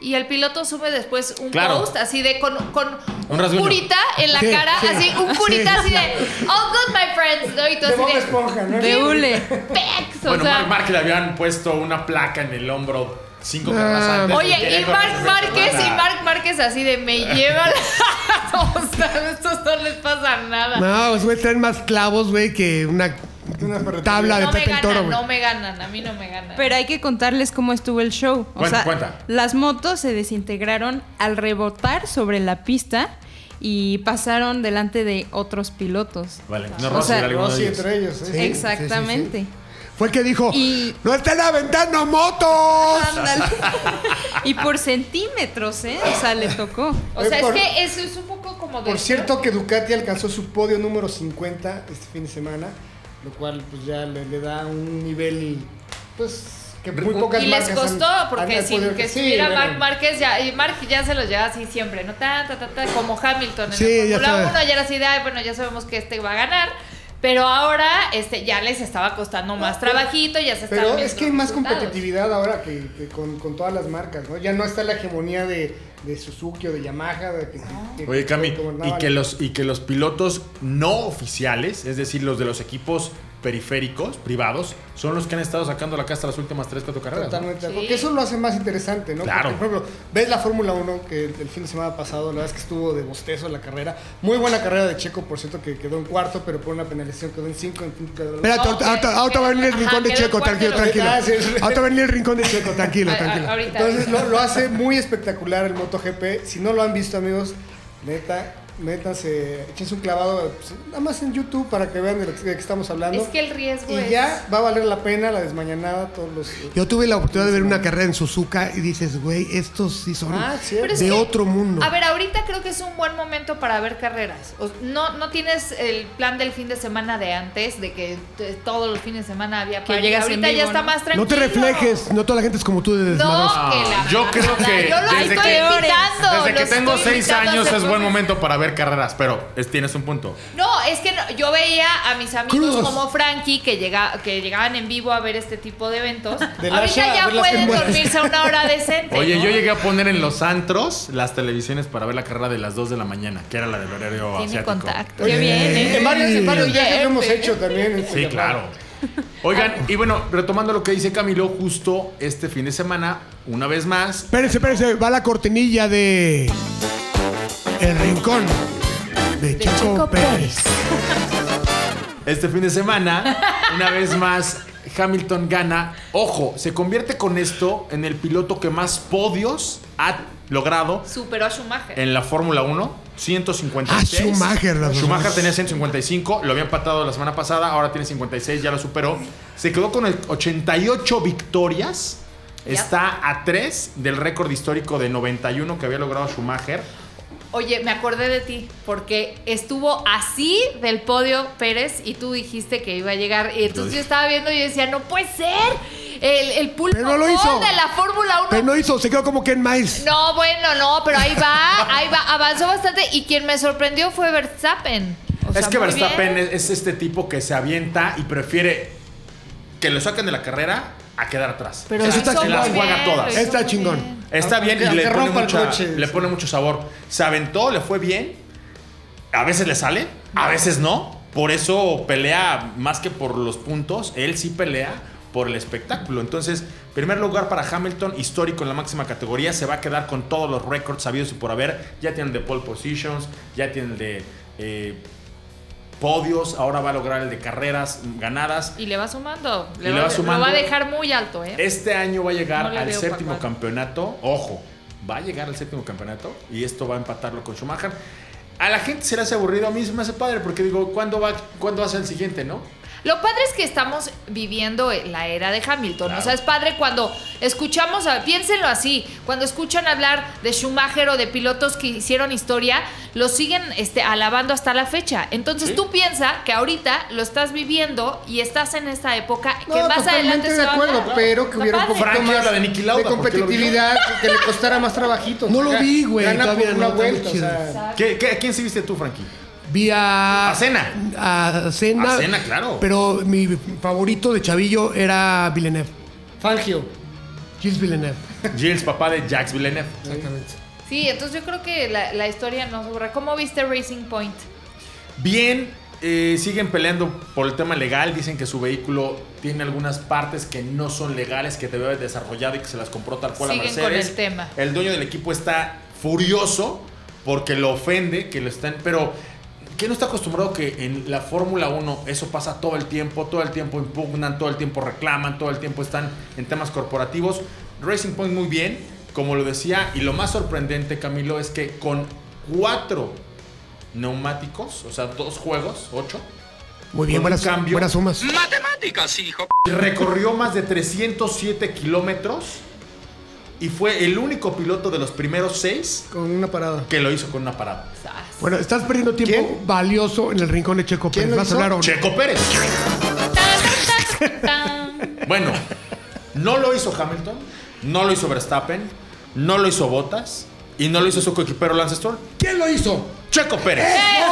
Speaker 6: Y el piloto sube después un
Speaker 3: Claro.
Speaker 6: post así de con, con un,
Speaker 3: rasguño.
Speaker 6: curita en la
Speaker 2: Sí,
Speaker 6: cara,
Speaker 2: sí,
Speaker 6: así, un curita
Speaker 2: sí.
Speaker 6: así de, all good, my friends. ¿no? Y
Speaker 5: De
Speaker 6: tú así
Speaker 5: Bob
Speaker 6: de,
Speaker 5: Esponja, ¿no?
Speaker 4: De hule.
Speaker 6: pex, o
Speaker 3: Bueno,
Speaker 6: sea.
Speaker 3: Mark Márquez le habían puesto una placa en el hombro cinco
Speaker 2: Ah,
Speaker 3: carreras antes.
Speaker 6: Oye, y
Speaker 3: Llegó
Speaker 6: Marc
Speaker 3: ese
Speaker 6: Márquez,
Speaker 3: semana.
Speaker 6: y Marc Márquez así de me
Speaker 5: Ah.
Speaker 6: lleva la... O sea, estos no les pasa nada. No,
Speaker 2: No, pues, güey, traen más clavos, güey, que una
Speaker 5: ferretería.
Speaker 2: tabla de
Speaker 6: me
Speaker 2: Pepe el
Speaker 6: ganan,
Speaker 2: Toro, güey.
Speaker 6: no me ganan, a mí no me ganan.
Speaker 4: Pero hay que contarles cómo estuvo el show. O
Speaker 3: Cuenta,
Speaker 4: sea,
Speaker 3: cuenta.
Speaker 4: las motos se desintegraron al rebotar sobre la pista y pasaron delante de otros pilotos.
Speaker 3: Valentino
Speaker 4: O
Speaker 3: Rossi
Speaker 4: sea,
Speaker 3: era alguno de
Speaker 5: Rosy
Speaker 3: ellos.
Speaker 5: entre ellos, ¿eh?
Speaker 4: Exactamente.
Speaker 2: Fue el que dijo,
Speaker 4: Y-
Speaker 2: no estén aventando motos.
Speaker 4: Ándale. y por centímetros, ¿eh? O sea, le tocó.
Speaker 6: o sea,
Speaker 5: Por-
Speaker 6: es que eso es un poco como de...
Speaker 5: Por cierto que Ducati alcanzó su podio número 50 este fin de semana, lo cual pues ya le, le da un nivel pues que muy pocas
Speaker 6: Y les
Speaker 5: marcas han-
Speaker 6: costó,
Speaker 5: han
Speaker 6: porque sin
Speaker 5: podido-
Speaker 6: que
Speaker 5: sí,
Speaker 6: estuviera
Speaker 5: bueno.
Speaker 6: Marc Márquez, ya, y Marc ya se los lleva así siempre, ¿no? Ta, ta, ta, ta, como Hamilton en
Speaker 2: Sí, ya
Speaker 6: la Fórmula
Speaker 2: sabes.
Speaker 6: 1, ya era así de, "Ay, bueno, ya sabemos que este va a ganar. Pero ahora este, ya les estaba costando más trabajito, ya se estaban
Speaker 5: Pero
Speaker 6: viendo
Speaker 5: es que hay más
Speaker 6: resultados.
Speaker 5: competitividad ahora que, que con, con todas las marcas, ¿no? Ya no está la hegemonía de, de Suzuki o de Yamaha. de que- que-
Speaker 3: Oye, Cami,
Speaker 5: que gobernaban.
Speaker 3: y que, los, y que los pilotos no oficiales, es decir, los de los equipos periféricos, privados, son los que han estado sacando la casta las últimas 3, 4 carreras. ¿no?
Speaker 5: Totalmente. de acuerdo.
Speaker 6: Sí.
Speaker 5: Porque eso lo hace más interesante, ¿no?
Speaker 3: Claro.
Speaker 5: Porque, por ejemplo, ves la Fórmula 1 que el el fin de semana pasado, la verdad es que estuvo de bostezo la carrera. Muy buena carrera de Checo, por cierto, que quedó en cuarto, pero por una penalización quedó en cinco. En quinto quedó en
Speaker 2: Espérate,
Speaker 6: No,
Speaker 2: ahorita,
Speaker 6: que-
Speaker 2: ahorita- ahorita va a venir el
Speaker 6: ajá,
Speaker 2: rincón de
Speaker 6: quedó
Speaker 2: Checo,
Speaker 6: en cuarto
Speaker 2: tranquilo,
Speaker 6: de los-
Speaker 2: tranquilo.
Speaker 5: Gracias.
Speaker 2: Ahorita va a venir el rincón de Checo, tranquilo,
Speaker 6: A- a-
Speaker 2: tranquilo.
Speaker 6: ahorita.
Speaker 5: Entonces lo, lo hace muy espectacular el MotoGP. Si no lo han visto, amigos, neta, neta, se, échense un clavado pues, nada más en YouTube para que vean de lo que, de qué estamos hablando.
Speaker 6: Es que el riesgo
Speaker 5: y
Speaker 6: es...
Speaker 5: ya va a valer la pena la desmañanada, todos los.
Speaker 2: Yo tuve la oportunidad de ver una carrera en Suzuka y dices, güey, estos sí son
Speaker 5: Ah, cierto.
Speaker 6: Pero es
Speaker 2: de
Speaker 6: que-
Speaker 2: otro mundo.
Speaker 6: A ver, ahorita creo que es un buen momento para ver carreras. O- no, no tienes el plan del fin de semana de antes, de que t- todos los fines de semana había
Speaker 4: Que
Speaker 6: party.
Speaker 4: llegas en
Speaker 6: Ahorita
Speaker 4: vivo,
Speaker 6: ya está
Speaker 4: ¿no?
Speaker 6: más tranquilo.
Speaker 2: no te reflejes, no toda la gente es como tú de desmadrosa.
Speaker 6: No, que la
Speaker 3: Ah, Yo creo
Speaker 6: mamada.
Speaker 3: que
Speaker 6: Yo los
Speaker 3: desde
Speaker 6: estoy
Speaker 3: que-
Speaker 6: invitando,
Speaker 3: Desde que
Speaker 6: los
Speaker 3: tengo
Speaker 6: estoy
Speaker 3: 6
Speaker 6: invitando a
Speaker 3: años
Speaker 6: hacer
Speaker 3: es buen
Speaker 6: cosas.
Speaker 3: momento para ver carreras, pero es- tienes un punto.
Speaker 6: No, es que no, yo veía a mis amigos
Speaker 2: Crudos.
Speaker 6: como Frankie que, llega, que llegaban en vivo a ver este tipo de eventos.
Speaker 5: De la
Speaker 6: Ahorita
Speaker 5: Shah, a
Speaker 6: ya
Speaker 5: ver las
Speaker 6: pueden
Speaker 5: películas.
Speaker 6: dormirse a una hora decente.
Speaker 3: Oye,
Speaker 6: ¿no?
Speaker 3: yo llegué a poner en los antros las televisiones para ver la carrera de las 2 de la mañana, que era la del horario
Speaker 6: Tiene
Speaker 3: asiático.
Speaker 6: contacto. Qué bien, ¿eh?
Speaker 5: En varios, en varios viajes lo hemos
Speaker 6: Gente.
Speaker 5: hecho también. este, en
Speaker 3: Sí,
Speaker 5: Culiacán.
Speaker 3: claro. Oigan, y bueno, retomando lo que dice Camilo, justo este fin de semana, una vez más,
Speaker 2: Espérense, espérense, va la cortinilla de. El rincón de, Checo, Pérez.
Speaker 3: este fin de semana, una vez más, Hamilton gana. Ojo, se convierte con esto en el piloto que más podios ha logrado
Speaker 6: Superó a Schumacher.
Speaker 3: en la Fórmula 1. 156.
Speaker 2: Ah, Schumacher, la verdad.
Speaker 3: Schumacher tenía 155, lo había empatado la semana pasada, ahora tiene 56, ya lo superó. Se quedó con el 88 victorias.
Speaker 6: Ya.
Speaker 3: Está a 3 del récord histórico de 91 que había logrado Schumacher.
Speaker 6: Oye, me acordé de ti, porque estuvo así del podio Pérez y tú dijiste que iba a llegar. Y entonces yo estaba viendo y yo decía, no puede ser. El, el pulpo
Speaker 2: Pero no lo
Speaker 6: gol
Speaker 2: hizo.
Speaker 6: de la Fórmula 1.
Speaker 2: Pero no hizo, se quedó como Ken Miles.
Speaker 6: No, bueno, no, pero ahí va, ahí va, avanzó bastante y quien me sorprendió fue Verstappen. O sea,
Speaker 3: es que
Speaker 6: muy
Speaker 3: Verstappen
Speaker 6: bien.
Speaker 3: es, es este tipo que se avienta y prefiere que lo saquen de la carrera a quedar atrás.
Speaker 2: Pero
Speaker 3: O sea,
Speaker 2: eso está
Speaker 6: Hizo
Speaker 3: se las
Speaker 6: muy
Speaker 3: juega
Speaker 6: bien,
Speaker 3: todas.
Speaker 6: lo hizo
Speaker 2: Está
Speaker 6: muy
Speaker 2: chingón.
Speaker 6: bien.
Speaker 3: Está bien y
Speaker 5: Aunque
Speaker 3: le pone,
Speaker 5: rompa el
Speaker 3: mucha-
Speaker 5: coche,
Speaker 3: le
Speaker 5: sí.
Speaker 3: pone mucho sabor. Se aventó, le fue bien. A veces le sale, a veces no. Por eso pelea más que por los puntos. Él sí pelea por el espectáculo. Entonces, primer lugar para Hamilton, histórico en la máxima categoría. Se va a quedar con todos los récords sabidos y por haber. Ya tiene el de pole positions, ya tiene el de eh, podios. Ahora va a lograr el de carreras ganadas.
Speaker 6: Y le va sumando.
Speaker 3: Y le va sumando.
Speaker 6: Lo va a dejar muy alto, ¿eh?
Speaker 3: Este año va a llegar
Speaker 6: No le
Speaker 3: al
Speaker 6: veo
Speaker 3: séptimo
Speaker 6: papá.
Speaker 3: campeonato. Ojo, va a llegar al séptimo campeonato y esto va a empatarlo con Schumacher. A la gente se le hace aburrido, a mí se me hace padre porque digo, ¿cuándo va, ¿cuándo va a ser el siguiente, no?
Speaker 6: Lo padre es que estamos viviendo la era de Hamilton.
Speaker 3: Claro.
Speaker 6: O sea, es padre cuando escuchamos, a- piénsenlo así, cuando escuchan hablar de Schumacher o de pilotos que hicieron historia, lo siguen este, alabando hasta la fecha. Entonces tú piensa que ahorita lo estás viviendo y estás en esta época
Speaker 5: No,
Speaker 6: que más
Speaker 5: totalmente
Speaker 6: adelante
Speaker 5: de
Speaker 6: se va a
Speaker 5: acuerdo,
Speaker 6: hablar.
Speaker 5: pero que
Speaker 6: Está
Speaker 5: hubiera un
Speaker 6: padre.
Speaker 5: poquito
Speaker 3: Frankie
Speaker 5: más
Speaker 3: habla de Niki Lauda, ¿por qué
Speaker 5: de
Speaker 3: lo vio?
Speaker 5: competitividad, que que le costara más trabajito.
Speaker 2: No lo vi, güey,
Speaker 5: Gana
Speaker 2: todavía
Speaker 5: por
Speaker 2: no
Speaker 5: una
Speaker 2: está muy
Speaker 5: vuelta, o
Speaker 2: chido.
Speaker 5: sea,
Speaker 6: Ah.
Speaker 3: ¿Qué, qué, a quién sí viste tú, Frankie?
Speaker 2: Vi a.
Speaker 3: A Senna.
Speaker 2: A Cena.
Speaker 3: A Senna, claro.
Speaker 2: Pero mi favorito de Chavillo era Villeneuve.
Speaker 5: Fangio.
Speaker 2: Gilles Villeneuve.
Speaker 3: Gilles, papá de Jacques Villeneuve.
Speaker 5: Exactamente.
Speaker 6: Sí, entonces yo creo que la, la historia nos sobra. ¿Cómo viste Racing Point?
Speaker 3: Bien, eh, siguen peleando por el tema legal. Dicen que su vehículo tiene algunas partes que no son legales, que debe haber desarrollado y que se las compró tal cual a
Speaker 6: Siguen con
Speaker 3: Mercedes.
Speaker 6: el tema.
Speaker 3: El dueño del equipo está furioso porque lo ofende, que lo están. Pero. ¿Quién no está acostumbrado que en la Fórmula 1 eso pasa todo el tiempo? Todo el tiempo impugnan, todo el tiempo reclaman, todo el tiempo están en temas corporativos. Racing Point muy bien, como lo decía, y lo más sorprendente, Camilo, es que con cuatro neumáticos, o sea, dos juegos, ocho.
Speaker 2: Muy bien,
Speaker 3: Con un
Speaker 2: buenas,
Speaker 3: cambio.
Speaker 2: buenas sumas.
Speaker 3: Recorrió más de 307 kilómetros y fue el único piloto de los primeros seis
Speaker 5: Con una parada.
Speaker 3: que lo hizo con una parada.
Speaker 2: Bueno, estás perdiendo tiempo
Speaker 5: ¿Quién?
Speaker 2: valioso en el rincón de Checo Pérez.
Speaker 5: ¿Quién lo
Speaker 2: ¿Vas a
Speaker 5: hizo?
Speaker 2: hablar o no?
Speaker 3: Checo Pérez.
Speaker 6: Tan, tan, tan, tan.
Speaker 3: Bueno, No lo hizo Hamilton, no lo hizo Verstappen, no lo hizo Bottas y no lo hizo su coequipero Lance Stroll.
Speaker 2: ¿Quién lo hizo?
Speaker 3: Checo Pérez.
Speaker 6: ¡Eh!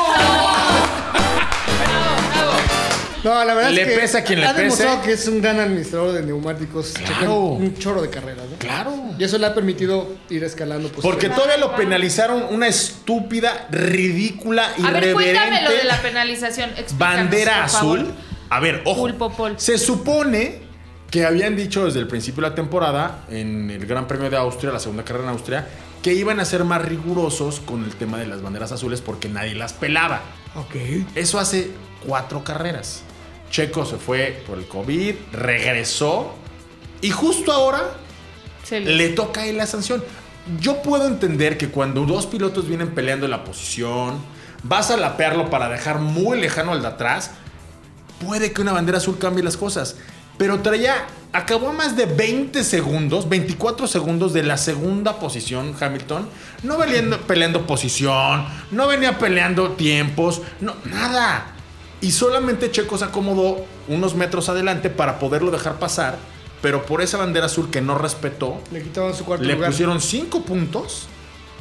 Speaker 5: No, la verdad
Speaker 3: Le
Speaker 5: es que
Speaker 3: pese a quien le
Speaker 5: ha demostrado
Speaker 3: pese.
Speaker 5: que es un gran administrador de neumáticos. Checo, Un chorro de carreras, ¿no?
Speaker 3: Claro.
Speaker 6: Pues
Speaker 5: Y eso le ha permitido ir escalando.
Speaker 3: Porque
Speaker 5: todo
Speaker 3: todavía lo penalizaron una estúpida, ridícula,
Speaker 6: A ver, cuéntame lo de
Speaker 3: irreverente
Speaker 6: la penalización. explícanos,
Speaker 3: bandera
Speaker 6: por favor.
Speaker 3: azul. A ver, ojo.
Speaker 6: Pulpo, pol.
Speaker 3: Se supone que habían dicho desde el principio de la temporada, en el Gran Premio de Austria, la segunda carrera en Austria, que iban a ser más rigurosos con el tema de las banderas azules porque nadie las pelaba.
Speaker 2: Ok.
Speaker 3: Eso hace cuatro carreras. Checo se fue por el COVID, regresó y justo ahora
Speaker 6: Se le-
Speaker 3: le toca a él la sanción. Yo puedo entender que cuando dos pilotos vienen peleando en la posición, vas a lapearlo para dejar muy lejano al de atrás, puede que una bandera azul cambie las cosas. Pero traía, acabó a más de 20 segundos, 24 segundos de la segunda posición Hamilton. No venía peleando posición, no venía peleando tiempos, no, nada. Y solamente Checo se acomodó unos metros adelante para poderlo dejar pasar, pero por esa bandera azul que no respetó,
Speaker 5: Le quitaban su cuarto
Speaker 3: le
Speaker 5: lugar.
Speaker 3: pusieron 5 puntos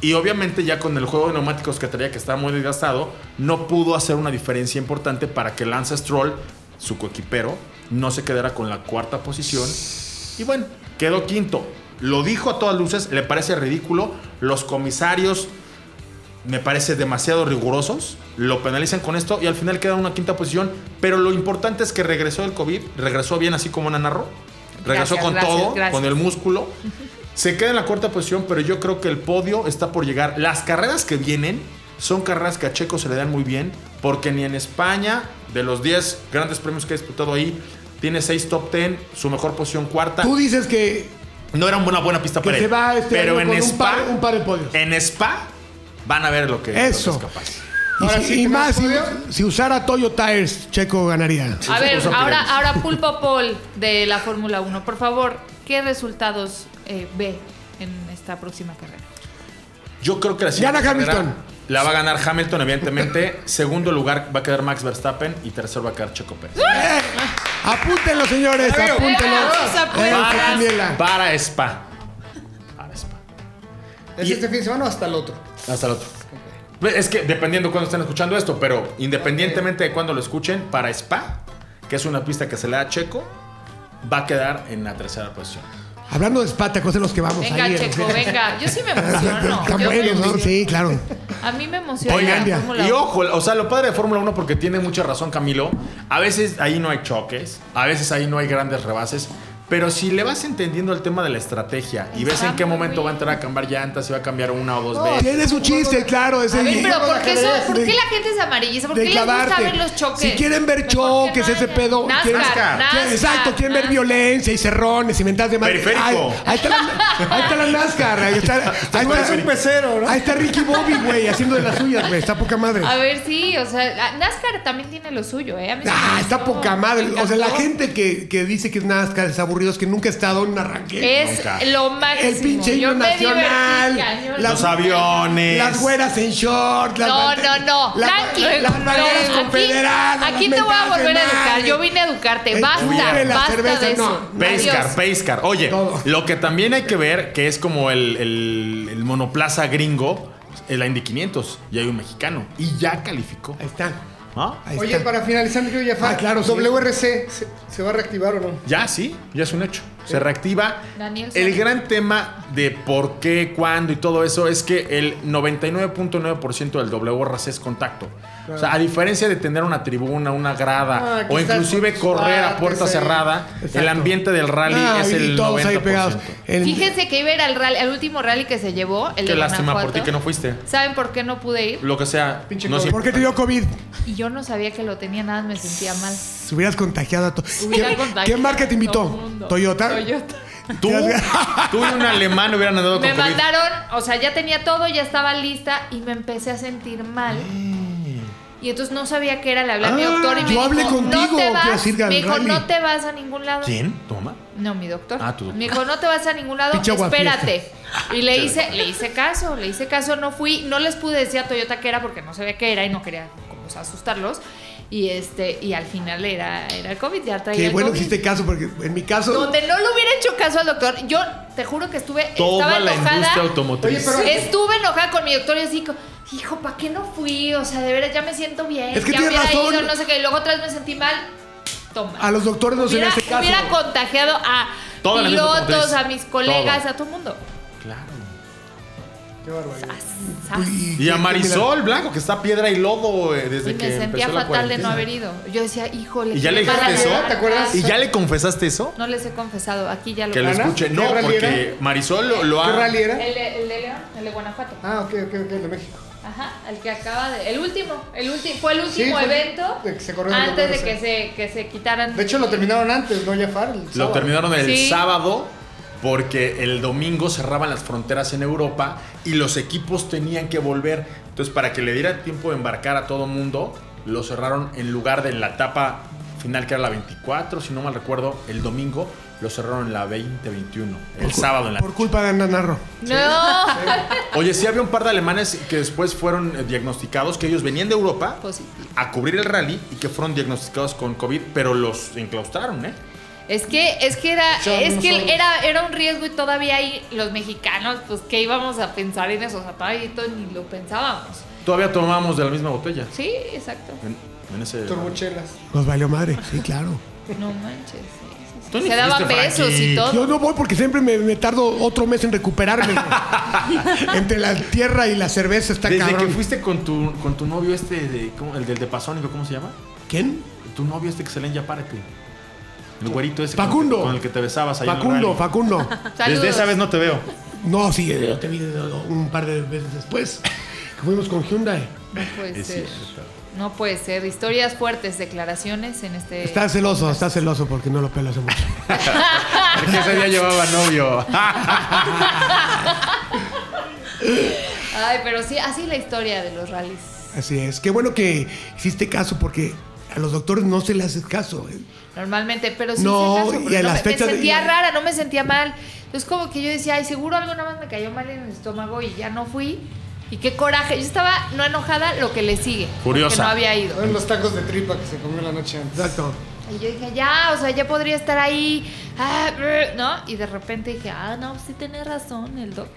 Speaker 3: y obviamente ya con el juego de neumáticos que traía que estaba muy desgastado, no pudo hacer una diferencia importante para que Lance Stroll, su coequipero, no se quedara con la cuarta posición. Y bueno, quedó quinto. Lo dijo a todas luces, le parece ridículo. Los comisarios me parece demasiado rigurosos. Lo penalizan con esto y al final queda en una quinta posición. Pero lo importante es que regresó del COVID, regresó bien así como Nanarro. Regresó
Speaker 6: Gracias,
Speaker 3: con
Speaker 6: gracias,
Speaker 3: todo,
Speaker 6: gracias.
Speaker 3: con el músculo. Se queda en la cuarta posición, pero yo creo que el podio está por llegar. Las carreras que vienen son carreras que a Checo se le dan muy bien, porque ni en España, de los 10 grandes premios que ha disputado ahí, tiene 6 top 10, su mejor posición cuarta.
Speaker 2: Tú dices que
Speaker 3: No era una buena pista
Speaker 2: Que
Speaker 3: para
Speaker 2: se
Speaker 3: él.
Speaker 2: va este
Speaker 3: pero
Speaker 2: año
Speaker 3: en
Speaker 2: con un
Speaker 3: Spa,
Speaker 2: par- un par de podios.
Speaker 3: En Spa van a ver lo que, lo que
Speaker 2: Eso.
Speaker 3: es capaz.
Speaker 2: Y
Speaker 5: Ahora
Speaker 2: si-
Speaker 5: sí,
Speaker 2: y
Speaker 5: ¿que
Speaker 2: más,
Speaker 5: más
Speaker 2: si,
Speaker 5: podio?
Speaker 2: si usara Toyo Tires, Checo ganaría.
Speaker 6: A ver,
Speaker 3: Usa
Speaker 6: ahora,
Speaker 3: Pirelli.
Speaker 6: ahora Pulpo Paul de la Fórmula 1. Por favor, ¿qué resultados eh, ve en esta próxima carrera?
Speaker 3: Yo creo que la siguiente
Speaker 2: Gana
Speaker 3: carrera
Speaker 2: Hamilton.
Speaker 3: La va a ganar Hamilton, evidentemente. Segundo lugar va a quedar Max Verstappen y tercero va a quedar Checo Pérez.
Speaker 2: ¡Eh! Apúntenlo, señores,
Speaker 3: Amigo.
Speaker 2: apúntenlo.
Speaker 6: Venga, vamos a
Speaker 2: Eh,
Speaker 6: apuntar.
Speaker 2: esa candela.
Speaker 3: Para Spa. Para Spa.
Speaker 5: ¿Es
Speaker 3: Y-
Speaker 5: este fin de semana o hasta el otro?
Speaker 3: Hasta el otro. Es que dependiendo cuándo estén escuchando esto, pero independientemente de cuándo lo escuchen, para Spa, que es una pista que se le da a Checo, va a quedar en la tercera posición.
Speaker 2: Hablando de Spa, ¿te acuerdas de los que vamos
Speaker 6: Venga,
Speaker 2: ahí, eh?
Speaker 6: Checo, venga. Yo sí me emociono.
Speaker 2: Están
Speaker 6: Yo me
Speaker 2: buenos, ¿no?
Speaker 6: emociono.
Speaker 2: Sí, claro.
Speaker 6: A mí me emociona
Speaker 2: Oigan,
Speaker 6: la Fórmula
Speaker 3: Y
Speaker 6: 1.
Speaker 3: ojo, o sea, lo padre de Fórmula 1 porque tiene mucha razón Camilo. A veces ahí no hay choques, a veces ahí no hay grandes rebases. Pero si le vas entendiendo el tema de la estrategia y ves en qué
Speaker 6: Exacto,
Speaker 3: momento va a
Speaker 6: güey.
Speaker 3: entrar a cambiar llantas, si va a cambiar una o
Speaker 6: Oh,
Speaker 3: dos veces.
Speaker 2: Tienes un chiste, claro.
Speaker 6: A
Speaker 2: Ese
Speaker 6: ver, pero ¿por qué, eso-
Speaker 2: De-
Speaker 6: por qué la gente es amarillista? ¿Por qué
Speaker 2: de
Speaker 6: les gusta
Speaker 2: clavarte.
Speaker 6: ver los choques?
Speaker 2: Si quieren ver
Speaker 6: Mejor que
Speaker 2: choques,
Speaker 6: no
Speaker 2: ese
Speaker 6: haya.
Speaker 2: pedo,
Speaker 6: NASCAR,
Speaker 2: quieren-
Speaker 6: NASCAR,
Speaker 2: Exacto, quieren ver
Speaker 6: NASCAR.
Speaker 2: violencia y cerrones y mentadas de madre.
Speaker 3: Periférico.
Speaker 2: Ay, ahí, está la, ahí está la NASCAR. Ahí está, ahí está-
Speaker 5: parece un pecero, ¿no?
Speaker 2: Ahí está Ricky Bobby, güey, haciendo de las suyas, güey. Está poca madre.
Speaker 6: A ver, sí, o sea, a- NASCAR también tiene lo suyo, ¿eh? A mí sí
Speaker 2: Ah,
Speaker 6: me
Speaker 2: está
Speaker 6: gustó,
Speaker 2: poca madre.
Speaker 6: me
Speaker 2: O sea, la
Speaker 6: encantó.
Speaker 2: gente que, que dice que es NASCAR es aburrido es que nunca ha estado en un arranque.
Speaker 6: Es
Speaker 3: Nunca.
Speaker 6: lo máximo.
Speaker 2: El pinche himno
Speaker 6: Yo me
Speaker 2: nacional,
Speaker 6: divertí, cañón.
Speaker 2: las-
Speaker 3: Los aviones.
Speaker 2: Las güeras en short. Las
Speaker 6: No, no,
Speaker 2: bande-
Speaker 6: no.
Speaker 2: la-
Speaker 6: Tranqui.
Speaker 2: Las
Speaker 6: No,
Speaker 2: banderas
Speaker 6: aquí-
Speaker 2: confederadas. las
Speaker 6: Aquí te voy a
Speaker 2: mentadas de
Speaker 6: volver a educar.
Speaker 2: madre.
Speaker 6: Yo vine a educarte.
Speaker 2: El
Speaker 6: Basta,
Speaker 2: cubre, la
Speaker 6: basta
Speaker 2: cerveza,
Speaker 6: de
Speaker 2: no.
Speaker 6: eso.
Speaker 3: Pescar,
Speaker 6: Adiós.
Speaker 3: pescar. Oye,
Speaker 2: Todo.
Speaker 3: lo que también hay que ver, que es como el, el- el monoplaza gringo, es la Indy 500, y hay un mexicano, y ya calificó.
Speaker 2: Ahí está.
Speaker 3: ¿Ah?
Speaker 2: Ahí
Speaker 5: Oye,
Speaker 2: está.
Speaker 5: para finalizar, mi querido Jafar,
Speaker 2: Ah, claro, sí.
Speaker 5: WRC, ¿se, se va a reactivar o no?
Speaker 3: Ya, sí, ya es un hecho. Se reactiva.
Speaker 6: Daniel
Speaker 3: el
Speaker 6: San-
Speaker 3: gran tema de por qué, cuándo y todo eso es que el 99.9% del WRC es contacto. O sea, a diferencia de tener una tribuna, una grada
Speaker 5: Ah, que
Speaker 3: o
Speaker 5: estás
Speaker 3: inclusive
Speaker 5: con tus
Speaker 3: correr a
Speaker 5: cuates
Speaker 3: puerta
Speaker 5: ahí.
Speaker 3: cerrada, el
Speaker 2: Exacto.
Speaker 3: ambiente del rally
Speaker 2: Ah,
Speaker 3: es
Speaker 2: y
Speaker 3: el
Speaker 2: todos
Speaker 3: 90%.
Speaker 2: ahí pegados. El-
Speaker 6: Fíjense que iba a ir al, rally- al último rally que se llevó. El
Speaker 3: Qué
Speaker 6: de
Speaker 3: lástima por ti
Speaker 6: Guanajuato.
Speaker 3: que no fuiste.
Speaker 6: ¿Saben por qué no pude ir?
Speaker 3: Lo que sea.
Speaker 5: Pinche
Speaker 3: no
Speaker 5: COVID.
Speaker 3: sé.
Speaker 2: ¿Por qué te dio COVID?
Speaker 6: Y yo no sabía que lo tenía, nada, me sentía mal.
Speaker 2: Se hubieras contagiado a todos.
Speaker 6: Hubiera
Speaker 2: ¿Qué,
Speaker 6: contagiado
Speaker 2: qué marca te
Speaker 6: a todo el
Speaker 2: invitó?
Speaker 6: mundo.
Speaker 2: ¿Toyota?
Speaker 6: Toyota.
Speaker 3: Tú, tú y un alemán hubieran andado con
Speaker 6: Me
Speaker 3: COVID.
Speaker 6: mandaron, o sea, ya tenía todo, ya estaba lista y me empecé a sentir mal. Y entonces no sabía qué era, le hablé a mi
Speaker 2: Eh. Ah,
Speaker 6: doctor y me
Speaker 2: yo
Speaker 6: dijo,
Speaker 2: hablé
Speaker 6: no
Speaker 2: contigo,
Speaker 6: te
Speaker 2: quiero
Speaker 6: vas,
Speaker 2: decir,
Speaker 6: me dijo,
Speaker 2: Galvani.
Speaker 6: no te vas a ningún lado.
Speaker 3: ¿Quién? ¿Toma?
Speaker 6: No, mi doctor.
Speaker 3: Ah, tu doctor.
Speaker 6: Me dijo, no te vas a ningún lado,
Speaker 2: Pinche aguafiestas.
Speaker 6: espérate. Y le hice, le hice caso, le hice caso, no fui, no les pude decir a Toyota que era porque no sabía qué era y no quería como, o sea, asustarlos. Y este, y al final era, era el COVID, ya traía
Speaker 2: Que
Speaker 6: el
Speaker 2: bueno que
Speaker 6: COVID.
Speaker 2: hiciste caso, porque en mi caso.
Speaker 6: Donde no le hubiera hecho caso al doctor, yo te juro que estuve, estaba
Speaker 3: Toda la
Speaker 6: enojada.
Speaker 3: industria automotriz.
Speaker 6: Oye, pero- Estuve enojada con mi doctor y así, co- hijo, ¿para qué no fui? O sea, de veras ya me siento bien.
Speaker 2: Es que
Speaker 6: ya
Speaker 2: tienes
Speaker 6: hubiera
Speaker 2: razón.
Speaker 6: ido, no sé qué. Y luego otra vez me sentí mal. Toma.
Speaker 2: A los doctores no se le
Speaker 6: hubiera,
Speaker 2: hace caso.
Speaker 6: hubiera contagiado a
Speaker 13: Toda la industria
Speaker 6: pilotos,
Speaker 13: automotriz.
Speaker 6: a mis colegas,
Speaker 13: Todo.
Speaker 6: a todo el mundo.
Speaker 13: Claro.
Speaker 5: Qué barbaridad.
Speaker 6: ¿Sabes?
Speaker 3: Y a Marisol Blanco, que está piedra y lodo eh, desde
Speaker 6: Y
Speaker 3: que
Speaker 6: me sentía
Speaker 3: empezó la
Speaker 6: fatal de no
Speaker 3: cuarentena.
Speaker 6: haber ido. Yo decía, híjole.
Speaker 3: ¿Y ya
Speaker 6: qué
Speaker 3: le
Speaker 6: mala
Speaker 3: dijiste eso?
Speaker 6: verdad.
Speaker 5: ¿Te acuerdas?
Speaker 3: ¿Y ya le confesaste eso?
Speaker 6: No les he confesado. Aquí ya lo
Speaker 3: Que lo
Speaker 5: ¿Ana?
Speaker 3: escuche. No,
Speaker 5: ¿Qué rally
Speaker 3: porque
Speaker 5: era?
Speaker 3: Marisol lo, lo
Speaker 5: ¿Qué
Speaker 3: ha...
Speaker 5: rally era?
Speaker 6: El, el de León, el de Guanajuato.
Speaker 5: Ah, ok, ok, ok, el de México.
Speaker 6: Ajá, el que acaba de. El último, el último, fue el último
Speaker 5: fue el
Speaker 6: evento
Speaker 5: de que se corrió el
Speaker 6: antes de
Speaker 5: WRC.
Speaker 6: que se, que se quitaran.
Speaker 5: De hecho, lo terminaron antes, ¿no, Jafar? El
Speaker 3: Lo
Speaker 5: sábado.
Speaker 3: terminaron el
Speaker 6: Sí.
Speaker 3: sábado porque el domingo cerraban las fronteras en Europa y los equipos tenían que volver. Entonces, para que le diera tiempo de embarcar a todo mundo, lo cerraron en lugar de en la etapa final que era la 24, si no mal recuerdo, el domingo lo cerraron en la 20-21, el sábado en la
Speaker 2: Por culpa de Ana Narro.
Speaker 6: No,
Speaker 3: Oye, sí había un par de alemanes que después fueron eh, diagnosticados, que ellos venían de Europa
Speaker 6: Positivo.
Speaker 3: a cubrir el rally y que fueron diagnosticados con COVID, pero los enclaustraron, ¿eh?
Speaker 6: es que, es que era,
Speaker 5: Yo
Speaker 6: es
Speaker 5: no
Speaker 6: que
Speaker 5: sabía.
Speaker 6: era, era un riesgo y todavía ahí los mexicanos, pues, ¿qué íbamos a pensar en eso? O sea, todavía esto ni lo pensábamos.
Speaker 3: Todavía tomábamos de la misma botella.
Speaker 6: Sí, exacto.
Speaker 3: En, en ese...
Speaker 5: Turbochelas.
Speaker 2: Nos valió madre. Sí, claro.
Speaker 6: No manches. sí, sí, sí.
Speaker 3: Tú ni
Speaker 6: Se daban
Speaker 3: fuiste, Frankie.
Speaker 6: besos y todo.
Speaker 2: Eh, Yo no voy porque siempre me, me tardo otro mes en recuperarme. güey. Entre la tierra y la cerveza está
Speaker 3: Desde
Speaker 2: cabrón.
Speaker 3: que fuiste con tu, con tu novio este, de, ¿cómo? el del de Pasónico, ¿cómo se llama?
Speaker 2: ¿Quién?
Speaker 3: Tu novio este excelente, ya párate. El güerito ese. con-
Speaker 2: Facundo.
Speaker 3: Con el que te besabas ahí en el
Speaker 2: Facundo,
Speaker 3: rally.
Speaker 2: Facundo.
Speaker 6: Saludos.
Speaker 3: Desde esa vez no te veo.
Speaker 2: No, sí, eh, yo te vi un par de veces después. Que fuimos con Hyundai.
Speaker 6: No puede
Speaker 3: Es
Speaker 6: ser.
Speaker 3: cierto.
Speaker 6: No puede ser. Historias fuertes, declaraciones en este.
Speaker 2: Está celoso, está celoso porque no lo pelo hace mucho.
Speaker 3: Porque ese día llevaba novio.
Speaker 6: Ay, pero sí, así la historia de los rallies.
Speaker 2: Así es. Qué bueno que hiciste caso porque a los doctores no se le hace caso. ¿eh?
Speaker 6: Normalmente, pero sí
Speaker 2: No,
Speaker 6: hice caso, porque
Speaker 2: y a
Speaker 6: no
Speaker 2: las
Speaker 6: me- me,
Speaker 2: fechas de-
Speaker 6: sentía rara, no me sentía mal. Entonces como que yo decía, ay, seguro algo nada más me cayó mal en el estómago y ya no fui. Y qué coraje. Yo estaba no enojada, lo que le sigue.
Speaker 13: Furiosa.
Speaker 6: Que no había ido.
Speaker 5: Fueron los tacos de tripa que se comió la noche antes.
Speaker 2: Exacto.
Speaker 6: Y yo dije, ya, o sea, ya podría estar ahí. Ah, brr, ¿No? Y de repente dije, ah, no, sí tiene razón el doc.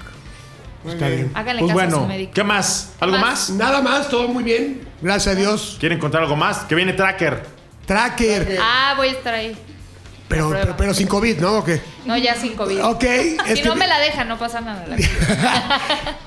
Speaker 5: Muy
Speaker 2: Está bien.
Speaker 6: Háganle
Speaker 13: Pues
Speaker 6: caso a su
Speaker 13: bueno,
Speaker 6: médico.
Speaker 13: ¿qué más? ¿Algo más?
Speaker 6: Más.
Speaker 2: Nada más, todo muy bien. Gracias a Dios.
Speaker 13: ¿Quieren contar algo más? Que viene Tracker.
Speaker 2: Tracker.
Speaker 6: Ah, voy a estar ahí.
Speaker 2: Pero, pero, pero sin COVID, ¿no? ¿O qué?
Speaker 6: No, ya sin COVID.
Speaker 2: Ok. es
Speaker 6: si
Speaker 2: que
Speaker 6: no
Speaker 2: vi-
Speaker 6: me la dejan, no pasa nada. la-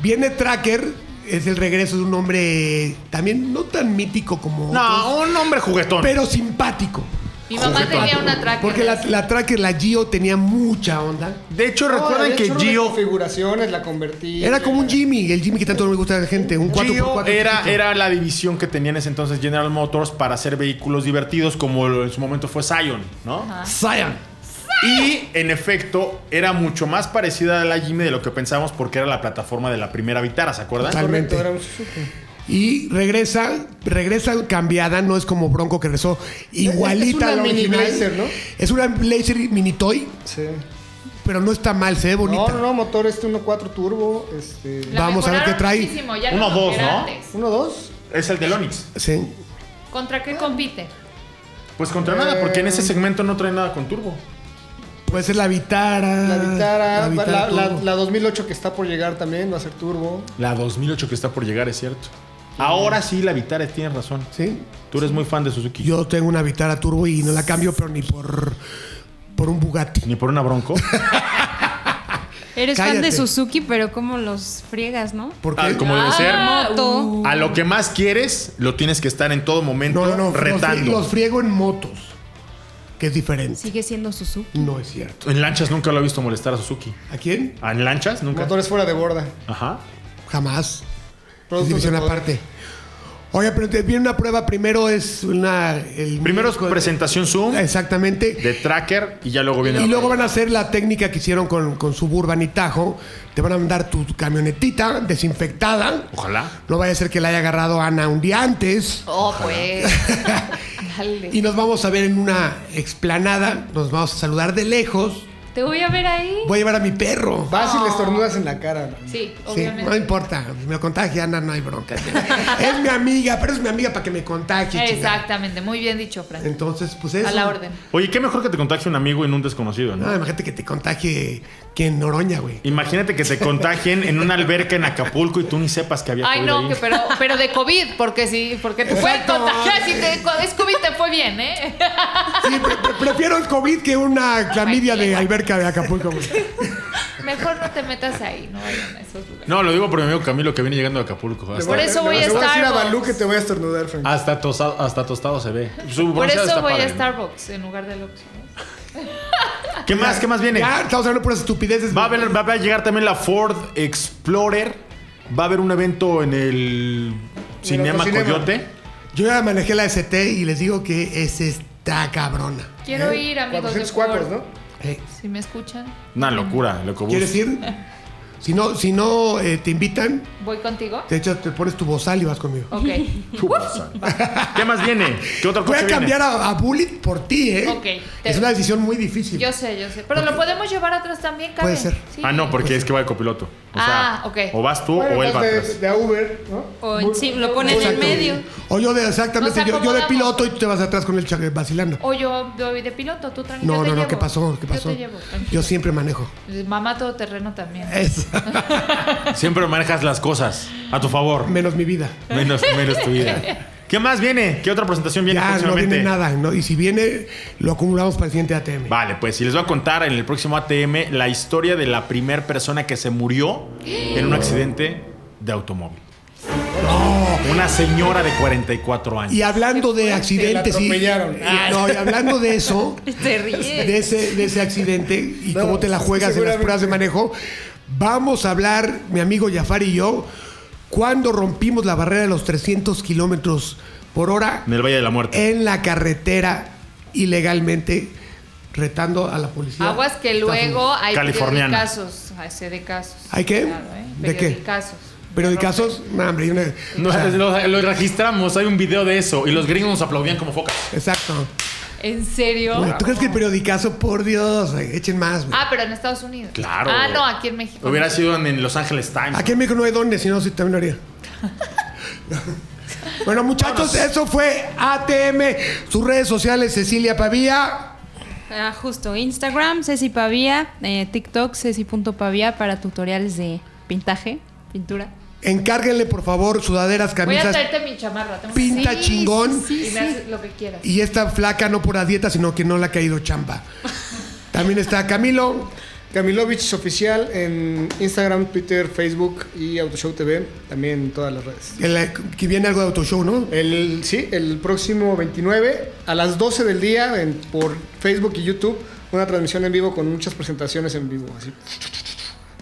Speaker 2: Viene Tracker. Es el regreso de un hombre también no tan mítico como otros,
Speaker 13: No, un hombre juguetón.
Speaker 2: pero simpático.
Speaker 6: Mi mamá tenía una tracker.
Speaker 2: Porque la, la Tracker, la Gio, tenía mucha onda.
Speaker 3: De hecho,
Speaker 5: No,
Speaker 3: recuerdan
Speaker 5: había
Speaker 3: que
Speaker 5: hecho unas
Speaker 3: Gio
Speaker 5: configuraciones, la convertí.
Speaker 2: Era como un Jimmy, el Jimmy que tanto no me gusta a la gente. Un 4
Speaker 3: Gio era, era la división que tenía en ese entonces General Motors para hacer vehículos divertidos como lo- en su momento fue Scion, ¿no?
Speaker 2: Zion.
Speaker 3: Y en efecto era mucho más parecida a la Jimmy de lo que pensábamos porque era la plataforma de la primera Vitara, ¿se acuerdan?
Speaker 2: Total.
Speaker 5: Correcto,
Speaker 2: Totalmente.
Speaker 5: era un Suzuki.
Speaker 2: Y regresa, regresa cambiada, no es como Bronco que rezó igualita
Speaker 5: Es
Speaker 2: a
Speaker 5: una
Speaker 2: la
Speaker 5: mini
Speaker 2: original.
Speaker 5: Blazer, ¿no?
Speaker 2: Es una Blazer mini toy,
Speaker 5: Sí.
Speaker 2: pero no está mal, se ve bonita.
Speaker 5: No, no, no, motor este 1.4 turbo, este...
Speaker 6: La
Speaker 2: Vamos a ver qué
Speaker 6: mejoraron
Speaker 2: trae.
Speaker 6: muchísimo, ya
Speaker 3: Uno,
Speaker 6: lo
Speaker 3: dos,
Speaker 6: era
Speaker 3: ¿no?
Speaker 6: antes.
Speaker 5: 1.2.
Speaker 3: Es el del Onix.
Speaker 2: Sí.
Speaker 6: ¿Contra qué compite?
Speaker 3: Pues contra nada, porque en ese segmento no trae nada con turbo.
Speaker 2: Puede ser la Vitara.
Speaker 5: La Vitara, la,
Speaker 2: Ah, Vitara
Speaker 5: la-
Speaker 2: todo.
Speaker 5: la 2008 que está por llegar también, va a ser turbo.
Speaker 3: La 2008 que está por llegar, es cierto. Ahora sí, la Vitara, tienes razón.
Speaker 2: Sí.
Speaker 3: Tú eres muy fan de Suzuki.
Speaker 2: Yo tengo una Vitara turbo y no la cambio, pero ni por, por un Bugatti.
Speaker 3: Ni por una bronco.
Speaker 4: Eres fan
Speaker 2: Cállate.
Speaker 4: de Suzuki, pero como los friegas, ¿no?
Speaker 2: Porque
Speaker 3: Ah, como debe ser.
Speaker 4: Moto.
Speaker 3: A lo que más quieres, lo tienes que estar en todo momento
Speaker 2: no, no, no, los frie-
Speaker 3: retando.
Speaker 2: Los friego en motos, que es diferente.
Speaker 4: Sigue siendo Suzuki.
Speaker 2: No es cierto.
Speaker 3: En lanchas nunca lo he visto molestar a Suzuki.
Speaker 2: ¿A quién?
Speaker 3: Ah, ¿En lanchas? Nunca.
Speaker 5: Motores fuera de borda.
Speaker 3: Ajá.
Speaker 2: Jamás. Es
Speaker 5: Productos
Speaker 2: división
Speaker 5: de poder.
Speaker 2: aparte. Oye, pero te viene una prueba. Primero es una. El
Speaker 3: Primero es presentación Zoom
Speaker 2: Exactamente.
Speaker 3: de tracker y ya luego viene.
Speaker 2: Y
Speaker 3: la
Speaker 2: luego
Speaker 3: prueba.
Speaker 2: van a hacer la técnica que hicieron con, con Suburban y Tajo. Te van a mandar tu camionetita desinfectada.
Speaker 3: Ojalá.
Speaker 2: No vaya a ser que la haya agarrado Ana un día antes.
Speaker 6: Oh, pues. Dale.
Speaker 2: Y nos vamos a ver en una explanada. Nos vamos a saludar de lejos.
Speaker 6: Te voy a ver ahí.
Speaker 2: Voy a llevar a mi perro.
Speaker 5: Vas y le estornudas en la cara. ¿no?
Speaker 2: Sí,
Speaker 6: Sí, obviamente.
Speaker 2: no importa, me contagia, Ana, no hay bronca. es mi amiga, pero es mi amiga para que me contagie. chingada.
Speaker 6: Exactamente, muy bien dicho, Fran.
Speaker 2: Entonces, pues eso.
Speaker 6: A la orden.
Speaker 3: Oye, qué mejor que te contagie un amigo en un desconocido, ¿no?
Speaker 2: No, imagínate que te contagie que en Noroña, güey.
Speaker 3: Imagínate que te contagien en una alberca en Acapulco y tú ni sepas que había
Speaker 6: Ay,
Speaker 3: COVID
Speaker 6: no,
Speaker 3: ahí.
Speaker 6: que pero, pero de COVID, porque sí, porque te pueden
Speaker 2: Exacto.
Speaker 6: contagiar. Si te, es COVID, te fue bien, ¿eh?
Speaker 2: Sí, pre- pre- prefiero el COVID que una clamidia de alberca de Acapulco, güey.
Speaker 6: Mejor no te metas ahí, no vayan a esos lugares.
Speaker 3: No, lo digo por mi amigo Camilo que viene llegando a Acapulco.
Speaker 5: Te
Speaker 3: Hasta,
Speaker 6: Por
Speaker 5: voy a-
Speaker 6: eso voy
Speaker 5: le
Speaker 6: a
Speaker 5: voy a decir a
Speaker 6: Starbucks.
Speaker 5: Balú que te voy a estornudar, Frank.
Speaker 3: hasta tostado, hasta tostado se ve. Su
Speaker 6: Por
Speaker 3: bronceado
Speaker 6: eso
Speaker 3: está
Speaker 6: voy a
Speaker 3: padre.
Speaker 6: Starbucks en lugar del Oxxo. ¿no?
Speaker 3: ¿Qué más? ¿Qué más viene?
Speaker 2: Ya, estamos hablando puras estupideces.
Speaker 3: Va a, haber- va a llegar también la Ford Explorer. Va a haber un evento en el Cinema
Speaker 5: Autocinema.
Speaker 3: Coyote.
Speaker 2: Yo ya manejé la ST y les digo que es esta cabrona.
Speaker 6: Quiero
Speaker 5: ¿Eh?
Speaker 6: ir, amigos. De
Speaker 5: 400 cuacos,
Speaker 6: Ford.
Speaker 5: ¿no?
Speaker 2: Eh,
Speaker 6: Si me escuchan,
Speaker 3: Una locura, loco.
Speaker 2: ¿Quieres ir? Si no, si no eh, te invitan,
Speaker 6: voy contigo.
Speaker 2: de hecho te pones tu bozal y vas conmigo.
Speaker 3: Ah,
Speaker 6: Ok,
Speaker 3: ¿Qué más viene? ¿Qué otro
Speaker 2: Voy a
Speaker 3: coche viene?
Speaker 2: cambiar a, a Bullet por ti, ¿eh?
Speaker 6: Ok, te-
Speaker 2: Es una decisión muy difícil.
Speaker 6: yo sé, yo sé. Pero lo podemos llevar atrás también, Karen.
Speaker 2: Puede ser.
Speaker 6: Sí.
Speaker 3: Ah, no, porque es que va de copiloto. O sea,
Speaker 6: Ah, ok.
Speaker 3: O vas tú
Speaker 5: Bueno,
Speaker 3: o él
Speaker 5: vas
Speaker 3: va
Speaker 5: de,
Speaker 3: atrás.
Speaker 5: de a Uber, ¿no?
Speaker 4: O en- sí, lo ponen en
Speaker 2: Exacto.
Speaker 4: medio.
Speaker 2: O yo de exactamente,
Speaker 6: Nos
Speaker 2: yo, yo de
Speaker 6: acomodamos.
Speaker 2: piloto y tú te vas atrás con el chaque vacilando.
Speaker 6: O yo voy de piloto, tú tranquilo.
Speaker 2: No,
Speaker 6: yo te
Speaker 2: no, no,
Speaker 6: llevo.
Speaker 2: ¿qué pasó? ¿Qué
Speaker 6: Yo
Speaker 2: pasó?
Speaker 6: te llevo. tranquilo.
Speaker 2: Yo siempre manejo.
Speaker 6: Mamá todoterreno también.
Speaker 2: Es,
Speaker 3: Siempre manejas las cosas a tu favor.
Speaker 2: menos mi vida.
Speaker 3: Menos, menos tu vida. ¿Qué más viene? ¿Qué otra presentación viene
Speaker 2: Ya no
Speaker 3: próximamente?
Speaker 2: viene nada, ¿no? Y si viene, lo acumulamos para el siguiente ATM.
Speaker 3: Vale, pues si les voy a contar en el próximo ATM la historia de la primera persona que se murió en un accidente de automóvil. Una señora de 44 años.
Speaker 2: Y
Speaker 5: Ah,
Speaker 2: hablando de accidentes y,
Speaker 5: atropellaron. Ah.
Speaker 2: y- no, y hablando de eso,
Speaker 4: Te ríes.
Speaker 2: de ese, de ese accidente y
Speaker 5: No,
Speaker 2: cómo te la juegas en las
Speaker 5: seguramente.
Speaker 2: pruebas de manejo, vamos a hablar, mi amigo Jafar y yo, cuando rompimos la barrera de los 300 kilómetros por hora
Speaker 3: En el Valle de la Muerte.
Speaker 2: en la carretera ilegalmente, retando a la policía.
Speaker 6: Aguas que
Speaker 2: Estados
Speaker 6: luego
Speaker 2: Unidos.
Speaker 6: hay
Speaker 3: Californiana.
Speaker 6: casos. Ay, sé de casos. ¿eh?
Speaker 2: ¿Hay qué? ¿De
Speaker 6: ¿De
Speaker 2: qué?
Speaker 6: qué? casos.
Speaker 2: Pero de casos, no, hombre, hay una-
Speaker 3: No,
Speaker 2: o sea,
Speaker 3: lo, lo registramos, hay un video de eso. Y los gringos nos aplaudían como focas.
Speaker 2: exacto.
Speaker 6: ¿En serio?
Speaker 2: Güey, ¿Tú crees que el periodicazo, por Dios, güey, echen más? güey.
Speaker 6: Ah, pero en Estados Unidos.
Speaker 3: Claro.
Speaker 6: Ah, no, aquí en México.
Speaker 3: Hubiera sido en, en Los Ángeles Times.
Speaker 2: Aquí en México no hay dónde, si no, sí también lo haría. bueno, muchachos, eso fue ATM. Sus redes sociales, Cecilia Pavía.
Speaker 4: Ah, justo. Instagram, Ceci Pavía. eh, TikTok, Ceci.pavía para tutoriales de pintaje, pintura.
Speaker 2: Encárguenle, por favor, sudaderas,
Speaker 6: Voy a
Speaker 2: camisas.
Speaker 6: traerte mi chamarra. tengo-
Speaker 2: Pinta
Speaker 6: Sí,
Speaker 2: chingón.
Speaker 6: sí, sí, y me haces lo que quieras.
Speaker 2: Y esta flaca no por la dieta, sino que no le ha caído chamba. También está Camilo.
Speaker 5: Camilovich Oficial en Instagram, Twitter, Facebook y Autoshow TV, también en todas las redes.
Speaker 2: el- que viene algo de autoshow, ¿no?
Speaker 5: El, sí, el próximo 29 a las 12 del día en- por Facebook y YouTube, una transmisión en vivo con muchas presentaciones en vivo. Así.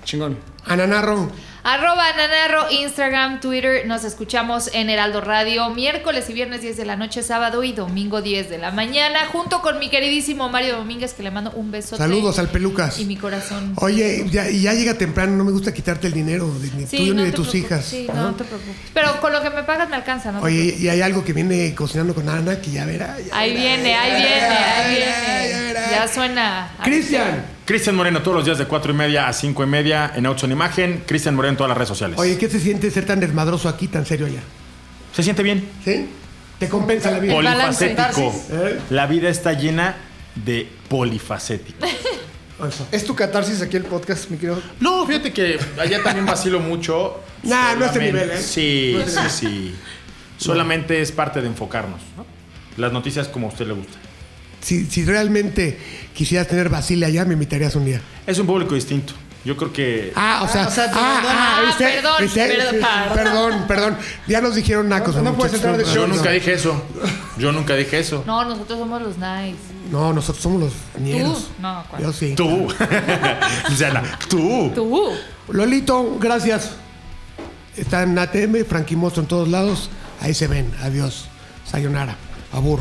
Speaker 5: Chingón.
Speaker 2: Ananarro.
Speaker 6: Arroba Nanarro, Instagram, Twitter. Nos escuchamos en Heraldo Radio miércoles y viernes 10 de la noche, sábado y domingo 10 de la mañana, junto con mi queridísimo Mario Domínguez, que le mando un beso.
Speaker 2: Saludos al Pelucas.
Speaker 6: Y mi corazón.
Speaker 2: Oye, ya, ya llega temprano, no me gusta quitarte el dinero de, ni
Speaker 6: Sí,
Speaker 2: tuyo
Speaker 6: no
Speaker 2: ni de
Speaker 6: te
Speaker 2: tus
Speaker 6: preocupes,
Speaker 2: hijas.
Speaker 6: Sí,
Speaker 2: ¿no?
Speaker 6: no, te preocupes. Pero con lo que me pagas me alcanza, ¿no? te
Speaker 2: Oye, y hay algo que viene cocinando con Ana que ya verá. ya
Speaker 6: Ahí
Speaker 2: verá,
Speaker 6: viene,
Speaker 2: ya
Speaker 6: ahí
Speaker 2: verá,
Speaker 6: viene,
Speaker 2: ya
Speaker 6: ahí
Speaker 2: verá, ya
Speaker 6: viene.
Speaker 2: verá.
Speaker 6: Ya suena.
Speaker 2: Cristian.
Speaker 3: Cristian Moreno todos los días de 4 y media a 5 y media en Autos en Imagen. Cristian Moreno en todas las redes sociales.
Speaker 2: Oye, ¿qué se siente ser tan desmadroso aquí, tan serio allá?
Speaker 3: ¿Se siente bien?
Speaker 2: ¿Sí? Te compensa la vida.
Speaker 4: Poli-
Speaker 3: Polifacético.
Speaker 4: Balance.
Speaker 2: ¿Eh?
Speaker 3: La vida está llena de polifacético.
Speaker 2: Eso.
Speaker 5: ¿Es tu catarsis aquí el podcast, mi querido?
Speaker 3: No, fíjate que allá también vacilo mucho.
Speaker 2: Nah, no es de
Speaker 3: Solamente-
Speaker 2: nivel, ¿eh?
Speaker 3: Sí, sí, sí. Solamente es parte de enfocarnos. ¿no? Las noticias como a usted le gusta.
Speaker 2: Si, si realmente quisieras tener Basile allá, me invitarías un día.
Speaker 3: Es un público distinto. Yo creo que.
Speaker 2: Ah, o sea, ah,
Speaker 5: o sea,
Speaker 2: ah,
Speaker 6: perdón.
Speaker 2: ¿viste?
Speaker 6: Ah, perdón,
Speaker 2: ¿Viste?
Speaker 6: perdón.
Speaker 2: Sí, sí, perdón, perdón. Ya nos dijeron nacos.
Speaker 5: No, no puedes
Speaker 2: muchachos.
Speaker 5: entrar de
Speaker 3: yo
Speaker 5: shorts.
Speaker 3: nunca dije eso. Yo nunca dije eso.
Speaker 6: No, nosotros somos los nice.
Speaker 2: No, nosotros somos los ñeros.
Speaker 6: No, ¿cuál?
Speaker 2: Yo sí.
Speaker 3: Tú. Luciana, tú.
Speaker 6: Tú.
Speaker 2: Lolito, gracias. Está en ATM, Frankie Mostro en todos lados. Ahí se ven. Adiós. Sayonara. Abur.